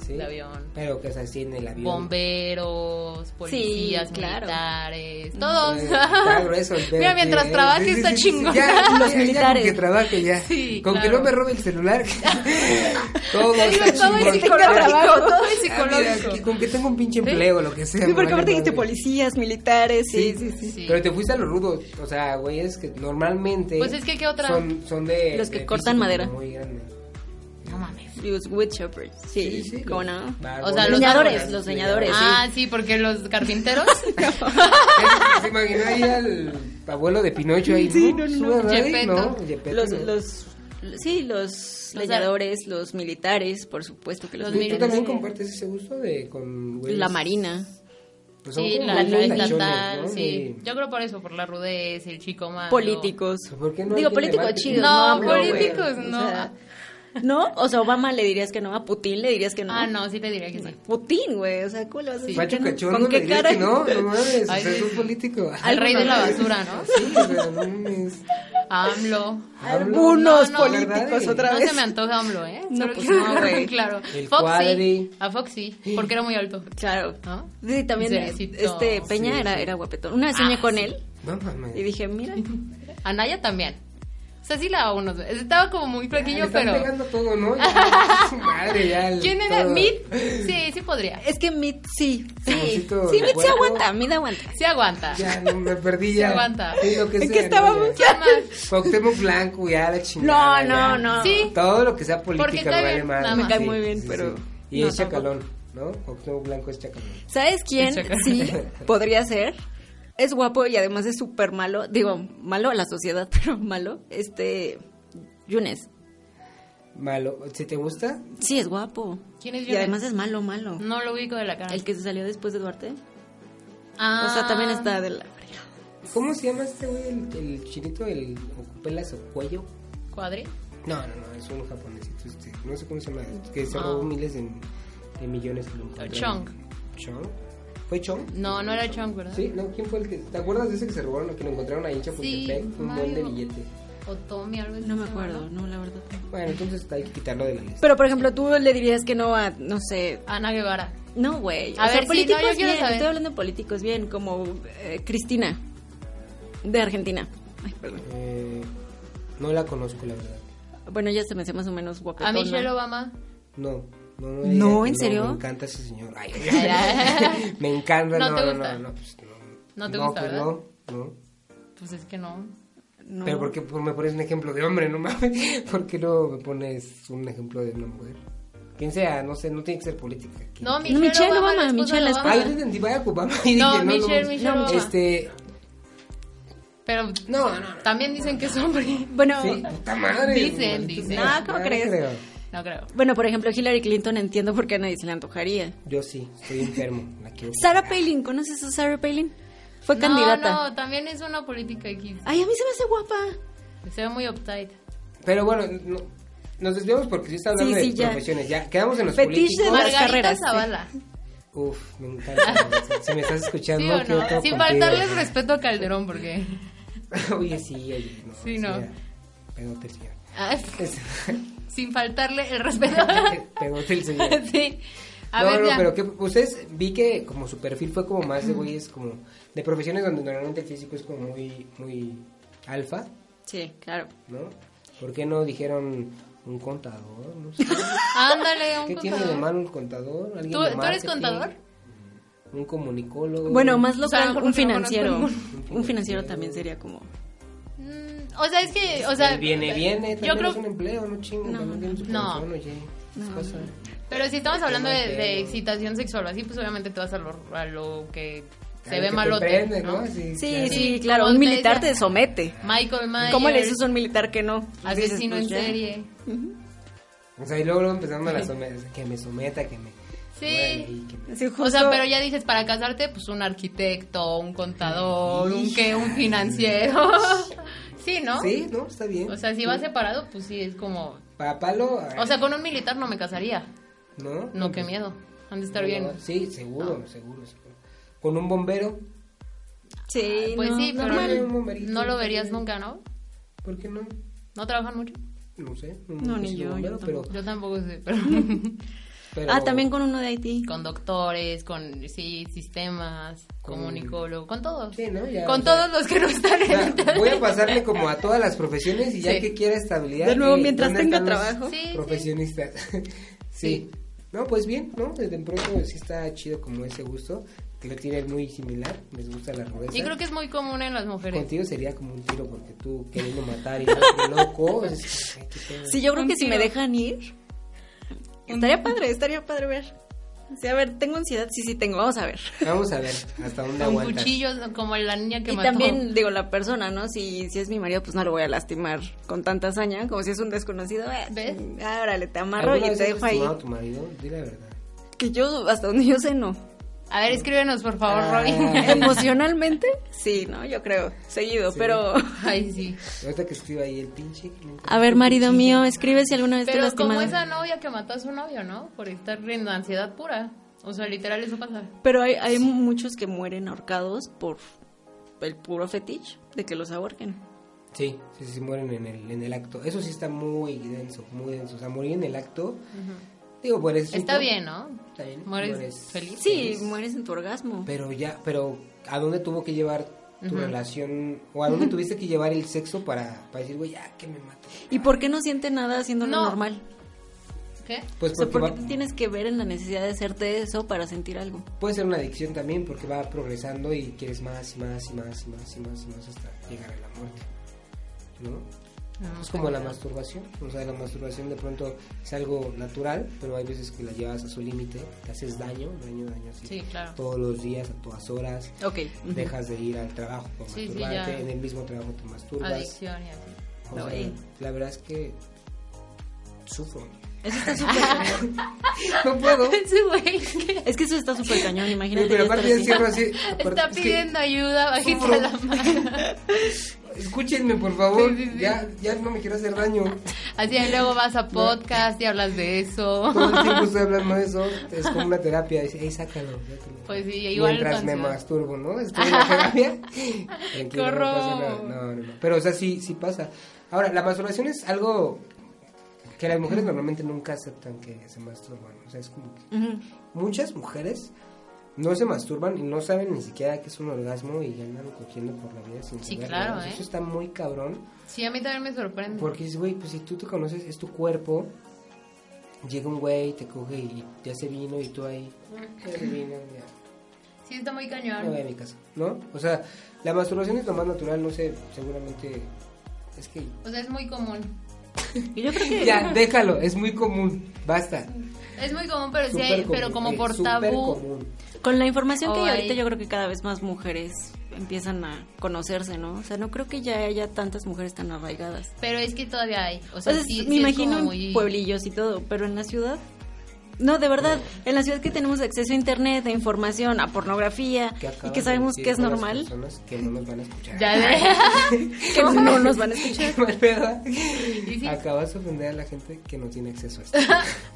C: ¿sí?
A: de avión,
C: Pero que es así en el avión.
A: bomberos, policías,
B: claro.
A: militares,
C: Eh,
A: todos.
C: Está grueso el pedo
A: Mira,
C: aquí,
A: mientras
C: ¿eh?
A: trabaje
C: Sí, sí,
A: está
C: sí, sí,
A: chingón.
C: ya, ya,
B: Los
C: ya,
B: militares.
C: con que trabaje ya.
A: Sí,
C: con que
A: claro.
C: no me robe el celular. todo
A: Te digo,
C: está
A: todo es
C: chingón.
A: psicológico, todo es
C: Ah, mira,
A: psicológico.
C: que- con que tenga un pinche empleo, lo que sea.
B: Sí,
C: me
B: porque
C: vale
B: aparte dijiste
C: madre.
B: policías, militares, sí, sí, sí.
A: Sí.
C: Pero te fuiste a los rudos, o sea, güey, es que normalmente...
A: Pues es que, ¿qué otra?
C: Son, son de...
B: Los que
C: de
B: cortan
C: físico
B: madera.
C: Muy grande.
A: No mames.
B: Los wood choppers, sí, ¿cómo
C: los
B: no?
C: bárbaros.
A: O sea, los
B: Leñadores, árboles, los leñadores. sí.
A: Ah, sí, porque los carpinteros.
C: Pues ¿Se imaginó ahí al abuelo de Pinocho ahí?
B: Sí, no, no,
C: Sube a nadie,
A: Gepetto.
C: no. Gepetto,
B: los,
C: no. Pues,
B: los sí los
A: O sea-
B: leñadores los militares por supuesto que los,
A: Los
C: ¿Tú, tú
A: miren,
C: también
A: sí.
C: compartes ese gusto de con güeyes?
B: la marina
C: Pues son
A: sí,
C: como
A: la,
C: muy
A: la
C: tachones,
A: estatal,
C: ¿no?
A: sí. Yo creo por eso, por la rudez, el chico malo.
B: políticos
C: Ah, ¿Por qué no
B: digo
C: alguien
B: políticos
C: levante-
B: chidos
A: No,
B: AMLO, güey.
A: políticos
B: O
A: no.
B: sea, no o sea Obama le dirías que no a Putin le dirías que no
A: Ah, no, sí te diría que sí.
B: Putin güey o sea cómo le vas a decir
C: Macho
B: que no?
C: cachondo,
B: con
C: le
B: qué
C: dirías
B: cara
C: que no, no mames,
A: Ay,
C: o sea, es
A: sí.
C: un político.
A: Al rey de la basura, ¿no?
C: Sí, o sea, no mames.
A: AMLO.
B: Algunos
A: No, no,
B: políticos
C: ¿verdad?
B: otra
A: no
B: vez
A: se me antoja AMLO, ¿eh?
B: No,
A: Solo
B: pues
A: que-
B: no, güey.
A: claro.
C: El
A: Foxy.
C: cuadri.
A: A Foxy, porque era muy alto.
B: claro
A: ¿No?
B: sí también
A: Cerecito.
B: este Peña
C: Sí,
B: era era guapetón una vez soñé
A: Ah,
B: con
A: sí.
B: él
C: No mames.
B: y dije mira
A: Anaya también. O sea, sí la unos veces. Estaba como muy flaquillo,
C: Están
A: pero.
C: pegando todo, ¿no? Ya, su madre, ya. el-
A: ¿Quién era?
C: todo.
A: ¿Mid? Sí, sí podría.
B: Es que Mit sí.
A: Sí,
C: Jamoncito
B: Sí,
C: de
B: Mit se
C: puerco.
B: aguanta, Mit aguanta.
A: sí aguanta.
C: Ya, no, me perdí
A: Se
C: ya.
A: aguanta.
C: Sí, lo que
B: Es
C: sea,
B: que estaba
C: ¿no? Ya.
B: muy
A: ¿Qué más?
C: Cuauhtémoc Blanco, ya la
B: No,
C: chingada.
B: no,
C: ya.
B: no.
A: Sí.
C: Todo lo que sea política
A: Porque
C: me
A: cae
C: vale
A: bien,
C: madre,
A: nada más.
B: Me cae muy bien, pero
C: Y
B: no,
C: es
B: tampoco.
C: chacalón, ¿no? Cuauhtémoc Blanco es chacalón.
B: ¿Sabes quién
A: Chaca.
B: sí podría ser? Es guapo y además es súper malo. Digo, malo a la sociedad, pero malo. Este. Yunes.
C: Malo. ¿Si te gusta?
B: Sí, es guapo.
A: ¿Quién es
B: Y
A: Yunes? Mm.
B: además es malo, malo.
A: No lo ubico de la cara.
B: El que se salió después de Duarte.
A: Ah.
B: O sea, también está de la verga.
C: ¿Cómo se llama este güey? El, el chinito, el ocupelas o cuello.
A: ¿Cuadri?
C: No, no, no, es un japonesito este. No sé cómo se llama. es Que se
A: Ah.
C: robó miles de, de millones de encontraron.
A: Chong.
C: ¿Chong? ¿Fue Chong?
A: No, no era Chong, ¿verdad?
C: Sí, no, ¿quién fue el que.? ¿Te acuerdas de ese que se robaron? El que lo encontraron ahí en Chapultepec. un buen de
A: Mario.
C: billete.
A: O Tommy, algo así.
B: No me
A: se llama,
B: acuerdo, no, la verdad.
C: Bueno, entonces hay que quitarlo de la lista.
B: Pero, por ejemplo, tú le dirías que no a, no sé,
A: Ana Guevara.
B: No, güey.
A: A
B: o sea,
A: ver, sí,
B: políticos
A: no, yo quiero
B: bien.
A: saber.
B: Estoy hablando de políticos bien, como eh, Cristina, de Argentina. Ay, perdón.
C: Eh, no la conozco, la verdad.
B: Bueno, ya se me hace más o menos guapetona.
A: A Michelle Obama.
C: No. No, no,
B: No,
C: eh,
B: ¿en serio?
C: Me encanta ese señor. Ay,
A: Ay,
C: me encanta. No,
A: No te
C: no,
A: gusta.
C: no, no, pues, no.
A: No te gusta,
C: pues,
A: ¿verdad?
C: No, no.
A: Pues es que no.
B: No.
C: Pero ¿por qué por- me pones un ejemplo de hombre? No mames. ¿Por qué no me pones un ejemplo de una mujer? Quien sea, no sé, no tiene que ser política. ¿Quién-
A: No,
C: quién?
A: Michelle,
B: Michelle
A: Obama,
B: Obama,
A: la esposa
B: Michelle,
A: de
B: la
A: Obama.
C: Ah, yo te entendí Barack Obama y
A: No,
C: dije,
A: Michelle,
C: no,
A: Michelle Obama.
C: Este,
A: Pero
C: no, no, no.
A: también dicen que es hombre.
B: Bueno,
C: Sí, puta madre.
A: Dicen,
C: maldito
A: dicen.
C: sea,
B: No, ¿cómo
C: no
B: crees?
C: creo.
A: No creo.
B: bueno, por ejemplo, Hillary Clinton entiendo por qué a nadie se le antojaría.
C: Yo sí, estoy enfermo. La quiero.
B: Sarah Palin, ¿conoces a Sarah Palin? Fue
A: no,
B: candidata.
A: No, también es una política aquí.
B: Ay, a mí se me hace guapa.
A: Se ve muy uptight.
C: Pero bueno, no- nos desviamos porque sí está hablando
B: Sí, sí,
C: de
B: ya.
C: profesiones. Ya, quedamos en los
B: Fetiche de
C: políticos.
B: las
A: Margarita
B: carreras.
A: Zavala.
C: Uf, me encanta. si me estás escuchando,
A: ¿Sí o
C: quiero todo
A: no? Sin
C: contigo.
A: faltarles respeto a Calderón, porque.
C: oye, sí, oye. No,
A: Sí, no.
C: ya. Pedote el señor.
A: Ah,
C: Es-
A: Sin faltarle el respeto.
C: Pedote el señor.
A: sí. A
C: no,
A: ver,
C: no,
A: ya.
C: pero que ustedes vi que como su perfil fue como más de güeyes como de profesiones donde normalmente el físico es como muy, muy alfa,
B: Sí, claro.
C: ¿no? ¿Por qué no dijeron un contador? No sé.
A: Ándale, un
C: ¿Qué tiene de
A: contador.
C: malo un contador? ¿Alguien
A: ¿Tú, tú
C: de
A: eres
C: marketing?
A: contador?
C: Un comunicólogo. Eh,
B: Bueno, más
A: O sea, a
B: local,
A: lo mejor
B: un
A: no conozco
B: financiero.
A: ninguno.
B: Un financiero también sería como...
A: Mm, o sea, es que. O sea, eh,
C: El Este, viene, viene.
A: Yo
C: También es un
A: creo.
C: empleo, no chingo.
B: No,
C: también tiene su
A: no.
C: corazón, oye. Es cosa.
A: Pero si
C: Este,
A: estamos hablando de, de
C: Financiero.
A: excitación sexual, así, pues obviamente te vas a lo, a lo que
C: Ay,
A: se ve
C: que
A: malote.
C: prende,
A: ¿no?
C: ¿no? Sí,
B: Sí, sí,
C: claro.
A: Sí,
B: claro.
A: como
B: Un
A: ustedes
B: militar te
A: ya-
B: somete.
A: Michael Myers.
B: ¿Cómo le dices a un militar que no?
A: Asesino
B: Dices,
A: en
B: pues, ya.
A: serie.
C: O sea, y luego, luego empezando a la someta, que me someta, que me... mueve
A: Sí.
C: y que me-
B: Sí,
A: O sea,
B: justo-
A: pero ya dices, para casarte, pues un arquitecto, un contador, un que, un financiero. sí, ¿no?
C: Sí, ¿no? Está bien.
A: O sea, si vas separado, pues sí, es como...
C: Para palo... eh,
A: O sea, con un militar no me casaría.
C: ¿no?
A: No, qué miedo. Han de estar bien.
C: Sí, seguro, seguro, seguro. Con un bombero,
B: Sí,
A: Pues
B: no,
A: sí, pero
B: normal.
C: normal. Un bomberito.
A: no lo verías nunca, ¿no?
C: ¿por qué no?
A: ¿No trabajan mucho?
C: No sé.
B: No, ni
C: soy
B: yo, yo
C: bombero, pero,
A: Yo tampoco sé, pero...
C: pero-
B: Ah, también con uno de Haití.
A: con doctores, con, sí, sistemas,
C: Con-
A: comunicólogo, con todos.
C: Sí, ¿no? Ya,
A: con
C: o sea,
A: todos los que no están
C: o
A: en
C: sea,
A: internet.
C: voy a pasarle como a todas las profesiones y ya
A: Sí.
C: que quiera estabilidad.
B: De nuevo,
C: eh,
B: mientras
C: ¿dónde
B: tenga
C: están los-
B: trabajo.
A: Sí, sí.
C: profesionistas. sí. No, pues bien, ¿no? Desde pronto sí está chido como ese gusto, que lo tienen muy similar, les gusta la rudeza.
A: Y creo que es muy común en las mujeres.
C: Contigo sería como un tiro porque tú queriendo matar y otro loco. es- ay, qué pedo.
B: Sí, yo creo
A: Un
B: que si me
A: tiro.
B: dejan ir, estaría padre, estaría padre ver. Sí, a ver, tengo ansiedad, sí, sí tengo, vamos a ver.
C: Vamos a ver hasta dónde
A: Con
C: aguantas.
A: cuchillos, como la niña que
B: Y
A: mató.
B: también, digo, la persona, ¿no? Si, si es mi marido, pues no lo voy a lastimar con tanta hazaña, como si es un desconocido. eh,
A: ¿Ves?
B: ah, Órale, te amarro
C: ¿Alguna
B: y
C: vez
B: te
C: has
B: dejo ahí.
C: lastimado a tu marido? Di la verdad.
B: Que yo, hasta donde yo sé, no.
A: A ver, escríbenos, por favor,
C: Ah.
A: Robin.
B: Emocionalmente, sí, ¿no? Yo creo, seguido,
C: Sí.
B: pero...
A: Ay, sí.
C: Ahorita que escriba ahí el pinche.
B: A ver, marido mío, escribe si alguna vez te
A: Pero
B: lastimaron.
A: como esa novia que mató a su novio, ¿no? Por estar en ansiedad pura. O sea, literal, eso pasa.
B: Pero hay, hay muchos que mueren ahorcados por el puro fetiche de que los ahorquen.
C: Sí, sí, sí, mueren en el, en el acto. Eso sí está muy denso, muy denso. O sea, morir en el acto. Digo, mueres. un
A: Está
C: poco,
A: bien, ¿no?
C: Está bien.
A: Mueres feliz.
B: Sí, mueres en tu orgasmo.
C: Pero ya, pero ¿a dónde tuvo que llevar tu relación o a dónde tuviste que llevar el sexo para, para decir, güey, ya que me mato.
B: ¿Y por qué no siente nada haciéndolo
A: No.
B: normal?
A: ¿Qué?
C: Pues
B: O sea,
C: porque
B: ¿por qué
C: va-
B: te tienes que ver en la necesidad de hacerte eso para sentir algo?
C: puede ser una adicción también porque va progresando y quieres más y más y más y más y más y más hasta llegar a la muerte. ¿No?
A: No,
C: Es como la
A: pero-
C: masturbación, o sea, la masturbación de pronto es algo natural, pero hay veces que la llevas a su límite, te haces daño, daño, daño, así.
A: Sí, claro.
C: Todos los días, a todas horas,
B: Ok.
C: dejas de ir al trabajo para
A: Sí, sí,
C: masturbarte,
A: ya.
C: en el mismo trabajo te masturbas.
A: Adicción y así.
C: O sea,
B: Ay.
C: la verdad es que sufro.
B: Eso está súper cañón.
C: No puedo.
A: Ese güey que
B: Es que eso está súper cañón, imagínate.
C: Pero
B: ya estar
C: aparte ya
B: así.
C: cierro así. aparte
A: está
C: es que-
A: pidiendo ayuda bajita
C: Sufro.
A: la mano.
C: escúchenme, por favor.
A: Sí, sí, sí.
C: Ya, ya no me quiero hacer daño.
A: Así y luego vas a podcast y hablas de eso.
C: Todo el tiempo estoy hablando de eso, es como una terapia, dice, "Ey, sácalo, sácalo".
A: Pues sí, igual
C: Mientras me
A: canción.
C: masturbo, ¿no? Estoy en la terapia. Tranquilo, no pasa nada.
A: horror!
C: No, no, no. Pero, o sea, sí, sí pasa. Ahora, la masturbación es algo que las mujeres normalmente nunca aceptan que se masturban. O sea, es como que
B: Ujú.
C: muchas mujeres no se masturban y no saben ni siquiera que es un orgasmo y andan cogiendo por la vida sin
A: Sí,
C: saberlo.
A: claro,
C: O sea,
A: ¿eh?
C: Eso está muy cabrón.
A: Sí, a mí también me sorprende.
C: Porque dices, güey, pues si tú te conoces, es tu cuerpo. Llega un güey, te coge y te hace vino y tú ahí. "Ya se vino, ya,
A: Sí, está muy
C: me voy a
A: cañón.
C: mi casa, ¿no? O sea, la masturbación es lo más natural, no sé, seguramente. Es que.
A: O sea, es muy común.
B: Y yo creo que
C: Ya, déjalo, es muy común, basta.
A: Es muy común, pero sí
C: Súper
A: hay,
C: común,
A: pero como
C: güey,
A: por
C: súper
A: tabú.
C: común.
B: con la información que hay
A: Ay.
B: ahorita, yo creo que cada vez más mujeres empiezan a conocerse, ¿no? O sea, no creo que ya haya tantas mujeres tan arraigadas.
A: Pero es que todavía hay. O
B: O
A: sea,
B: sea,
A: sí,
B: Pues
A: sí
B: me
A: es
B: imagino
A: como
B: en
A: muy-
B: pueblillos y todo, pero en la ciudad. No, de verdad, en la ciudad que tenemos acceso a internet, a información, a pornografía y
C: acabas
B: que
C: de
B: sabemos
C: decir
B: que es
C: con las
B: normal,
C: personas que no nos van a escuchar.
A: Ya de.
B: que no nos van a escuchar.
C: Qué mal pedo.
A: sí.
C: Acabas de ofender a la gente que no tiene acceso a esto.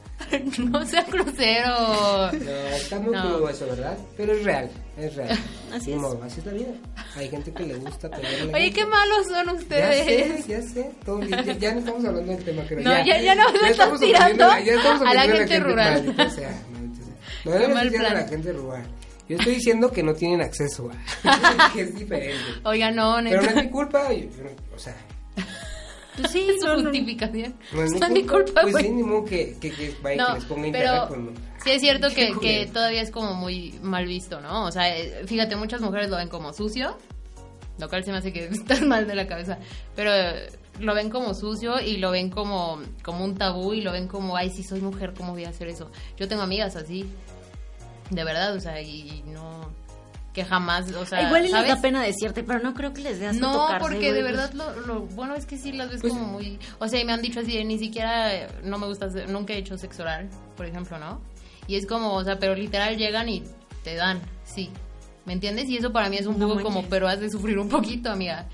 A: no sea crucero.
C: No, está muy
A: No.
C: crudo eso, ¿verdad? Pero es real, es real.
B: Así
C: Ni
B: es.
C: modo, así es la vida. Hay gente que le gusta pegarle.
A: Oye, qué malos son
C: Ya
A: ustedes.
C: sé, ya sé. todo bien. ya, ya no estamos hablando del tema, creo.
A: No, ya- ya no le estás
C: estamos
A: tirando
C: ofendiendo- ya estamos
A: a la
C: ofendiendo
A: gente rural.
C: maldita sea, maldita sea. No,
A: Qué mal
C: no le estoy diciendo a la
A: plan.
C: gente rural. Yo estoy diciendo que no tienen acceso a. que es diferente.
A: Oiga, no,
C: Pero no
A: neta.
C: es mi culpa. yo- yo no- o sea,
B: Pues sí,
A: Es su
B: son-
A: justificación.
C: no es mi
A: No
C: culpa.
A: es mi culpa,
C: Pues sí,
A: güey.
C: ni modo que, que, que vaya y que
A: No,
C: les ponga pues a
A: pero
C: integrar con.
A: sí es cierto que,
C: Qué
A: que
C: culero.
A: todavía es como muy mal visto, ¿no? O sea, eh, fíjate, muchas mujeres lo ven como sucio, lo cual se me hace que están mal de la cabeza, pero eh, lo ven como sucio y lo ven como, como un tabú y lo ven como, ay, si soy mujer, ¿cómo voy a hacer eso? Yo tengo amigas así, de verdad, o sea, y, y no, que jamás, o sea,
B: Igual y
A: ¿sabes?
B: les da pena decirte, pero no creo que les dé asco
A: No,
B: tocarse,
A: porque de
B: güey.
A: verdad lo, lo bueno es que sí las ves
C: Pues-
A: como muy, o sea, y me han dicho así, de, ni siquiera eh, no me gusta, hacer- nunca he hecho sexo oral, por ejemplo, ¿no? Y es como, o sea, pero literal llegan y te dan, sí. ¿Me entiendes? Y eso para mí es un
B: No
A: poco como,
B: manches.
A: pero has de sufrir un poquito, amiga.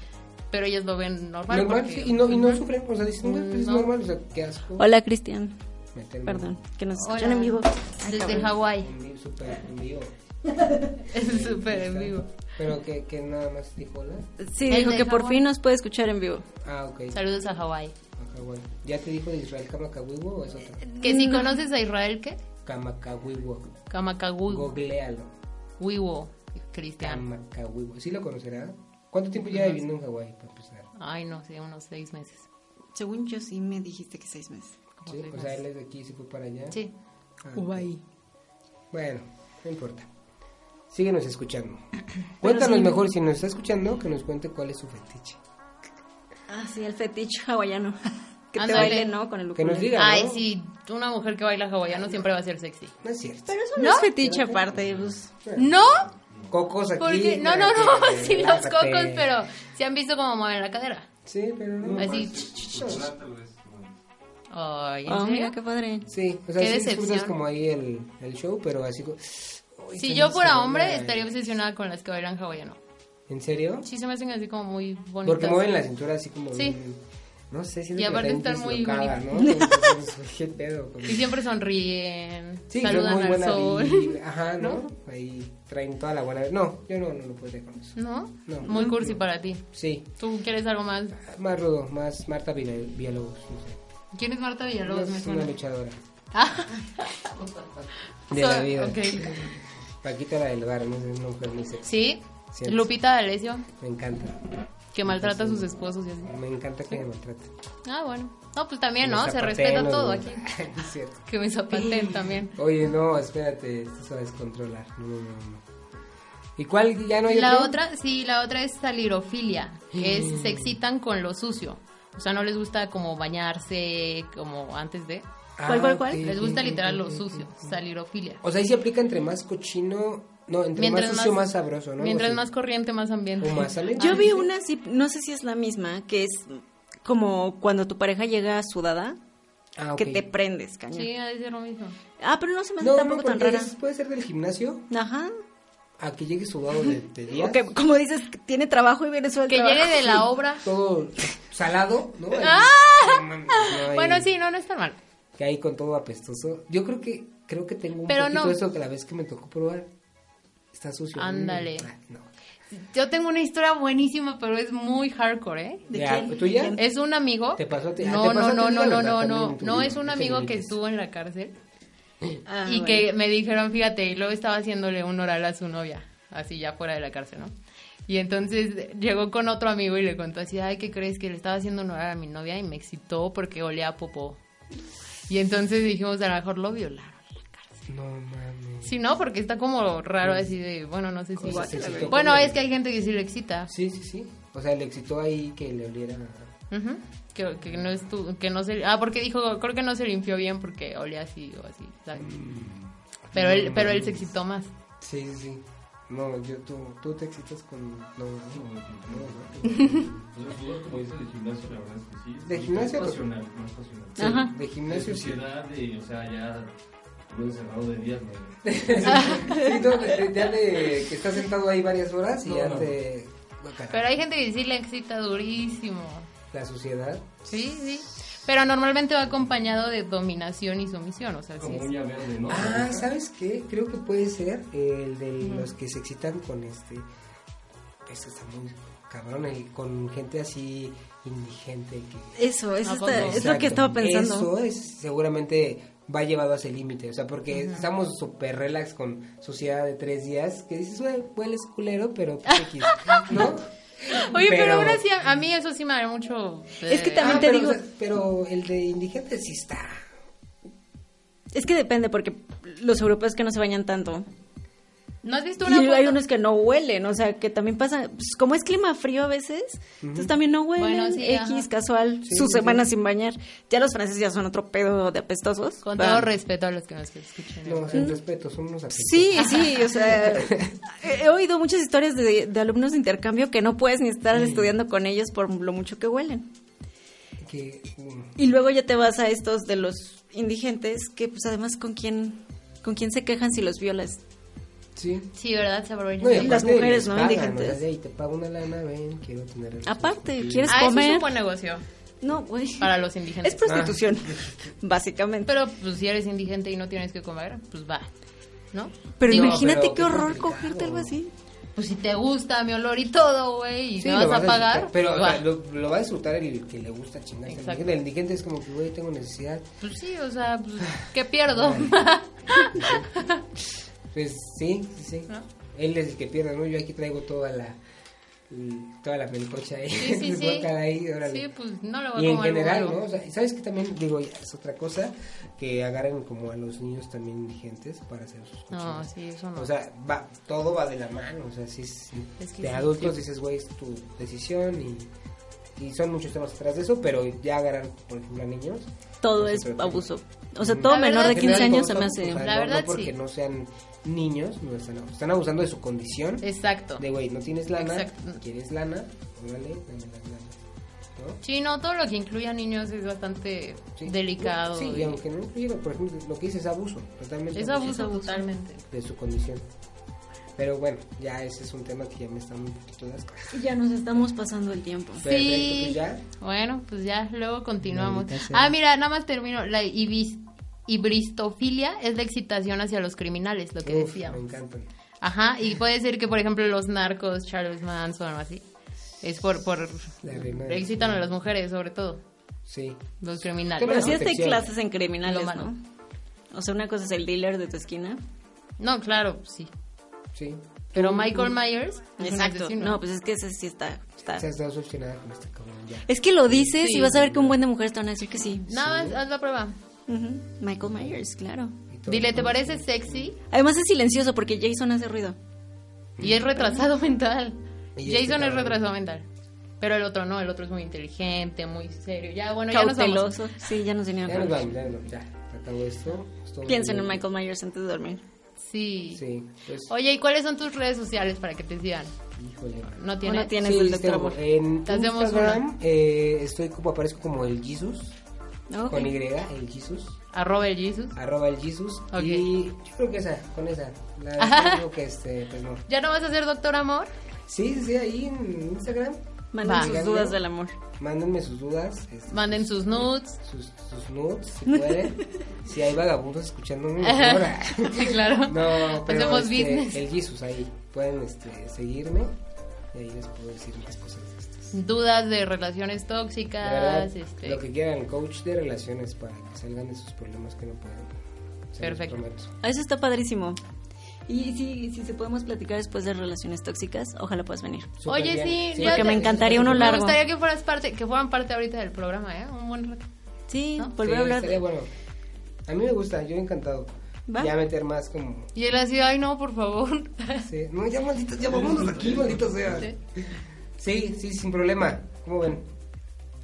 A: Pero ellas lo ven normal.
C: Normal,
A: porque-
C: sí, y no, y no sufren, o sea, dicen, güey, pues es
A: No.
C: normal, o sea, qué asco.
B: Hola, Cristian.
C: meterme
B: Perdón, que nos
A: Hola.
B: escuchan en vivo. Ay,
A: Desde
B: cabrón.
A: Hawái.
C: en vivo, súper en vivo.
A: Es súper en
C: Está.
A: vivo.
C: Pero que, que nada más dijo hola.
B: Sí,
A: Desde
B: dijo que por
A: Hawái.
B: fin nos puede escuchar en vivo.
C: Ah, ok.
A: Saludos a Hawái.
C: Ajá, bueno. ¿Ya te dijo de Israel Kamakawiwo o es otra?
A: Que
C: Mm.
A: si conoces a Israel, ¿qué?
C: Kamakawiwo.
A: Kamakawiwo.
C: Googlealo.
A: Wiwo. Cristian.
C: Kamakawiwo. ¿Sí lo conocerá? ¿Cuánto tiempo lleva viviendo en Hawái para empezar?
A: Ay, no sé, unos seis meses.
B: Según yo sí me dijiste que seis meses.
A: como
C: ¿Sí?
A: seis
C: O sea,
A: meses.
C: él es de aquí y se fue para allá.
A: Sí.
C: Ah, ok. Bueno, no importa. Síguenos escuchando. Cuéntanos mejor, si nos está escuchando, que nos cuente cuál es su fetiche.
B: Ah, sí, el fetiche hawaiano. que te
A: Ándale.
B: baile, ¿no? Con el
C: Que nos
B: ukulele.
C: diga, ¿no?
A: Ay, sí, una mujer que baila hawaiano siempre va a ser sexy.
C: No es cierto.
B: Pero eso no, es fetiche aparte. Pues.
A: ¿No?
C: Cocos aquí.
A: Porque, no, no,
C: espérate,
A: no, sí los
C: relájate.
A: cocos, pero se han visto como mueven la cadera.
C: Sí, pero no. Pues,
A: Así.
D: Chocolate, tal vez. como-
A: Ay, ¿en
B: Oh,
A: serio?
B: mira qué padre.
C: Sí, o sea,
A: Qué
C: sí disfrutas
A: decepción.
C: como ahí el, el show, pero así. co- Ay,
A: Si
C: se
A: yo
C: me
A: fuera
C: hizo
A: hombre,
C: una-
A: estaría obsesionada con las que bailan hawaiano.
C: ¿En serio?
A: Sí, se me hacen así como muy bonitas.
C: Porque mueven la cintura así como.
A: Sí.
C: bien- no sé, siento
A: Y
C: que
A: aparte
C: está
A: están muy
C: dislocada, ¿no? ¿Qué pedo? Como-
A: Y siempre sonríen,
C: Sí, son
A: saludan
C: muy
A: al
C: buena
A: sol.
C: vibra, Ajá, ¿no? Ahí traen toda la buena. No, yo no, no lo podría con eso.
A: ¿No?
C: No.
A: Muy cursi para ti.
C: Sí,
A: ¿Tú quieres algo más?
C: más rudo, más Marta Vila- Villalobos. No sé.
A: ¿Quién es Marta Villalobos?
C: No,
A: Me
C: es una
A: suena.
C: luchadora
A: Ah,
C: de la
A: so-
C: vida.
A: ok.
C: Paquita la del bar, no es una mujer muy sexy.
A: Sí,
C: Siento.
A: Lupita D'Alessio,
C: Me encanta.
A: que maltrata a sus esposos y así.
C: Me encanta que me maltraten.
A: Ah, bueno. No, pues también,
C: Que me
A: ¿no? Se
C: zapateen
A: respeta
C: los-
A: todo aquí.
C: es cierto.
A: Que me zapaten también.
C: Oye, no, espérate, esto se va a descontrolar. No, no, no. ¿Y cuál? ¿Ya no hay
A: La
C: otro?
A: otra, sí, la otra es salirofilia, que es se excitan con lo sucio. O sea, no les gusta como bañarse, como antes de.
C: Ah,
B: ¿Cuál, cuál, cuál?
C: ok,
A: Les gusta
C: ok,
A: literal
C: ok,
A: lo
C: ok,
A: sucio,
C: ok.
A: salirofilia.
C: O sea, ahí se aplica entre más cochino, no, entre más sucio, más, sabroso, ¿no?
A: Mientras
C: Así.
A: más corriente, más ambiente.
C: O más sale.
B: Yo vi una así, no sé si es la misma, que es como cuando tu pareja llega sudada,
C: Ah, ok.
B: que te prendes, cañón.
A: Sí, ha de ser lo mismo.
B: Ah, pero no se me hace
C: No, no,
B: tampoco tan
C: porque
B: rara.
C: es- puede ser del gimnasio
B: Ajá.
C: a que llegue sudado de, de día.
B: O que, como dices, que tiene trabajo y viene suelto.
A: Que llegue de la obra.
C: Todo salado, ¿no? Ahí- no mames, no hay-
A: Bueno, sí, no, no es tan mal.
C: Que ahí con todo apestoso. Yo creo que, creo que tengo un
A: Pero
C: poquito
A: no.
C: de eso que la vez que me tocó probar. Está sucio.
A: Ándale.
C: Mm, ah, no.
A: Yo tengo una historia buenísima, pero es muy hardcore, ¿eh?
B: ¿De
C: Ya,
B: quién?
C: ¿Tú ya?
B: ¿De
A: Es un amigo.
C: ¿Te pasó a ti? Ah,
A: No,
C: ¿te pasó
A: no,
C: a ti
A: no, no,
C: la
A: no,
C: verdad
A: no,
C: también
A: no.
C: en tu
A: No
C: vida?
A: es un
C: No te
A: amigo que
C: limites.
A: estuvo en la cárcel
B: Ah,
A: y
B: bueno.
A: que me dijeron, fíjate, y luego estaba haciéndole un oral a su novia, así ya fuera de la cárcel, ¿no? Y entonces llegó con otro amigo y le contó así, ay, ¿qué crees? Que le estaba haciendo un oral a mi novia y me excitó porque olía a popó. Y entonces dijimos, a lo mejor lo violaron.
C: No mames.
A: Sí, ¿no? Porque está como raro así de, bueno, no sé si...
C: Cosas que excitó
A: Bueno,
C: como-
A: es que hay gente que sí lo excita.
C: Sí, sí, sí. O sea, le excitó ahí que le oliera.
A: Ujú. que, que no estu- que no se ah porque dijo creo que no se limpió bien porque olía así o así ¿sabes? pero él pero él se excitó más
C: Sí, sí, sí. No, yo, tú, tú te excitas con. No,
D: No,
C: no.
D: definitivamente no. Entonces, fútbol, como dice, de gimnasio, la verdad es que sí. es
C: ¿De
D: muy-
C: gimnasio?
D: Más pasional, más pasional.
C: Sí,
B: Ajá.
C: De gimnasio sí.
D: Sociedad de, o sea, ya lo encerrado de días, ¿no?
C: Sí, no, de- de- ya de que estás sentado ahí varias horas y
D: No,
C: ya
D: no.
C: te. Guácala.
A: pero hay gente que sí le excita durísimo
C: La suciedad.
A: sí sí pero normalmente va acompañado de dominación y sumisión o sea sí
D: Como
A: es-
D: un verde, ¿no?
C: Ah, ¿sabes qué? Creo que puede ser el de los que se excitan con este. Este está muy cabrón, el, con gente así indigente que.
B: Eso, eso
A: ¿A
B: está-
A: poco?
B: es lo que
C: Exacto.
B: estaba pensando.
C: Eso es, seguramente va llevado hacia el límite, o sea, porque estamos súper relax con sociedad de tres días, que dices, güey, hueles culero, pero pues, X, ¿no?
A: oye pero,
C: Pero-
A: aún así a, a mí eso sí me da mucho
B: Es que
A: eh,
B: también
C: Ah,
B: te
C: pero,
B: digo-
C: o sea, pero el de indigente sí está.
B: Es que depende, porque los europeos que no se bañan tanto.
A: no has visto
B: Y
A: una
B: hay
A: foto?
B: unos que no huelen, o sea, que también pasa, pues, como es clima frío a veces, entonces también no huelen,
A: Bueno, sí,
B: X,
A: ajá.
B: casual,
C: Sí,
B: sus
C: sí,
B: semanas sin bañar. Ya los franceses ya son otro pedo de apestosos. Ah.
A: con
B: Va.
A: todo respeto a los que nos escuchan
C: No, sin respeto, son unos apestosos.
B: Sí, sí, o sea, he he oído muchas historias de, de alumnos de intercambio que no puedes ni estar estudiando con ellos por lo mucho que huelen.
C: Que, mm,
B: Y luego ya te vas a estos de los indigentes que pues además con quién con quién se quejan si los violas.
C: sí.
A: sí verdad se aprovecha
C: No, y
B: las
C: aparte
B: mujeres,
C: les
B: ¿no?
C: pagan,
B: Indigentes.
C: o sea, y te pago una lana, ven, quiero tener... relaciones
B: Aparte,
C: contigo.
B: ¿quieres
A: ah eso es
B: comer?
A: un buen negocio
B: No, güey.
A: para los
B: Es
A: indigentes
B: prostitución, básicamente.
A: Pero pues si eres indigente y no tienes que comer, pues va, ¿no?
B: Pero
A: Digo,
B: imagínate
C: pero
B: qué
C: qué
B: horror
C: complicado.
B: cogerte algo así.
A: pues si te gusta mi olor y todo, güey, y
C: Sí,
A: me vas,
C: lo
A: a
C: disfrutar,
A: pagar,
C: Pero o
A: va.
C: sea, lo, lo va a disfrutar el que le gusta chingarse.
A: Exacto.
C: El indigente es como que, güey, tengo necesidad.
A: Pues sí, o sea, pues, ¿qué pierdo?
C: Pues sí, sí, sí.
A: ¿No?
C: Él es el que pierde, ¿no? Yo aquí traigo toda la... Toda la melcocha ahí.
A: sí, sí, sí.
C: Guácala ahí, órale.
A: sí, pues no lo voy
C: Y
A: a
C: en
A: comer.
C: general,
A: luego.
C: ¿no? O sea, ¿Sabes que también, digo, ya es otra cosa? Que agarren como a los niños también indigentes para hacer sus
A: No,
C: cochinadas.
A: sí, eso no.
C: O sea, va, todo va de la mano. O sea, si
A: Es que
C: de
A: sí,
C: adultos dices, güey, es tu decisión y, y son muchos temas atrás de eso, pero ya agarrar, por ejemplo, a niños.
B: Todo
C: no sé,
B: es
C: pero-
B: abuso. O sea,
C: La
B: todo
A: verdad
B: menor de
A: es que
B: 15
C: General,
B: años se
C: todo-
B: me
C: o sea,
B: hace
A: La
C: no-
A: verdad,
C: no porque
A: sí.
C: no sean niños, no están, abusando. están abusando de su condición.
A: Exacto.
C: De, güey, no tienes lana,
A: Exacto.
C: quieres lana, órale, dame las lanas. ¿No?
A: Sí, no, todo lo que incluye a niños es bastante
C: Sí.
A: delicado.
C: Sí,
A: y-
C: y aunque no incluya, por ejemplo, lo que dices es abuso, totalmente.
A: es abuso, totalmente.
C: De su condición. Pero bueno, ya ese es un tema que ya me está dando un poquito de asco.
B: Y ya nos estamos pasando el tiempo.
C: Perfecto, pues ya.
A: Bueno, pues ya, luego continuamos.
C: Maldita sea.
A: Ah, mira, nada más termino. La ibis- ibristofilia es la excitación hacia los criminales, lo que
C: Uf, me
A: decíamos.
C: encantan.
A: Ajá, y puede ser que, por ejemplo, los narcos, Charles Manson o así, es por... por
C: La reina de-
A: excitan a las mujeres, sobre todo,
C: Sí.
A: los
B: Pero
A: criminales.
B: sí hasta hay
C: protección.
B: clases en criminales,
A: Lo malo.
B: ¿no? O sea, una cosa es el dealer de tu esquina
A: No, claro, sí.
C: Sí.
A: Pero Michael Myers. es un
B: Exacto.
A: asesino.
B: No, pues es que ese sí está. está.
A: Ah.
C: O sea, estás obstinada con este cabrón ya.
B: Es que lo dices
A: Sí.
B: y vas a ver que un buen de mujeres te van a decir que sí.
A: Nada más, haz la prueba.
B: Ujú. Michael Myers, claro.
C: Y todo.
A: Dile, ¿te parece sexy?
B: Además es silencioso porque Jason hace ruido.
A: Y es retrasado mental.
C: Y este
A: Jason es
C: cabrón.
A: retrasado mental. Pero el otro no, el otro es muy inteligente, muy serio. Ya, bueno, ya nos vamos.
B: Cauteloso. Sí, ya nos vinieron
C: Ya
B: con
C: nos vamos, ya nos vamos, ya. Se acabó esto. Estuvo
B: Piensen en
C: muy bien.
B: Michael Myers antes de dormir.
A: Sí.
C: Sí, pues,
A: Oye, ¿y cuáles son tus redes sociales para que te sigan?
C: híjole.
A: ¿No tienes?
B: Bueno, tiene- Tienes
C: Sí,
B: el
C: sí
B: Dr.
C: tengo.
B: Amor.
C: En
A: Te hacemos
C: Instagram eh, estoy como, aparezco como el Jesus,
B: Ah, Ok.
C: con Y, el Jesus,
A: Arroba el Jesus.
C: arroba el Jesus.
A: Ok.
C: Y yo creo que esa, con esa. La digo que este, pues no.
A: ¿Ya no vas a ser doctor amor?
C: Sí, sí, sí, ahí en Instagram.
B: Manden
A: Va.
B: sus dudas del amor.
C: Mándenme sus dudas. este,
A: Manden sus nudes.
C: Sus, sus nudes, si pueden. si hay vagabundos escuchándome, ahora.
A: sí, claro.
C: No, pero
A: Hacemos
C: este,
A: business.
C: el Jesus ahí. Pueden este, seguirme y ahí les puedo decir más cosas de estas.
A: Dudas de relaciones
C: De verdad,
A: tóxicas. este,
C: lo que quieran, coach de relaciones para que salgan de sus problemas que no pueden. Se los
A: Perfecto.
C: prometo.
B: Ah, Eso está padrísimo. Y si, si se podemos platicar después de relaciones tóxicas, ojalá puedas venir.
C: Súper
A: Oye,
C: bien.
A: sí,
B: Porque
A: te-
B: me encantaría uno
A: me
B: largo.
A: gustaría que fueras parte, que fueran parte ahorita del programa, ¿eh? Un buen rato.
B: Sí,
A: ¿No?
B: volver a
C: Sí,
B: hablar.
C: estaría bueno. A mí me gusta, yo encantado.
B: ¿Va?
C: Ya meter más como.
A: Y él así, ay, no, por favor.
C: sí. No, ya malditos, ya vámonos de aquí, maldito sea. Sí. sí, sin problema. ¿Cómo ven?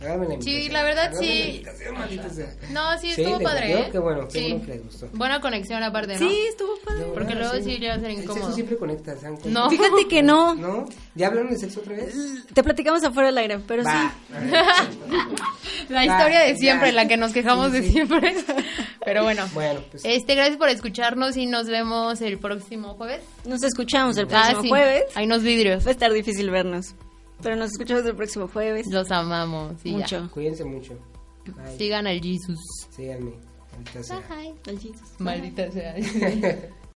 C: Háganme la
A: Sí,
C: invitación.
A: la verdad,
C: Háganme
A: sí.
C: la invitación, maldito sea.
A: No, sí,
C: Sí,
A: estuvo
C: ¿les
A: padre,
C: gustó?
A: ¿eh?
C: Qué bueno, qué
A: Sí.
C: bueno que les gustó.
A: Buena conexión aparte, ¿no?
B: Sí, estuvo
C: De
B: padre.
A: Porque
C: volada,
A: luego sí llega a ser
C: El sexo
A: incómodo.
C: siempre conecta, ¿se dan cuenta?
A: No.
B: Fíjate que no.
C: ¿No? ¿Ya hablaron de sexo otra vez?
B: Te platicamos afuera del aire, pero
C: Va.
B: sí.
A: La
C: Ya,
A: historia de
C: Ah, ya.
A: siempre, la que nos quejamos
C: Sí,
A: de
C: sí.
A: siempre. Pero bueno.
C: Bueno, pues.
A: Este, gracias por escucharnos y nos vemos el próximo jueves.
B: Nos escuchamos el
A: Ah,
B: próximo
A: sí.
B: jueves.
A: Hay unos vidrios.
B: Va a estar difícil vernos, pero nos escuchamos el próximo jueves.
A: Los amamos. Y ya.
B: Mucho.
C: Cuídense mucho. Bye.
A: Sigan al Jesus.
C: Síganme. Maldita sea.
A: Ay,
B: Al Jesus.
A: Maldita sea.